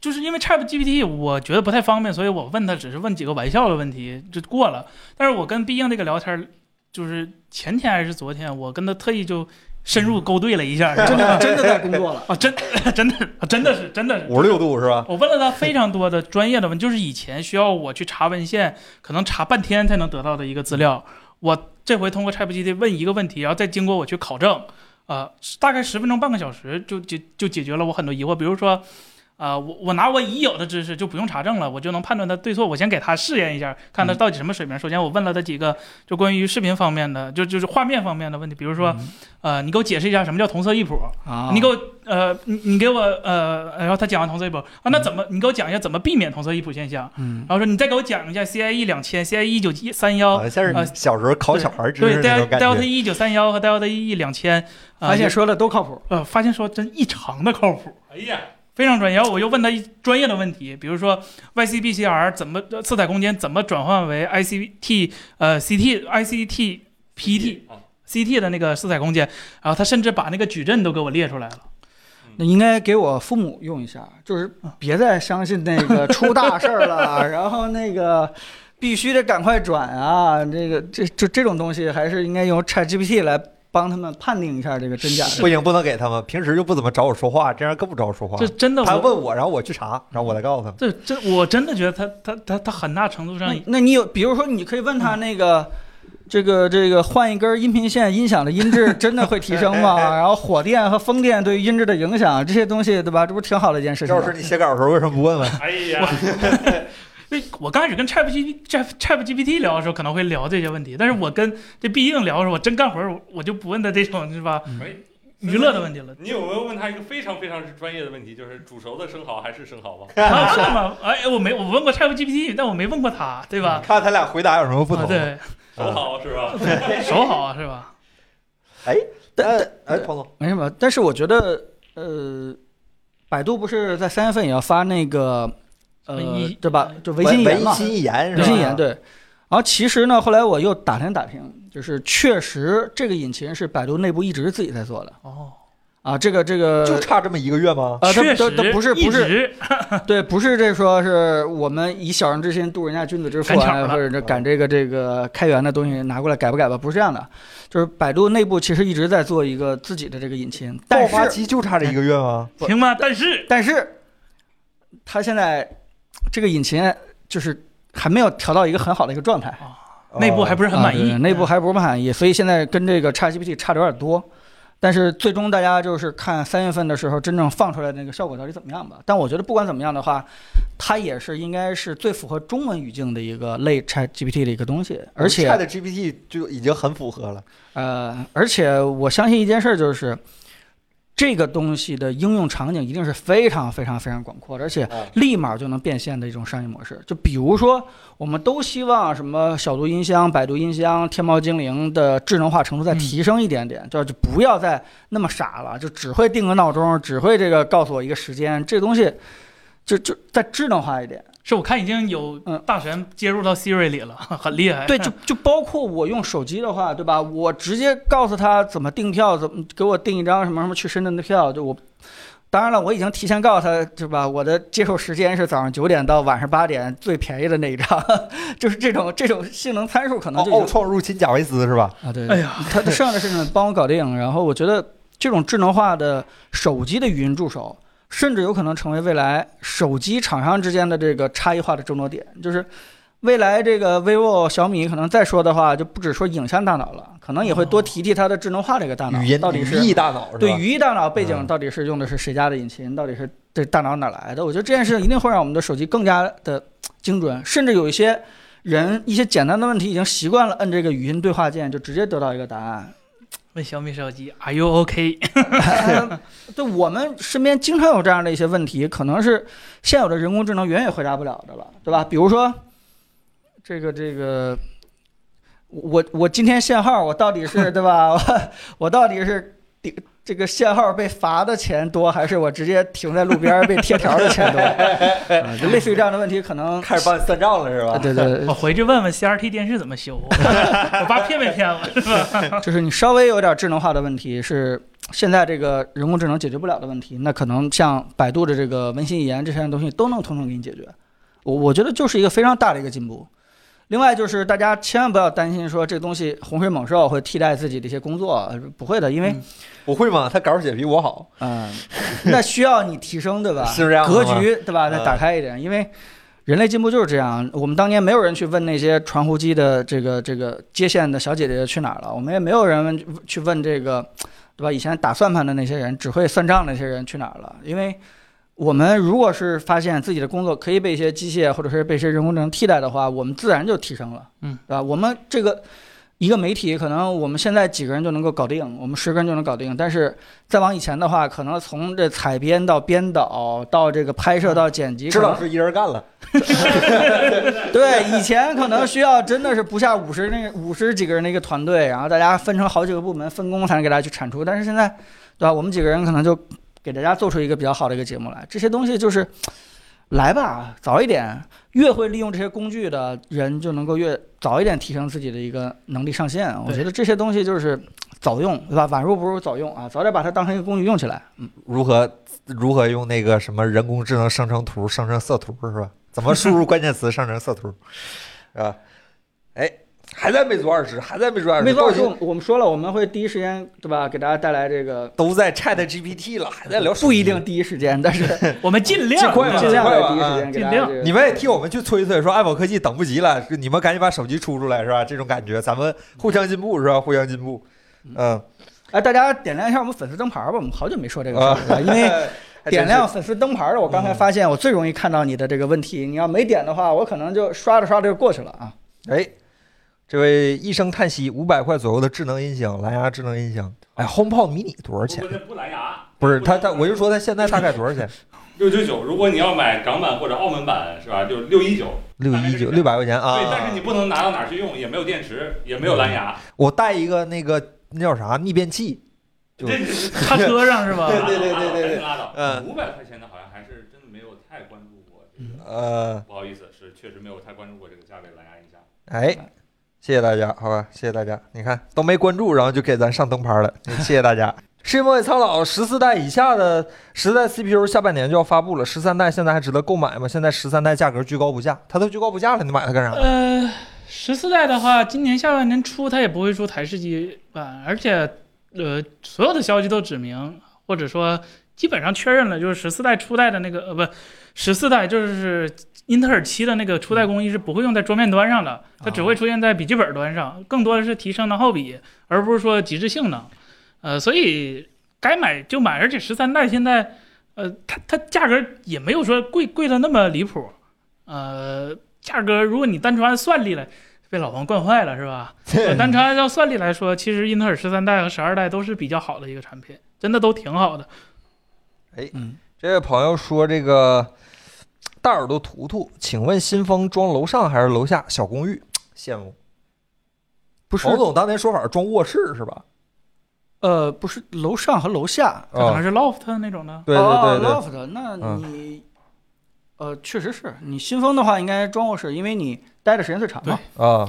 就是因为 Chat GPT，我觉得不太方便，所以我问他只是问几个玩笑的问题就过了。但是我跟毕应这个聊天儿，就是前天还是昨天，我跟他特意就深入勾兑了一 <laughs> 下，真真的的真的在工 <laughs>。作了啊，真真的真的是真的是。五十六度是吧？我问了他非常多的专业的问，就是以前需要我去查文献，可能查半天才能得到的一个资料，我这回通过 ChatGPT 问一个问题，然后再经过我去考证，呃，大概十分钟半个小时就解就解决了我很多疑惑，比如说。啊、我我拿我已有的知识就不用查证了，我就能判断他对错。我先给他试验一下，看他到底什么水平。首先，我问了他几个就关于视频方面的，就就是画面方面的问题，比如说，呃，你给我解释一下什么叫同色异谱，啊你给我呃，你你给我呃，然后他讲完同色异谱啊，那怎么你给我讲一下怎么避免同色异谱现象？嗯然后说你再给我讲一下 CIE 两千、CIE 一九一三幺，好像是小时候考小孩儿知对识那种感 Delta 觉。一九三幺和 Delta 一两千，啊发现说的都靠谱，呃发现说真异常的靠谱，哎呀，非常专业。然后我又问他一专业的问题，比如说 YCBCR 怎么呃色彩空间怎么转换为 ICT 呃 CT ICT PT 啊 CT 的那个色彩空间，然后他甚至把那个矩阵都给我列出来了。那应该给我父母用一下，就是别再相信那个出大事儿了，然后那个必须得赶快转啊，这个这就这种东西还是应该用 ChatGPT 来帮他们判定一下这个真假的。不行，不能给他们。平时就不怎么找我说话，这样更不找我说话这。真的他我问我，然后我去查，然后我再告诉他们。这这，我真的觉得他他他他很大程度上那那你有，比如说，你可以问他那个，这个这个换一根音频线，音响的音质真的会提升吗？然后火电和风电对于音质的影响，这些东西，对吧？这不是挺好的一件事情赵吗哎老师，？你写稿的时候为什么不问问？哎呀，因为我刚开始跟 Chat G Chat Chat GPT 聊的时候可能会聊这些问题，但是我跟这必应聊的时候，我真干活儿我我就不问他这种是吧哎娱乐的问题了。你有没有问他一个非常非常专业的问题，就是煮熟的生蚝还是生蚝 <laughs> 吧？啊，是吗？哎，我没我问过 Chat GPT，但我没问过他，对嗯吧？看他俩回答有什么不啊，同。对，熟蚝是吧？手好是吧？但哎，彭总，没什么。但是我觉得，呃，百度不是在三月份也要发那个，呃文艺，对吧？就维文新言嘛文，心一言是吧？维新言对。然后其实呢，后来我又打听打听，就是确实这个引擎是百度内部一直自己在做的哦，啊。这个这个就差这么一个月吗？啊，确它实它它不是一不是直对，不是这说是我们以小人之心度人家君子之腹赶巧啊，了或者这赶这个这个开源的东西拿过来改不改吧，不是这样的。就是百度内部其实一直在做一个自己的这个引擎，爆但发是期就差这一个月吗？不行吧？但是但是它现在这个引擎就是还没有调到一个很好的一个状态， <laughs> 内部还哦不是很啊满对意，嗯内部还不是满意，所以现在跟这个 ChatGPT 差的有点多。但是最终大家就是看三月份的时候真正放出来那个效果到底怎么样吧。但我觉得不管怎么样的话，它也是应该是最符合中文语境的一个类 ChatGPT 的一个东西。而且 Chat GPT 就已经很符合了。呃，而且我相信一件事儿就是，这个东西的应用场景一定是非常非常非常广阔的，而且嗯立马就能变现的一种商业模式。就比如说，我们都希望什么小度音箱、百度音箱、天猫精灵的智能化程度再提升一点点，就就不要再那么傻了，就只会定个闹钟，只会这个告诉我一个时间，这东西就就再智能化一点。是我看已经有嗯大神接入到 Siri 里了，很厉 <laughs> 害。对，就就包括我用手机的话，对吧？我直接告诉他怎么订票，怎么给我订一张什么什么去深圳的票，就我。当然了，我已经提前告诉他，对吧？我的接受时间是早上九点到晚上八点，最便宜的那一张， <laughs> 就是这种这种性能参数可能奥就已经哦奥创入侵贾维斯是吧？啊，对，哎呀， <laughs> 他他剩下的事情帮我搞定。然后我觉得这种智能化的手机的语音助手，甚至有可能成为未来手机厂商之间的这个差异化的争夺点。就是未来这个 vivo、小米可能再说的话，就不只说影像大脑了，可能也会多提提它的智能化这个大脑哦语音到底语义是。大脑是吧？对语义大脑背嗯景到底是用的是谁家的引擎，到底是这大脑哪来的？我觉得这件事情一定会让我们的手机更加的精准，甚至有一些人一些简单的问题已经习惯了摁这个语音对话键，就直接得到一个答案。问小米手机，Are you OK？呃对我们身边经常有这样的一些问题，可能是现有的人工智能远远回答不了的了，对吧？比如说，这个这个，我我今天限号，我到 <laughs> 底是对吧？我我到底是顶这个限号被罚的钱多，还是我直接停在路边儿被贴条的 <laughs> 钱多？啊就类似于这样的问题，可能开始办算账了是啊吧？对对，我哦回去问问 CRT 电视怎么修，我爸骗没骗我？ <laughs> 就是你稍微有点智能化的问题是现在这个人工智能解决不了的问题，那可能像百度的这个文心一言这些东西都能统统给你解决。我我觉得就是一个非常大的一个进步。另外就是大家千万不要担心说这东西洪水猛兽会替代自己的一些工作，呃不会的，因为我会吗？他稿写比我好，嗯、那需要你提升对吧？ <laughs> 是这样的格吗局对吧？再嗯打开一点，因为人类进步就是这样。我们当年没有人去问那些传呼机的这个这个接线的小姐姐去哪儿了，我们也没有人问去问这个，对吧？以前打算盘的那些人，只会算账的那些人去哪儿了？因为我们如果是发现自己的工作可以被一些机械或者是被一些人工智能替代的话，我们自然就提升了，嗯，对吧？我们这个一个媒体，可能我们现在几个人就能够搞定，我们十个人就能搞定，但是再往以前的话，可能从这采编到编导到这个拍摄到剪辑，嗯知可道能是一人干了。 <laughs> 对，以前可能需要真的是不下五十那 <laughs> 五十几个人的一个团队，然后大家分成好几个部门嗯分工才能给大家去产出。但是现在，对吧？我们几个人可能就给大家做出一个比较好的一个节目来。这些东西就是来吧，早一点，越会利用这些工具的人就能够越早一点提升自己的一个能力上限。我对觉得这些东西就是早用，对吧？晚入不如早用啊，早点把它当成一个工具用起来。嗯如何如何用那个什么人工智能生成图生成色图是吧？怎么输入关键词生成色图是吧？哎，还在魅族二十，还在魅族二十，没错，都我已经说我们说了，我们会第一时间，对吧？给大家带来这个。都在 Chat GPT 了，还在聊手不机一定。第一时间，但是我们尽量尽快吧尽量快在吧第一啊时间给大家尽量这个。你们也替我们去催催，说爱宝科技等不及了，你们赶紧把手机出出来是吧？这种感觉，咱们互相进步是吧？互相进步，嗯嗯哎，大家点亮一下我们粉丝灯牌吧，我们好久没说这个事儿了，因为啊 <laughs> 还真是点嗯亮粉丝灯牌的，我刚才发现我最容易看到你的这个问题。你要没点的话，我可能就刷着刷着就过去了啊。哎，这位一声叹息，五百块左右的智能音响，蓝牙智能音响。哎，HomePod mini 多少钱不？不蓝牙，不是，它它，我就说它现在大概多少钱？六九九。如果你要买港版或者澳门版，是吧？就六一九。六一九，六百块钱啊。对，但是你不能拿到哪儿去用，也没有电池，也没有蓝牙。我带一个那个那叫啥逆变器，就这卡车上是吧？嗯对对 <laughs> 对对对对拉倒，嗯五百块钱的好像还是真的没有太关注过这个。呃，不好意思，是确实没有太关注过这个价位蓝牙音箱。哎，谢谢大家，好吧，谢谢大家。你看都没关注，然后就给咱上灯牌了，谢谢大 <laughs> 家。世界末日苍老十四代以下的十代 CPU 下半年就要发布了，十三代现在还值得购买吗？现在十三代价格居高不下，它都居高不下了，你买它干 <laughs> 啥？呃，十四代的话，今年下半年初它也不会出台式机版，而且呃，所有的消息都指明，或者说基本上确认了，就是十四代初代的那个呃不，十四代就是英特尔七的那个初代工艺是不会用在桌面端上的，它只会出现在笔记本端上，更多的是提升能耗比，而不是说极致性能。呃，所以该买就买，而且十三代现在。呃，它它价格也没有说贵贵的那么离谱，呃，价格，如果你单纯按算力来，被老王惯坏了是吧？呃单纯按照算力来说，其实英特尔十三代和十二代都是比较好的一个产品，真的都挺好的。这位朋友说这个大耳朵图图，请问新风装楼上还是楼下小公寓？羡慕。不王总当年说法是装卧室是吧？哦呃，不是楼上和楼下。它可啊，能是 loft 那种的，对对对嗯对，哦，loft，那你，呃，确实是你新风的话，应该装卧室，因为你待的时间最长嘛。啊，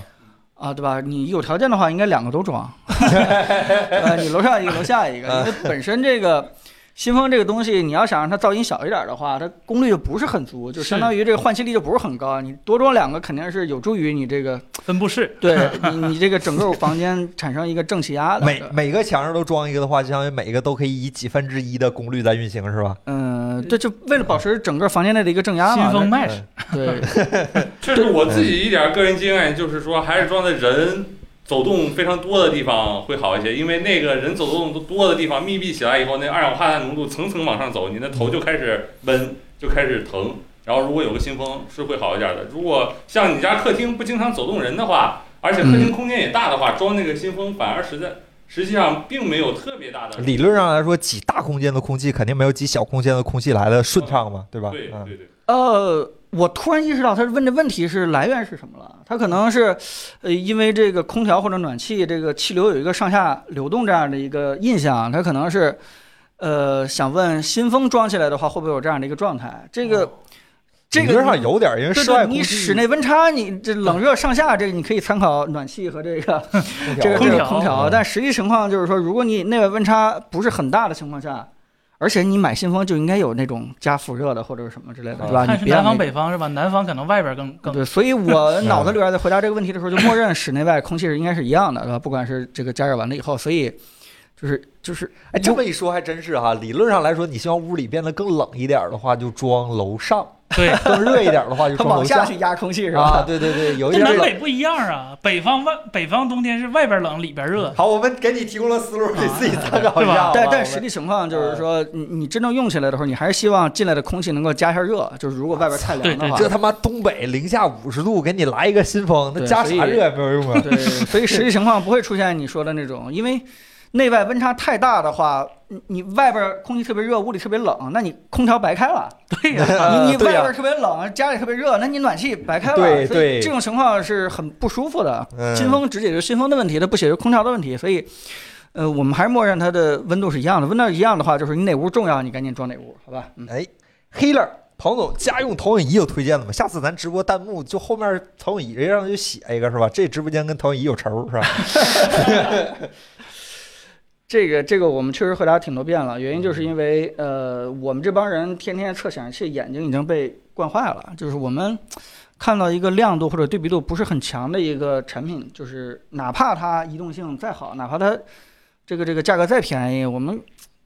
啊，对吧？你有条件的话，应该两个都装，呃，你楼上一个，楼下一个，因为本身这个新风这个东西，你要想让它噪音小一点的话，它功率就不是很足，就是相当于这个换气力就不是很高。你多装两个肯定是有助于你这个，分布式。对 <laughs> 你你这个整个房间产生一个正气压的。每每个墙上都装一个的话，就相当于每一个都可以以几分之一的功率在运行是吧？嗯，对，就为了保持整个房间内的一个正压嘛。新风 mesh 嗯对，这是我自己一点个人经验，就是说还是装在人走动非常多的地方会好一些，因为那个人走动多的地方密闭起来以后，那二氧化碳浓度层层往上走，你的头就开始闷，就开始疼。然后如果有个新风是会好一点的。如果像你家客厅不经常走动人的话，而且客厅空间也大的话，装那个新风反而实在实际上并没有特别大的理论上来说，挤大空间的空气肯定没有挤小空间的空气来的顺畅嘛，对吧？对嗯，对对。呃，我突然意识到他问的问题是来源是什么了。他可能是，呃，因为这个空调或者暖气这个气流有一个上下流动这样的一个印象，他可能是，呃，想问新风装起来的话会不会有这样的一个状态？这个、哦哦这理个论上有点儿，因为对室外对，空你气室内温差，你这冷热上下，这个你可以参考暖气和这个空调这个这个调嗯空调。啊但实际情况就是说，如果你内外温差不是很大的情况下，而且你买新风就应该有那种加辐热的或者是什么之类的，对吧？啊看你嗯是别让南方那北方是吧？南方可能外边更更对，所以我脑子里边在回答这个问题的时候，就默认室内外空气是应该是一样的，对吧？不管是这个加热完了以后，所以就是就是，哎，这么一说还真是哈。理论上来说，你希望屋里变得更冷一点儿的话，就装楼上；对。 <laughs> 更热一点儿的话，就它装楼往下去压空气是啊， <laughs> 吧？对对对，有一这点儿南冷。北不一样啊，北方外北方冬天是外边冷里边热，嗯好，我们给你提供了思路，你自己参考一下。好吧但但我实们际情况就是说，你你真正用起来的时候，你还是希望进来的空气能够加一下热，就是如果外边太凉的话，这他妈东北零下五十度，给你来一个新风，那对加所以啥热也没有用啊。对，所以实际情况不会出现你说的那种，因为内外温差太大的话，你你外边空气特别热，屋里特别冷，那你空调白开了。对呀、你你 <laughs> 对外呀边特别冷，家里特别热，那你暖气白开了，对所以对这种情况是很不舒服的。嗯新风只解决新风的问题，它不解决空调的问题，所以。呃，我们还是默认它的温度是一样的。温度一样的话，就是你哪屋重要，你赶紧装哪屋，好吧？嗯，哎，Healer，彭总家用投影仪有推荐的吗？下次咱直播弹幕就后面投影仪上就写一个是吧？这直播间跟投影仪有仇是吧？ <laughs> 这个这个我们确实回答挺多遍了，原因嗯就是因为呃，我们这帮人天天测显示器，眼睛已经被惯坏了，就是我们。看到一个亮度或者对比度不是很强的一个产品，就是哪怕它移动性再好，哪怕它这个这个价格再便宜，我们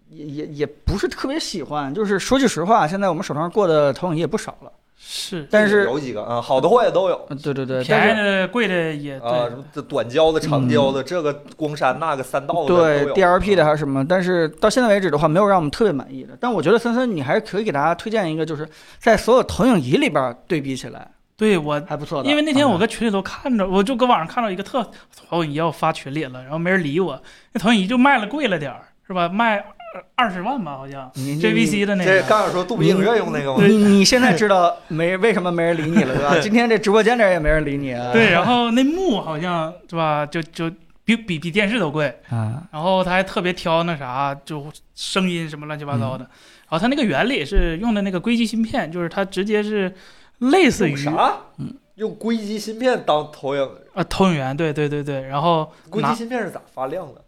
也也也不是特别喜欢。就是说句实话，现在我们手上过的投影仪也不少了，是，但是有几个啊，好的坏的都有嗯对对对，但便宜是的贵的也啊，对嗯什，么这短焦的、长焦的，这个光山那个三道的对都有嗯 DLP 的还是什么，但是到现在为止的话，没有让我们特别满意的。但我觉得森森，你还是可以给大家推荐一个，就是在所有投影仪里边对比起来对我还不错的。因为那天我跟搁群里头看着，我就搁网上看到一个特投影仪，我发群里了，然后没人理我。那投影仪就卖了贵了点儿，是吧？卖二十万吧，好像嗯 <laughs> JVC 的那这个。刚想说杜比影院用那个吗？嗯你你现在知道没为什么没人理你了， <laughs> 对吧？今天这直播间这儿也没人理你啊。对，然后那幕好像是吧，就就比比比电视都贵。啊，然后他还特别挑那啥，就声音什么乱七八糟的。嗯然后他那个原理是用的那个硅基芯片，就是它直接是类似于用啥嗯？用硅基芯片当投影，啊投影源，对对对对。然后硅基拿芯片是咋发亮的？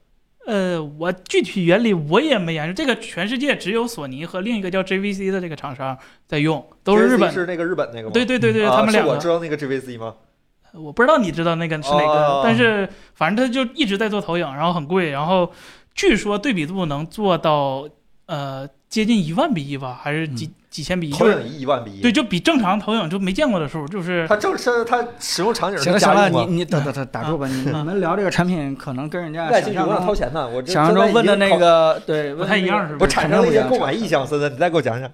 呃，我具体原理我也没研究，这个全世界只有索尼和另一个叫 JVC 的这个厂商在用，都是日 JVC 本的。是那个日本那个吗？对对对对，啊他们是两个我知道那个 JVC 吗？我不知道你知道那个是哪个，哦但是反正他就一直在做投影，然后很贵，然后据说对比度能做到呃接近一万比一吧，还是几、嗯几千比一？投就是影仪一万比一。对，，就比正常投影就没见过的数，就是它正是它使用场景行是了行家了，用吗？你你等等等打住啊吧，你你们聊这个产品可能跟人家赖想进去象我想掏中钱呢，我这想象中问的那个对不太一样，，是我不是？产生了一些购买意向，森森，你再给我讲讲。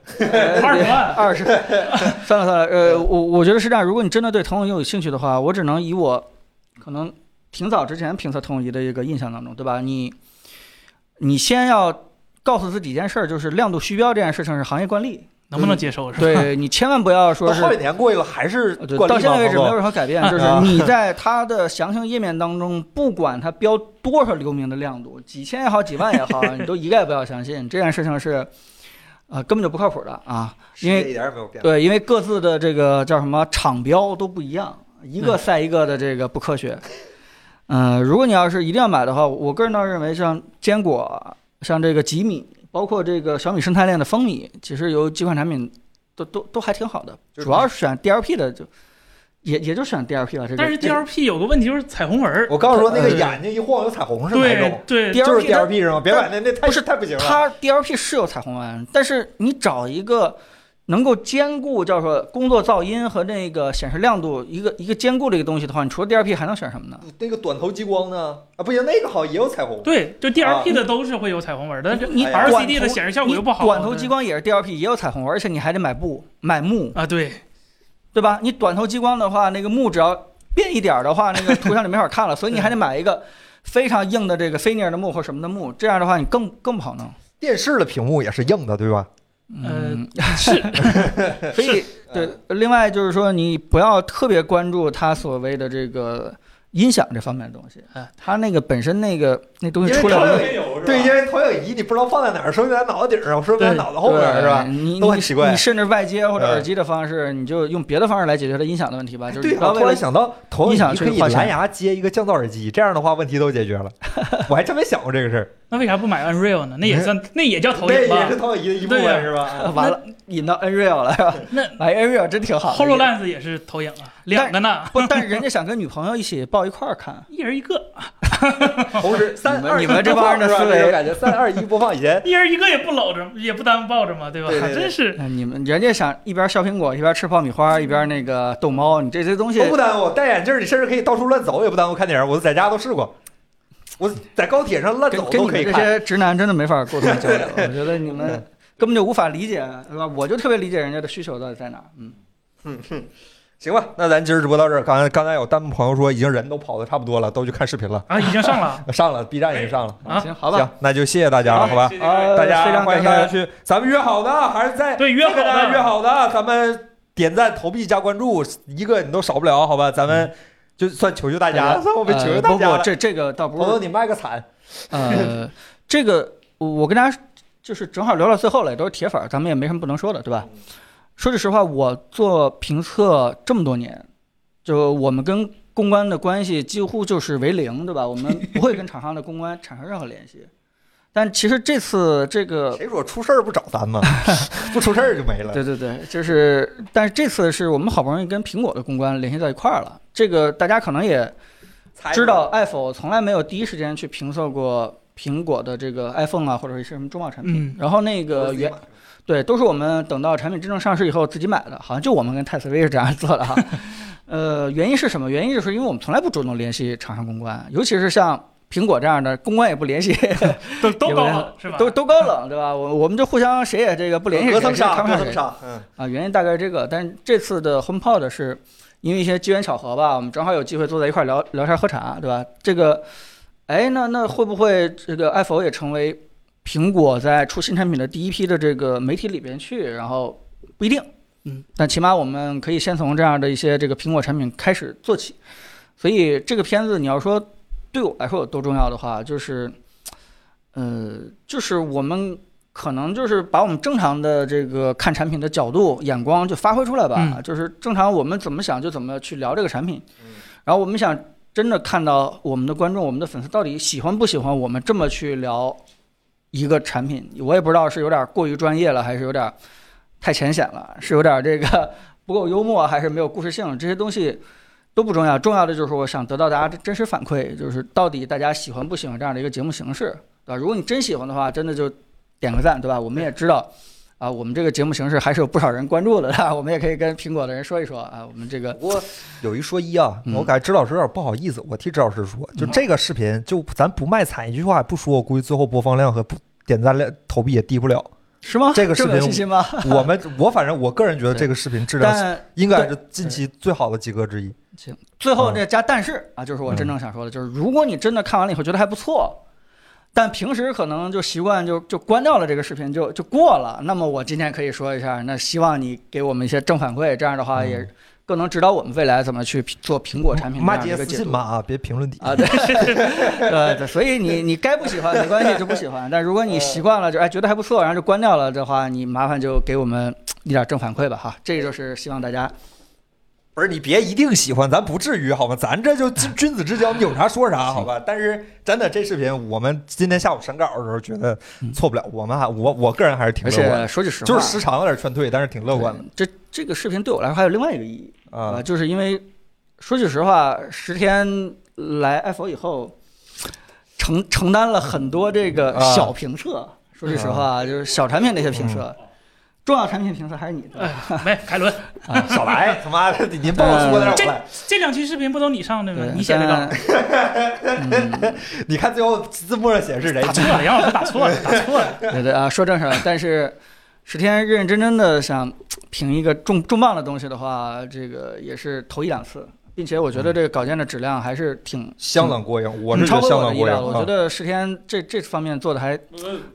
二十万，二十， <laughs> 算了算了，呃，我我觉得是这样，如果你真的对投影仪有兴趣的话，我只能以我可能挺早之前评测投影仪的一个印象当中，对吧？你你先要告诉自己一件事儿，就是亮度虚标这件事情是行业惯 <laughs> 例，能不能接受？是吧？对你千万不要说到是好几年过去了，还是呃对，惯例到吗现在为止没黄有总任何改变，就是啊你在它的详情页面当中，不管它标多少流明的亮度，几千也好，几万也好，你都一概不要相信，这件事情是，呃，根本就不靠谱的啊。因为是这一点也没有变。对，因为各自的这个叫什么厂标都不一样，一嗯个赛一个的这个不科学。嗯，如果你要是一定要买的话，我个人倒认为像坚果、像这个吉米，包括这个小米生态链的蜂蜜，其实有几款产品都都都还挺好的，就是主要是选 DLP 的就也也就选 DLP 了。这个但是 DLP 有个问题就是彩虹纹儿，我刚说那个呃眼睛一晃有彩虹是哪对种？对， DLP 就是它 DLP 是吗？别买那那太不是太不行了。它 DLP 是有彩虹纹，但是你找一个能够兼顾叫做工作噪音和那个显示亮度一个一个兼顾的一个东西的话，你除了 DLP 还能选什么呢？那个短头激光呢？啊，不行，那个好像也有彩虹。对，就啊 DLP 的都是会有彩虹纹儿的，但是你哎呀 RCD 的显示效果又不好。啊你短头激光也是 DLP，也有彩虹，而且你还得买布买幕，啊，对，对吧？你短头激光的话，那个幕只要变一点儿的话，那个图像就没法看了，所以你还得买一个非常硬的这个菲涅的幕或什么的幕，这样的话你更更不好弄。电视的屏幕也是硬的，对吧？嗯，呃 <laughs> 是 <laughs> 所以对，另外就是说你不要特别关注它所谓的这个音响这方面的东西哎，它那个本身那个那东西出来因为了它也有是吧？对，因为投影仪你不知道放在哪儿，手柄在脑袋顶上，手柄在对脑袋后边啊对是吧？你都很你奇怪你甚至外接或者嗯耳机的方式，你就用别的方式来解决它音响的问题吧。就是哎对啊你不要我为突了然想到，投你影想仪去可以花钱蓝牙接一个降噪耳机，这样的话问题都解决了。 <laughs> 我还真没想过这个事儿，那为啥不买 Unreal 呢？那也算，那也叫投那影吧也是投影仪的一部对分呀是 <laughs> 吧？完了，引到 Nreal 了是 <laughs> 吧？那买 Nreal 真挺好的。 ，Hololens 也是投影啊，两个呢，，不，但是人家想跟女朋友一起抱一块儿看一人一个，同时 <laughs> 三你们二一你们这播放帮人的是吧思维这种感觉三二一播放以前，一人一个也不搂着，也不耽误抱着嘛，对吧？对对对真是，哎你们人家想一边削苹果一边吃爆米花一边那个逗猫， <laughs> 你这些东西都不耽误。戴眼镜儿你甚至可以到处乱走，也不耽误看电影。我在家都试过，我在高铁上乱跟走跟都你可以们这看。嗯些直男真的没法沟通交流，我觉得你们根本就无法理解，对吧？我就特别理解人家的需求到底在哪儿，嗯。行吧，那咱今儿直播到这儿。刚才刚才有弹幕朋友说，已经人都跑的差不多了，都去看视频了，啊，已经上 <laughs> 了上了 B 站已经上了。啊。行，好吧，行，那就谢谢大家了，好吧？谢谢各位呃，大家非常欢感迎大谢家去，咱们约好的还是在对约好的这个呢约好的，咱们点赞、投币、加关注，一个你都少不了，好吧？咱们就算求求大家，嗯哎算我们求求呃大不家不，了。这这个倒不朋是友，你卖个惨，呃，这个我我跟大家就是正好聊到最后了，也都是铁粉儿，咱们也没什么不能说的，对吧？说句实话，我做评测这么多年，就我们跟公关的关系几乎就是为零，对吧？我们不会跟厂商的公关产生任何联系。但其实这次这个， <laughs> 谁说出事儿不找咱 <laughs> 们？不出事儿就没了。对对对，就是，但是这次是我们好不容易跟苹果的公关联系到一块儿了。这个大家可能也猜吧知道，爱否从来没有第一时间去评测过苹果的这个 iPhone 啊，或者是什么中贸产品。嗯然后那个原对，都是我们等到产品真正上市以后自己买的，好像就我们跟泰斯威是这样做 <laughs> 的哈。呃，原因是什么？原因就是因为我们从来不主动联系厂商公关，尤其是像苹果这样的，公关也不 <laughs> 联系，都都有高人冷是吧？都都高冷，对吧？我我们就互相谁也这个不联系谁，隔谁层也看纱，不隔上谁层纱，嗯，啊。原因大概是这个，但是这次的 HomePod 是因为一些机缘巧合吧，我们正好有机会坐在一块儿聊聊天喝茶，对吧？这个，哎，那那会不会这个 Apple 也成为苹果在出新产品的第一批的这个媒体里边去？然后不一定，嗯，但起码我们可以先从这样的一些这个苹果产品开始做起。所以这个片子你要说对我来说有多重要的话，就是，呃，就是我们可能就是把我们正常的这个看产品的角度、眼光就发挥出来吧，嗯就是正常我们怎么想就怎么去聊这个产品，嗯然后我们想真的看到我们的观众、我们的粉丝到底喜欢不喜欢我们这么去聊一个产品，我也不知道是有点过于专业了，还是有点太浅显了，是有点这个 <laughs> 不够幽默，还是没有故事性，这些东西都不重要，重要的就是我想得到大家的真实反馈，就是到底大家喜欢不喜欢这样的一个节目形式，对吧？如果你真喜欢的话，真的就点个赞，对吧？我们也知道。啊，我们这个节目形式还是有不少人关注的， <laughs> 我们也可以跟苹果的人说一说啊，我们这个不过有一说一啊，嗯我感觉支老师有点不好意思，我替支老师说，就这个视频，就咱不卖惨，一句话也不说，我估计最后播放量和不点赞量、投币也低不了。 <laughs> 是吗？这个视么有频信心吗？我们我反正我个人觉得这个视频质 <laughs> 量但应该是近期最好的几个之一。最嗯后这加但是啊，就是我真正想说的，就是如果你真的看完了以后觉得还不错，但平时可能就习惯就就关掉了这个视频就就过了，那么我今天可以说一下，那希望你给我们一些正反馈，这样的话嗯也更能指导我们未来怎么去做苹果产品这骂样的街一个私解信读骂。啊，别评论底。啊，对， <laughs> 对对，所以你你该不喜欢没关系，就不喜欢。但如果呃你习惯了，就哎觉得还不错，然后就关掉了的话，你麻烦就给我们一点正反馈吧哈。这个就是希望大家不是你别一定喜欢，咱不至于好吗？咱这就君君子之交，你有啥说啥好吧？但是真的这视频，我们今天下午审稿的时候觉得错不了，我们还我我个人还是挺嗯而乐观且的，说句实话，啊就是时长有点劝退，但是挺乐观的对这这个视频对我来说还有另外一个意义啊、啊。就是因为说句实话，十天来 Apple 以后，承承担了很多这个啊小评测。说句实话，就是小产品那些评测，重要产品评测还是你的。哎，没凯伦，啊少 <laughs> 来，他妈的，您帮我呃说的让我来。这两期视频不都你上的吗对，？你写的稿但， <laughs> 嗯，你看最后字幕上显示谁打？错了，杨老师打错了，打 <laughs> 错了。对对啊，说正事儿。但是十天认认真真的想评一个重重磅的东西的话，这个也是头一两次，并且我觉得这个稿件的质量还是挺相当过硬，我是觉超得过相我的当意过料硬。了。我觉得十天这这方面做的还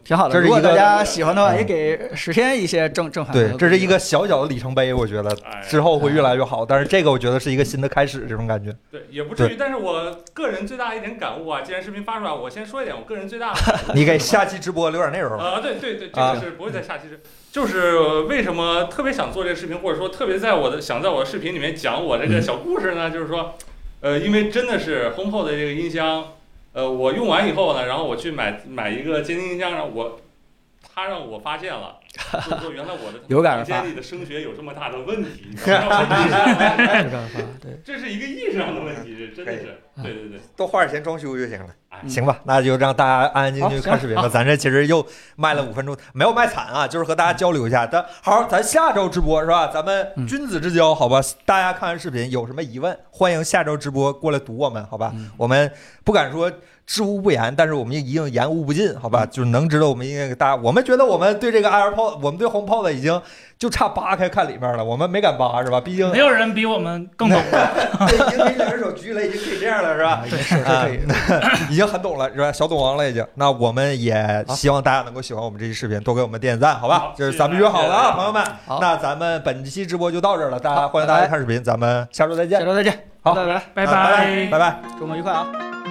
挺好的。嗯这是如果一个大家喜欢的话，嗯也给十天一些正正反馈对和，这是一鼓励个小小的里程碑，我觉得哎之后会越来越好。但是这个我觉得是一个新的开始，这种感觉。对，也不至于。但是我个人最大一点感悟啊，既然视频发出来，我先说一点我个人最大的感悟你给下期直播留点内容。啊、对对对，这啊个是不会在下期是，就是为什么特别想做这个视频，或者说特别在我的想在我的视频里面讲我这个小故事呢？就是说，呃，因为真的是 HomePod 的这个音箱，呃，我用完以后呢，然后我去买买一个监听音箱，然后我他让我发现了，就是说原来我的有感而 <laughs> 发间里的声学有这么大的问题，你知道吗这个方法对。这是一个意识上的问题，这真的是，对对对。多花点钱装修就行了。哎嗯行吧，那就让大家安安静静看视频吧。咱这其实又卖了五分钟，没有卖惨啊，就是和大家交流一下。但好，咱下周直播是吧？咱们嗯君子之交，好吧？大家看完视频有什么疑问，欢迎下周直播过来堵我们，好吧？嗯我们不敢说知无不言，但是我们也一定言无不尽，好吧？就是能知道，我们应该给大家，我们觉得我们对这个 AirPod，我们对 HomePod 已经就差扒开看里面了，我们没敢扒是吧？毕竟 <laughs> 没有人比我们更懂。对，已经可以两只手举起来，已经可以这样了，是哎吧？对，是 <laughs> 可以，已经很懂了，是吧？小懂王了，已经。那我们也希望大家能够喜欢我们这期视频，多给我们点赞，好吧啊好？这是咱们约好了谢谢大啊，家朋友们。好那咱们本期直播就到这儿了，大家好欢迎大家拜拜看视频，咱们下周再下见，周再见，好拜拜，拜拜拜拜。拜。周末愉快啊！